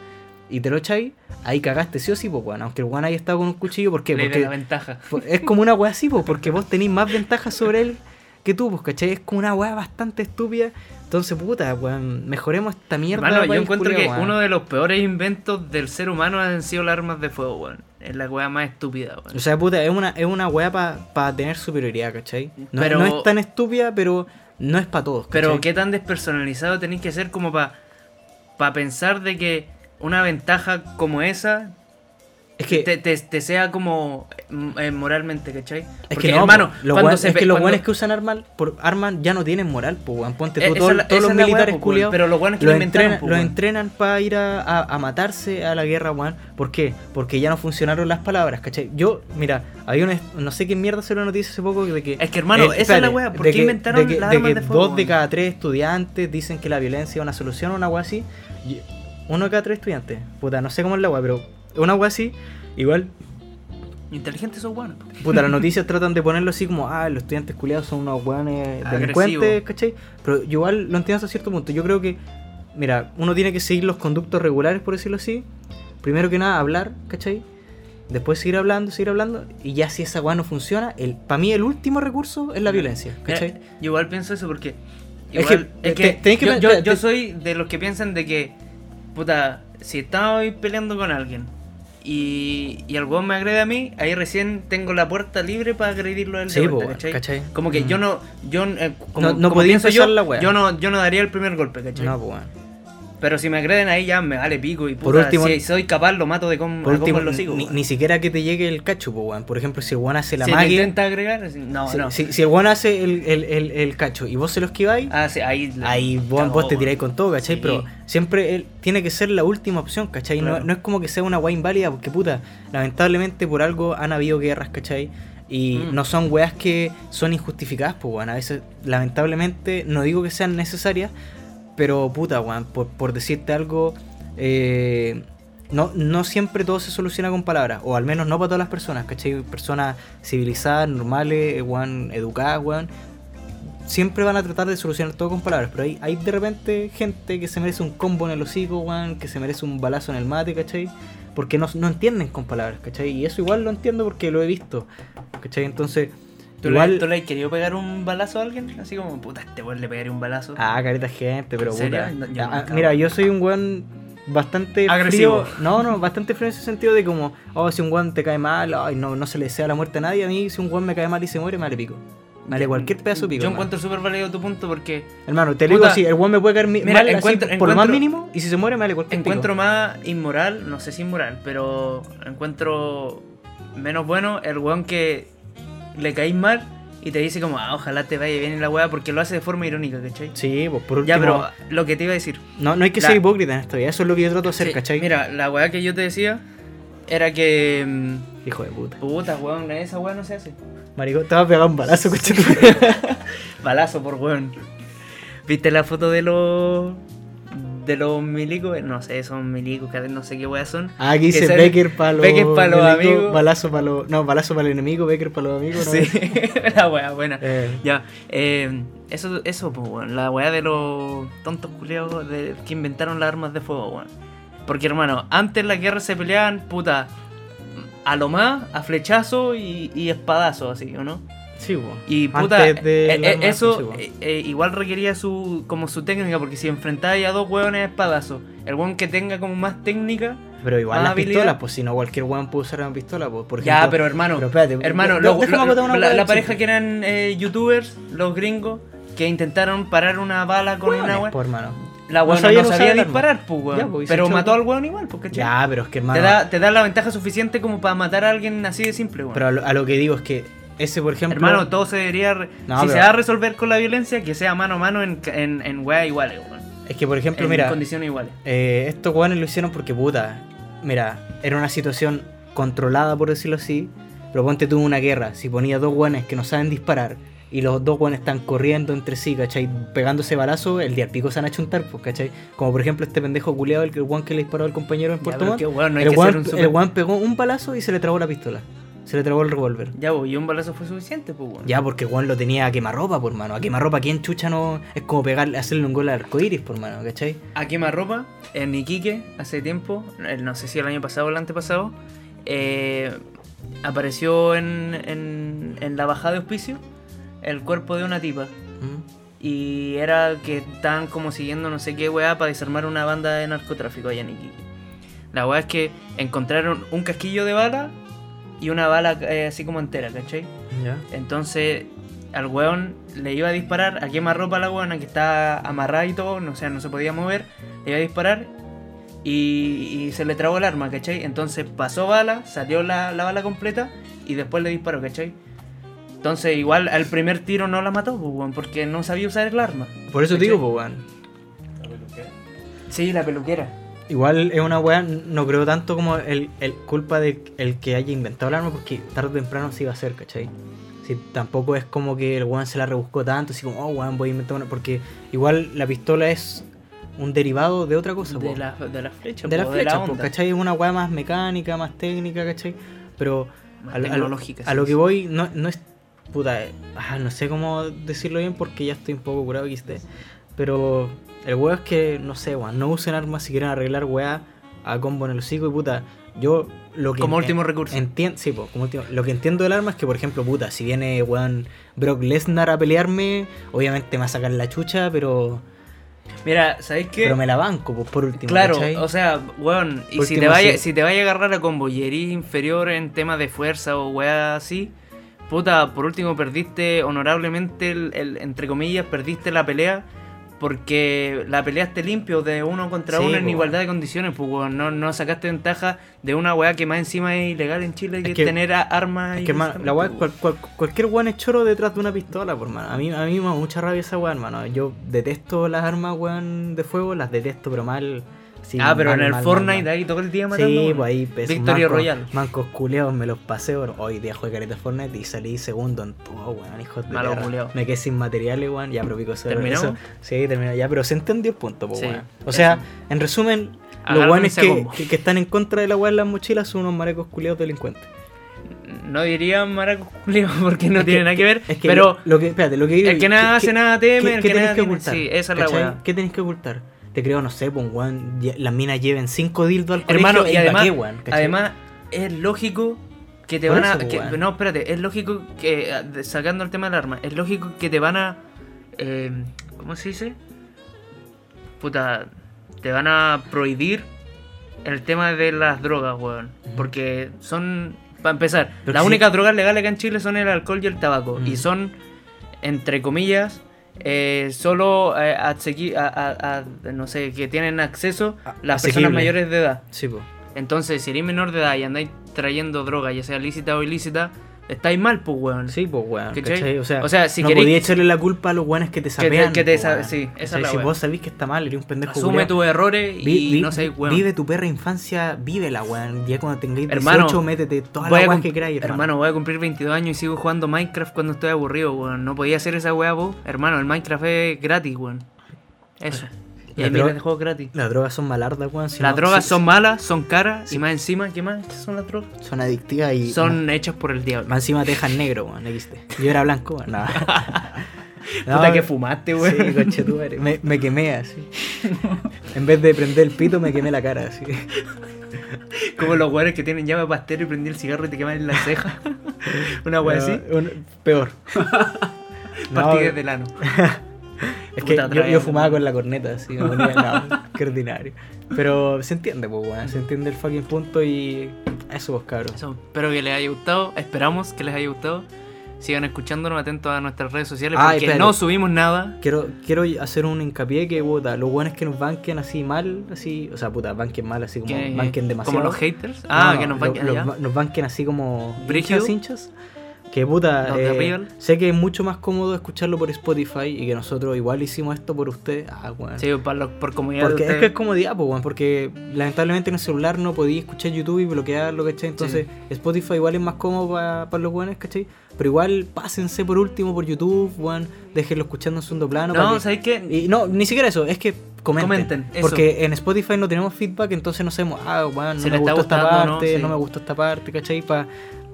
S2: y te lo echáis, ahí cagaste, sí o sí, pues weón. Aunque el weón haya estado con un cuchillo, ¿por qué?
S3: Ley de la
S2: Porque
S3: ventaja.
S2: po- es como una weá así, pues, porque vos tenés más ventajas sobre él que tú, pues, ¿cachai? Es como una weá bastante estúpida. Entonces, puta, weón, mejoremos esta mierda.
S3: Hermano, yo
S2: país
S3: encuentro
S2: culiao,
S3: que
S2: weón.
S3: uno de los peores inventos del ser humano han sido las armas de fuego, weón. Es la weá más estúpida, weón.
S2: O sea, puta, es una, es una weá para tener superioridad, ¿cachai? No,
S3: Pero-
S2: no es tan estúpida, pero no es para todos.
S3: Pero
S2: ¿cachai?
S3: qué tan despersonalizado tenéis que ser como para pensar de que una ventaja como esa
S2: es que
S3: te, te- te sea como mm, eh, moralmente, ¿cachai?
S2: Es
S3: Porque,
S2: que no,
S3: hermano,
S2: po. los
S3: cuando
S2: guan-
S3: se
S2: es
S3: pe-
S2: que los
S3: cuando-
S2: guanes que usan armas, por armas ya no tienen moral, pues, weón. Ponte
S3: Eh,
S2: tú,
S3: esa
S2: todo-
S3: es la-
S2: todos
S3: esa
S2: los
S3: es la weá,
S2: militares
S3: po, weón.
S2: culiados.
S3: Pero los guanes que
S2: lo
S3: lo inventaron,
S2: entrenan,
S3: po,
S2: los
S3: weón.
S2: entrenan para ir a, a- a matarse a la guerra, weón. ¿Por qué? Porque ya no funcionaron las palabras, ¿cachai? Yo, mira, había una, no sé qué mierda se una noticia hace poco de que. eh,
S3: Es que, hermano, esa es la weá, ¿por
S2: de
S3: qué
S2: que-
S3: inventaron
S2: de que-
S3: las
S2: de
S3: armas
S2: que
S3: de fuego,
S2: Dos de
S3: weón?
S2: cada tres estudiantes dicen que la violencia es una solución o una weá así. Y uno de cada tres estudiantes. Puta, no sé cómo es la weá, pero una weá así, igual
S3: Inteligentes son pues. guanes. po.
S2: Puta, las noticias tratan de ponerlo así como, ah, los estudiantes culiados son unos hueones
S3: Agresivos.
S2: delincuentes, ¿cachai? Pero yo igual lo entiendo hasta cierto punto. Yo creo que, mira, uno tiene que seguir los conductos regulares, por decirlo así. Primero que nada, hablar, ¿cachai? Después seguir hablando, seguir hablando. Y ya si esa hueá no funciona, el, para mí el último recurso es la violencia, ¿cachai?
S3: Eh, yo igual pienso eso porque.
S2: Es
S3: igual-
S2: que-
S3: es
S2: te- tenés que
S3: yo,
S2: pen-
S3: yo-
S2: te-
S3: yo
S2: te-
S3: soy de los que piensan de que, puta, si estaba hoy peleando con alguien y, y el weón me agrede a mí, ahí recién tengo la puerta libre para agredirlo a él. de
S2: Sí,
S3: vuelta,
S2: po, weón, ¿cachai?
S3: Como que
S2: Mm.
S3: yo no. Yo, eh, como,
S2: No- no
S3: como
S2: podía
S3: pienso yo,
S2: empezar la wea.
S3: yo no, yo no daría el primer golpe, ¿cachai?
S2: No, pues, weón.
S3: Pero si me agreden ahí ya me vale pico y puta,
S2: Por último-
S3: si soy capaz lo mato de con
S2: Por último,
S3: Mm, lo sigo.
S2: ni, ni siquiera que te llegue el cacho, pues, weón. Por ejemplo, si el hueón hace la
S3: si me
S2: magia.
S3: intenta agregar, así- no,
S2: Si,
S3: no.
S2: si- si el hueón hace el, el- el- el cacho y vos se lo esquiváis,
S3: Ah, sí, ahí,
S2: Ahí vos,
S3: No,
S2: vos te
S3: weón.
S2: tiráis con todo, ¿cachai?
S3: Sí.
S2: Pero siempre él tiene que ser la última opción, ¿cachai? No-
S3: Claro.
S2: No, es como que sea una weá inválida, porque puta, lamentablemente por algo han habido guerras, ¿cachai? Y
S3: Mm.
S2: no son weas que son injustificadas, pues weón. A veces, lamentablemente, no digo que sean necesarias, pero puta, weón, por, por decirte algo, eh, no, no siempre todo se soluciona con palabras, o al menos no para todas las personas, ¿cachai? Personas civilizadas, normales, eh, weón, educadas, weón. siempre van a tratar de solucionar todo con palabras, pero hay, hay de repente gente que se merece un combo en el hocico, weón, que se merece un balazo en el mate, ¿cachai? Porque no, no entienden con palabras, ¿cachai? Y eso igual lo entiendo porque lo he visto, ¿cachai? Entonces,
S3: ¿Tú, le,
S2: igual...
S3: tú le has querido pegar un balazo a alguien? Así como, puta, este weón le pegaría un balazo.
S2: Ah, careta gente, pero
S3: ¿En serio?
S2: puta.
S3: No, yo
S2: Ah,
S3: nunca,
S2: mira,
S3: weón.
S2: yo soy un weón bastante
S3: Agresivo.
S2: frío. No, no, bastante frío en ese sentido de como, oh, si un weón te cae mal, ay, no, no se le desea la muerte a nadie. A mí, si un weón me cae mal y se muere, me vale pico. Me vale cualquier pedazo de pico.
S3: Yo
S2: hermano.
S3: encuentro súper válido tu punto porque
S2: Hermano, te lo
S3: Puta.
S2: digo así, el weón me puede caer mi-
S3: Mira,
S2: mal así,
S3: encuentro-
S2: por lo más
S3: encuentro-
S2: mínimo y si se muere me vale cualquier
S3: encuentro
S2: pico.
S3: más inmoral, no sé si inmoral, pero encuentro menos bueno el weón que le caís mal y te dice como, ah, ojalá te vaya bien en la weá porque lo hace de forma irónica, ¿cachai?
S2: Sí, pues por último.
S3: Ya, pero lo que te iba a decir.
S2: no, no hay que
S3: la-
S2: ser hipócrita en esta vida, eso es lo que yo trato de hacer,
S3: Sí,
S2: ¿cachai?
S3: Mira, la weá que yo te decía era que... mm,
S2: Hijo de puta.
S3: Puta, weón, esa weá no se hace.
S2: Maricón, te vas a pegar un
S3: [LAUGHS]
S2: balazo, coche.
S3: Balazo por weón. ¿Viste la foto de los... De los milicos? No sé, son milicos, que no sé qué weá son.
S2: Ah, Aquí
S3: Que
S2: dice
S3: sale-
S2: Becker para los
S3: Becker pa' los
S2: enemigos,
S3: amigos.
S2: Balazo para los. No, balazo para el enemigo, Becker para los amigos. ¿no?
S3: Sí, [LAUGHS] la weá buena.
S2: Eh,
S3: Ya, eh, eso, eso, pues, weón. La weá de los tontos culiados de- que inventaron las armas de fuego, weón. Porque, hermano, antes en la guerra se peleaban, puta, a lo más, a flechazo y, y espadazo, así, ¿o no?
S2: sí, po.
S3: Y, puta,
S2: Antes de
S3: eh,
S2: la
S3: eh,
S2: arma, sí,
S3: eso
S2: po.
S3: eh, eh, igual requería su como su técnica, porque si enfrentáis a dos weones, espadazo. El weón que tenga como más técnica.
S2: Pero igual
S3: más
S2: las
S3: habilidad.
S2: pistolas, pues si no cualquier weón puede usar una pistola, pues. Por
S3: ya,
S2: ejemplo-
S3: pero hermano.
S2: pero espérate,
S3: Hermano,
S2: de-
S3: lo-
S2: déjame
S3: lo-
S2: acotar una
S3: la,
S2: hueá
S3: la
S2: del
S3: pareja
S2: chiste.
S3: que eran eh, youtubers, los gringos, que intentaron parar una bala con
S2: Hueones,
S3: una wea.
S2: po, hermano.
S3: La
S2: No
S3: weona no
S2: sabían
S3: sabía,
S2: usar el arma.
S3: disparar, pues, weón.
S2: Ya, pues, y se
S3: pero
S2: echó,
S3: mató
S2: pues.
S3: al weón igual, pues, ¿cachai?
S2: Ya, pero es que hermano.
S3: te, da, te da la ventaja suficiente como para matar a alguien así de simple, weón.
S2: Pero a lo, a lo que digo es que ese, por ejemplo.
S3: Hermano, todo se debería. re-
S2: No,
S3: si
S2: pero-
S3: se va a resolver con la violencia, que sea mano a mano en, en, en weas iguales, weón.
S2: Es que, por ejemplo,
S3: en
S2: mira.
S3: condiciones iguales.
S2: Eh, estos weones lo hicieron porque puta. Mira, era una situación controlada, por decirlo así. Pero ponte tú una guerra. Si ponía dos weones que no saben disparar y los dos weones están corriendo entre sí, ¿cachai? Pegándose balazo, el día al pico se van a chuntar, pues, ¿cachai? Como por ejemplo este pendejo culeado, el que- el weón que le disparó al compañero en
S3: Ya,
S2: Puerto
S3: pero
S2: Montt.
S3: qué weón, no hay
S2: el,
S3: que
S2: weón-
S3: ser un super-
S2: el weón pegó un balazo y se le trabó la pistola. Se le trabó el revólver.
S3: Ya, pues, y un balazo fue suficiente, pues, weón.
S2: Ya, porque el weón lo tenía a quemarropa, por mano. A quemarropa, ¿quién chucha no? Es como pegarle, hacerle un gol al arcoiris, por mano, ¿cachai?
S3: a quemarropa en Iquique hace tiempo, eh, no sé si el año pasado o el antepasado, eh, apareció en, en- en la bajada de hospicio el cuerpo de una tipa.
S2: ¿Mm?
S3: Y era que estaban como siguiendo no sé qué weá para desarmar una banda de narcotráfico allá en Iquique. La weá es que encontraron un casquillo de bala y una bala eh, así como entera, ¿cachai?
S2: Ya.
S3: Entonces, al weón le iba a disparar a quemarropa a la weona que estaba amarrada y todo, no, o sea, no se podía mover, le iba a disparar y, y se le trabó el arma, ¿cachai? Entonces pasó bala, salió la, la bala completa y después le disparó, ¿cachai? Entonces, igual al primer tiro no la mató, pues, weón, porque no sabía usar el arma.
S2: Por eso te
S3: ¿Cachai?
S2: digo, pues, weón.
S3: Sí, la peluquera.
S2: Igual es una weá, no creo tanto como el, el culpa de el que haya inventado el arma, porque tarde o temprano se iba a hacer, ¿cachai? Si tampoco es como que el weón se la rebuscó tanto, así como, oh weón, voy a inventar una. Porque igual la pistola es un derivado de otra cosa, pues.
S3: De
S2: po.
S3: la, de la flecha,
S2: de
S3: po,
S2: la flecha, po,
S3: onda.
S2: ¿cachai? Es una weá más mecánica, más técnica, ¿cachai? Pero
S3: Más
S2: a, lo- a lo,
S3: tecnológica,
S2: a
S3: sí,
S2: lo
S3: sí.
S2: que voy no, no es puta eh, ah, no sé cómo decirlo bien porque ya estoy un poco curado quiste pero el huevo es que no sé weón, no usen armas si quieren arreglar weá a combo en el hocico y puta yo lo que
S3: Como último recurso.
S2: Entiendo, sí, po, como último- lo que entiendo del arma es que, por ejemplo, puta, si viene weón Brock Lesnar a pelearme, obviamente me va a sacar la chucha, pero,
S3: Mira, ¿sabéis qué?
S2: pero me la banco, pues, por último.
S3: Claro,
S2: ¿cachai?
S3: o sea, weón, y si
S2: Último,
S3: te, vaya,
S2: sí.
S3: si te vaya a agarrar a combo y erís inferior en temas de fuerza o weá así, puta, por último perdiste honorablemente, el, el- entre comillas, perdiste la pelea porque la peleaste limpio de uno contra
S2: Sí,
S3: uno en
S2: po,
S3: igualdad de condiciones, pues weón, no, no sacaste ventaja de una weá que más encima es ilegal en Chile que,
S2: que-
S3: tener a- armas.
S2: Es
S3: y pues,
S2: que, hermano, la weá, cual- cual- cualquier weón es choro detrás de una pistola, por mano. A mí, a mí me da mucha rabia esa weá, hermano. Yo detesto las armas, weón, de fuego, las detesto, pero mal. sí,
S3: Ah, pero
S2: mal,
S3: en el
S2: mal,
S3: Fortnite
S2: mal, mal.
S3: ahí todo el día matando.
S2: Sí,
S3: weón.
S2: pues ahí pues,
S3: Victoria
S2: mancos-
S3: Royal.
S2: Mancos culeos me los pasé, bro. Hoy día jugué careta Fortnite y salí segundo en todo, weón, hijos de
S3: Malo
S2: perra.
S3: culeo.
S2: Me quedé sin materiales, weón. Ya, pero pico eso.
S3: ¿Terminamos?
S2: eso- Sí, terminó. Ya, pero se entendió el punto, pues,
S3: Sí,
S2: weón.
S3: eso.
S2: O sea, en resumen, los
S3: Agarren
S2: weones
S3: ese
S2: que,
S3: combo.
S2: que, que están en contra de la weá en las mochilas son unos marecos culeos delincuentes.
S3: No diría maracos culiao, [LAUGHS] porque no tiene nada que ver.
S2: Es que
S3: pero
S2: lo que, espérate, lo que digo
S3: el que
S2: yo,
S3: nada hace nada teme, el que
S2: tenés
S3: nada
S2: que
S3: tiene-
S2: ocultar?
S3: sí, esa es la
S2: ¿Cachai?
S3: weá.
S2: ¿Qué tenés que ocultar? Te creo, no sé, pues, weón, ya- las minas lleven cinco dildos al
S3: Hermano,
S2: colegio,
S3: y
S2: ¿pa'
S3: además,
S2: qué, weón? ¿Cachai?
S3: además es lógico que te
S2: Por
S3: van
S2: eso,
S3: a. que-
S2: weón.
S3: no, espérate, es lógico que. ah, de- Sacando el tema del arma, es lógico que te van a. eh, ¿Cómo se dice? Puta, te van a prohibir el tema de las drogas, weón.
S2: Ujú.
S3: Porque son. Para empezar,
S2: Pero
S3: las
S2: sí.
S3: únicas drogas legales acá en Chile son el alcohol y el tabaco.
S2: Mm.
S3: Y son, entre comillas. eh, solo eh, asequi- a- a- a- no sé que tienen acceso
S2: A-
S3: las
S2: asequible.
S3: personas mayores de edad
S2: Sí, pues.
S3: entonces, si eres menor de edad y andáis trayendo droga, ya sea lícita o ilícita, estáis mal, pues, weón.
S2: Sí, pues, weón.
S3: ¿Cachai?
S2: ¿cachai? O sea,
S3: O sea, si
S2: no
S3: queréis-
S2: podía echarle la culpa a los weones que te
S3: te-
S2: sapean.
S3: que te
S2: po,
S3: sa-
S2: weón.
S3: sí, esa es
S2: ¿Cachai?
S3: la
S2: Si
S3: weá.
S2: vos sabís que está mal, eres un pendejo
S3: Asume
S2: pues, culiao.
S3: tus errores
S2: Vi-
S3: y
S2: vi-
S3: no seas weón.
S2: Vive tu perra infancia, vive la weón. Ya cuando tengáis 18,
S3: Hermano,
S2: métete todas
S3: Voy
S2: las
S3: a
S2: weas
S3: cum-
S2: que queráis, hermano.
S3: voy a cumplir 22 años y sigo jugando Minecraft cuando estoy aburrido, weón. No podía hacer esa weá vos. Hermano, el Minecraft es gratis, weón.
S2: [LAUGHS]
S3: Eso. Y
S2: La
S3: hay miles
S2: droga-
S3: de juegos gratis.
S2: Las drogas son malardas, weón. si
S3: las
S2: no-
S3: drogas
S2: si-
S3: son malas, son caras
S2: Sí.
S3: y más encima, ¿qué más son las drogas?
S2: son adictivas y.
S3: Son hechas por el diablo.
S2: Más encima te dejan negro, weón. XD. Yo era blanco, weón.
S3: [LAUGHS]
S2: No.
S3: Puta que fumaste, weón.
S2: eh, Sí, conche tu madre. Me, me quemé así. en vez de prender el pito, me quemé la cara así.
S3: [LAUGHS] Como los weones que tienen llave pastero y prendí el cigarro y te queman en la
S2: [LAUGHS]
S3: ceja. Una wea así.
S2: Pero, un- peor. No,
S3: Partidas del ano.
S2: es que
S3: Puta,
S2: yo,
S3: otra
S2: yo
S3: vez.
S2: fumaba con la corneta, así, me ponía, no, [LAUGHS] qué ordinario. Pero se entiende, pues, weón, se entiende el fucking punto y eso, pues, cabrón.
S3: Eso, espero que les haya gustado. Esperamos que les haya gustado. Sigan escuchándonos atentos a nuestras redes sociales
S2: Ah,
S3: porque
S2: espérate.
S3: no subimos nada.
S2: Quiero, quiero hacer un hincapié que, puta, los weones que nos banquen así mal, así, o sea, puta, banquen mal, así como,
S3: que-
S2: banquen demasiado.
S3: Como los haters. Ah,
S2: No,
S3: que
S2: no,
S3: nos
S2: lo-
S3: banquen
S2: los
S3: allá.
S2: ba- nos banquen así como
S3: ¿Brígido?
S2: hinchas, hinchas. Que puta,
S3: Los de
S2: eh,
S3: Rival.
S2: sé que es mucho más cómodo escucharlo por Spotify y que nosotros igual hicimos esto por usted. Ah, weón.
S3: Sí, para los- por comunidad. de
S2: Porque es
S3: ustedes.
S2: que es comodidad, pues, weón, porque lamentablemente en el celular no podía escuchar YouTube y bloquearlo, ¿cachai? Entonces, Spotify igual es más cómodo para los weones, ¿cachai? Pero igual pásense por último por YouTube, weón, déjenlo escuchando en segundo plano. para
S3: No,
S2: que-
S3: ¿sabes qué?
S2: y no, ni siquiera eso, es que comenten.
S3: Comenten, eso.
S2: Porque en Spotify no tenemos feedback, entonces no sabemos, ah, weón, no
S3: Si
S2: me
S3: les está
S2: gustó esta
S3: gustando,
S2: parte,
S3: ¿no?
S2: ¿no?
S3: Sí.
S2: me gustó esta parte, ¿cachai? Pa...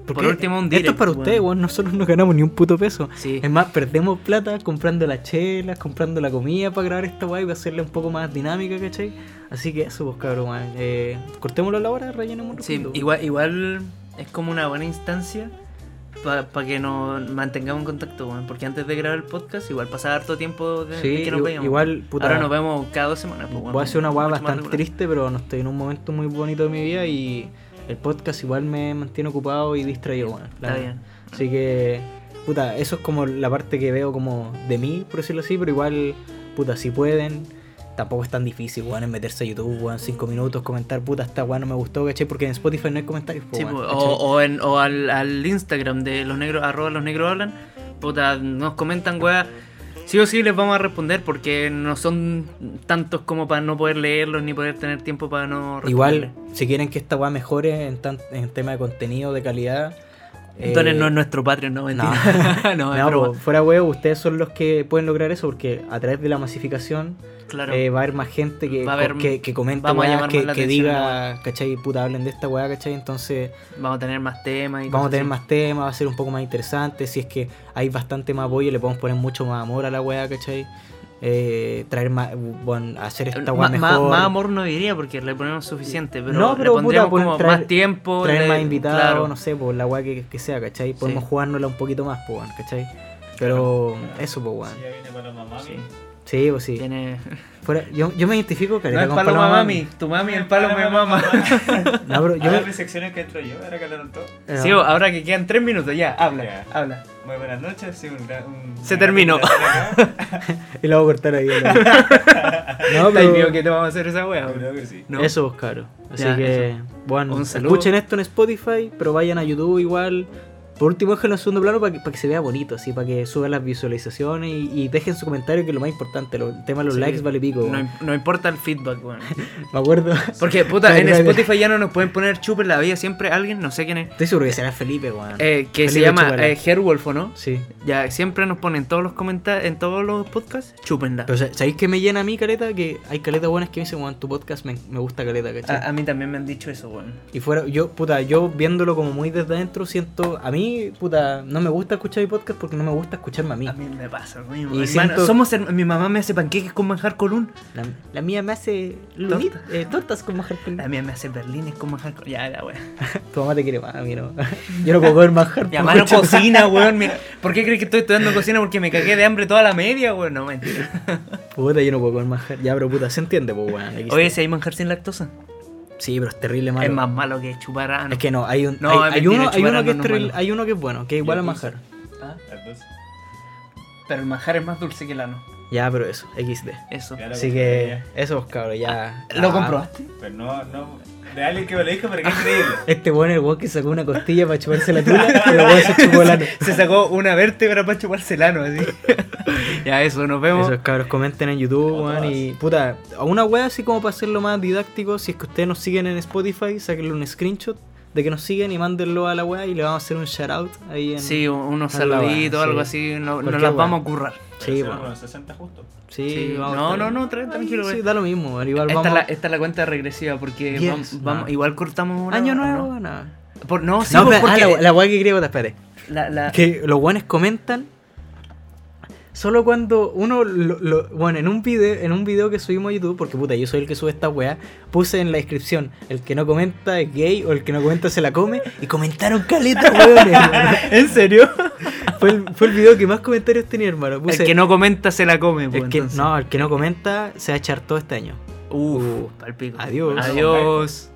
S2: porque
S3: último, un
S2: Esto
S3: direct,
S2: es para ustedes,
S3: weón.
S2: weón, nosotros no ganamos ni un puto peso.
S3: Sí.
S2: Es más, perdemos plata comprando las chelas, comprando la comida para grabar esta weá y para hacerla un poco más dinámica, ¿cachai? Así que eso, pues cabrón, weón. Eh, cortémoslo a la hora, rellenemos un
S3: Sí,
S2: ratito.
S3: igual, igual es como una buena instancia para que nos mantengamos en contacto, weón, porque antes de grabar el podcast igual pasaba harto tiempo de,
S2: Sí,
S3: de eh, que nos
S2: i-
S3: veíamos.
S2: igual, puta.
S3: Ahora nos vemos cada dos semanas. Pues, weón,
S2: Voy a hacer una weá
S3: mucho más
S2: bastante
S3: regular.
S2: triste, pero no estoy en un momento muy bonito de mi vida y el podcast igual me mantiene ocupado y distraído, weón. la
S3: Está
S2: verdad.
S3: bien.
S2: Así que, puta, eso es como la parte que veo como de mí, por decirlo así, pero igual, puta, si pueden, tampoco es tan difícil, weón, es meterse a YouTube, weón, cinco minutos, comentar, puta, esta weón no me gustó, ¿cachai? Porque en Spotify no hay comentarios, po,
S3: Sí,
S2: weón,
S3: pues, o,
S2: ¿cachai?
S3: o en- o al, al Instagram de los negros, arroba los negros hablan, puta, nos comentan, weá. Sí o sí les vamos a responder porque no son tantos como para no poder leerlos ni poder tener tiempo para no responderles.
S2: Igual, si quieren que esta weá mejore en, tan- en tema de contenido, de calidad... eh,
S3: Entonces no es nuestro Patreon, no, mentira. [LAUGHS] No, es
S2: no,
S3: broma.
S2: po, fuera huevo, ustedes son los que pueden lograr eso porque a través de la masificación
S3: Claro.
S2: eh, va a haber más gente que,
S3: Va a haber-
S2: que, que comenta,
S3: vamos a
S2: weá,
S3: llamar más
S2: que,
S3: la
S2: que
S3: atención,
S2: diga, ¿cachai? Puta, hablen de esta weá, ¿cachai? Entonces,
S3: Vamos a tener más temas y
S2: Vamos a
S3: cosas
S2: tener
S3: así.
S2: más temas, va a ser un poco más interesante. Si es que hay bastante más apoyo, le podemos poner mucho más amor a la weá, ¿cachai? Eh, traer más. Bueno, hacer esta weá
S3: Eh, Ma- ma-
S2: mejor.
S3: más amor no diría porque le ponemos suficiente, pero,
S2: No, pero,
S3: le pondríamos
S2: puta, poner-
S3: como
S2: traer-
S3: más tiempo.
S2: traer
S3: le-
S2: más invitados,
S3: claro.
S2: no sé, por la weá que, que sea, ¿cachai? Podemos
S3: Sí.
S2: jugárnosla un poquito más, pues, weón, ¿cachai? Pero eso, pues,
S5: Sí,
S2: weón.
S5: ya viene para la mamá.
S3: Sí.
S5: mi.
S2: Sí, pues sí.
S3: Tiene...
S2: Fuera- yo, yo me identifico,
S3: No
S2: careta,
S3: el
S2: con
S3: palo
S2: Paloma
S3: mami, tu mami el palo me mama.
S2: [LAUGHS] Mami.
S3: [LAUGHS]
S2: No, pero yo.
S5: Ahora
S2: me-
S5: mis secciones que entro yo, ahora que hablaron todos.
S2: eh,
S3: Sí, ahora que quedan tres minutos, ya, habla,
S5: Ya.
S3: habla.
S5: Muy buenas noches, sí, un, gran- un-
S3: Se terminó.
S2: y lo voy a cortar ahí.
S3: [LAUGHS]
S2: ¿no? no,
S3: ¿Estáis
S2: pero.
S3: viendo que te vamos a hacer esa wea?
S5: Yo
S3: bro?
S5: creo que sí.
S3: No.
S2: Eso, Oscaro. Así
S3: Ya,
S2: que, bueno,
S3: Un saludo.
S2: escuchen esto en Spotify, pero vayan a YouTube igual. Por último, déjenlo en segundo plano para que, para que se vea bonito, así, para que suban las visualizaciones y, y dejen su comentario, que es lo más importante. lo- el tema de los
S3: Sí.
S2: likes vale pico.
S3: No,
S2: weón.
S3: im- no importa el feedback,
S2: [LAUGHS]
S3: weón. [LAUGHS]
S2: Me acuerdo.
S3: Porque, puta,
S2: Claro,
S3: en
S2: claro.
S3: Spotify ya no nos pueden poner chupa en la vida siempre alguien, no sé quién es,
S2: Estoy seguro que será Felipe, weón.
S3: eh, que se
S2: Felipe
S3: llama
S2: Chúpala.
S3: eh, Herwolf, ¿o no?
S2: Sí.
S3: Ya siempre nos ponen todos los comentarios, en todos los podcasts, chúpenla.
S2: Pero sa- ¿sabéis que me llena a mí, Caleta? Que hay Caleta buenas que me dicen, weón, tu podcast me, me gusta Caleta, ¿cachai?
S3: A, a mí también me han dicho eso, weón.
S2: Y fuera, yo, puta, yo viéndolo como muy desde adentro, siento, a mí, puta, no me gusta escuchar mi podcast porque no me gusta escucharme a mí.
S3: A mí me pasa, lo mismo,
S2: Y
S3: hermano.
S2: siento-
S3: Somos her- mi mamá me hace panqueques con manjar colún.
S2: La, la mía me hace
S3: Torta.
S2: lunit- eh, tortas con manjar con-
S3: La mía me hace berlines con manjar colún. Ya, la weón.
S2: Tu mamá te quiere más, a mí no. [LAUGHS] Yo no puedo comer manjar.
S3: Mi
S2: por
S3: mamá no
S2: mucho.
S3: cocina, weón. Mi- ¿Por qué crees que estoy estudiando cocina? Porque me cagué de hambre toda la media, weón. No, mentira.
S2: Puta, yo no puedo comer manjar. Ya, pero puta, se entiende, pues, weón. aquí
S3: Oye,
S2: está.
S3: si hay manjar sin lactosa.
S2: Sí, pero es terrible
S3: Es
S2: malo.
S3: más malo que chupar ah,
S2: Es que no, hay, un,
S3: No,
S2: hay,
S3: es mentira,
S2: hay uno, hay, uno
S3: chuparano
S2: que es
S3: no es
S2: terrible-
S3: malo.
S2: hay uno que es bueno, que es igual a manjar.
S3: Ah,
S5: Las dos.
S3: Pero el manjar es más dulce que el ano.
S2: Ya, pero eso, XD.
S3: Eso.
S5: Ya la
S2: Así que,
S5: compré
S2: eso, pues, cabrón, ya.
S3: ¿Lo [LAUGHS]
S2: Ah,
S3: comprobaste?
S5: ya. Pero no, no. De alguien que me lo dijo, pero qué increíble.
S2: Este weón es el weón que sacó una costilla para chuparse la tula, [LAUGHS] pero weón se chupó la
S3: Se sacó una vértebra para chuparse el ano, así. [LAUGHS] ya, eso, nos vemos.
S2: Esos cabros comenten en YouTube,
S5: O
S2: weón. Y puta, a una wea así como para hacerlo más didáctico, si es que ustedes nos siguen en Spotify, sáquenle un screenshot de que nos siguen y mándenlo a la wea y le vamos a hacer un shout out ahí en.
S3: Sí, un- unos
S2: Hazla, weón,
S3: saluditos,
S2: sí.
S3: algo así. No, nos
S2: Cualquier
S3: las
S2: weón.
S3: vamos a currar.
S5: Pero
S2: sí,
S5: hicieron
S2: weón.
S5: unos 60 justo.
S2: sí,
S3: Sí,
S2: vamos a
S3: no,
S2: estar-
S3: no, no, tra- tranquilo,
S2: Sí,
S3: weón.
S2: da lo mismo, weón. Igual
S3: Esta,
S2: vamos.
S3: es la, esta es la cuenta regresiva porque
S2: Yes,
S3: vam-
S2: no.
S3: vamos- igual cortamos una-
S2: Año
S3: ¿no?
S2: nuevo, no.
S3: Por- Ah. no, sí,
S2: No,
S3: pues,
S2: pero- ah,
S3: porque
S2: la, la wea que quería votar, espérate.
S3: la- la-
S2: Que los weones comentan. Solo cuando uno lo, lo- bueno, en un video, en un video que subimos a YouTube, porque puta, yo soy el que sube esta weá, puse en la descripción, el que no comenta es gay o el que no comenta se la come, y comentaron caleta, weones.
S3: [LAUGHS]
S2: ¿En serio? Fue el, fue el video que más comentarios tenía, hermano.
S3: el
S2: Puse,
S3: que no comenta se la come, pues,
S2: el que-
S3: entonces.
S2: no, el que no comenta se va a echar todo este año.
S3: Uf, palpico.
S2: Adiós.
S3: Adiós.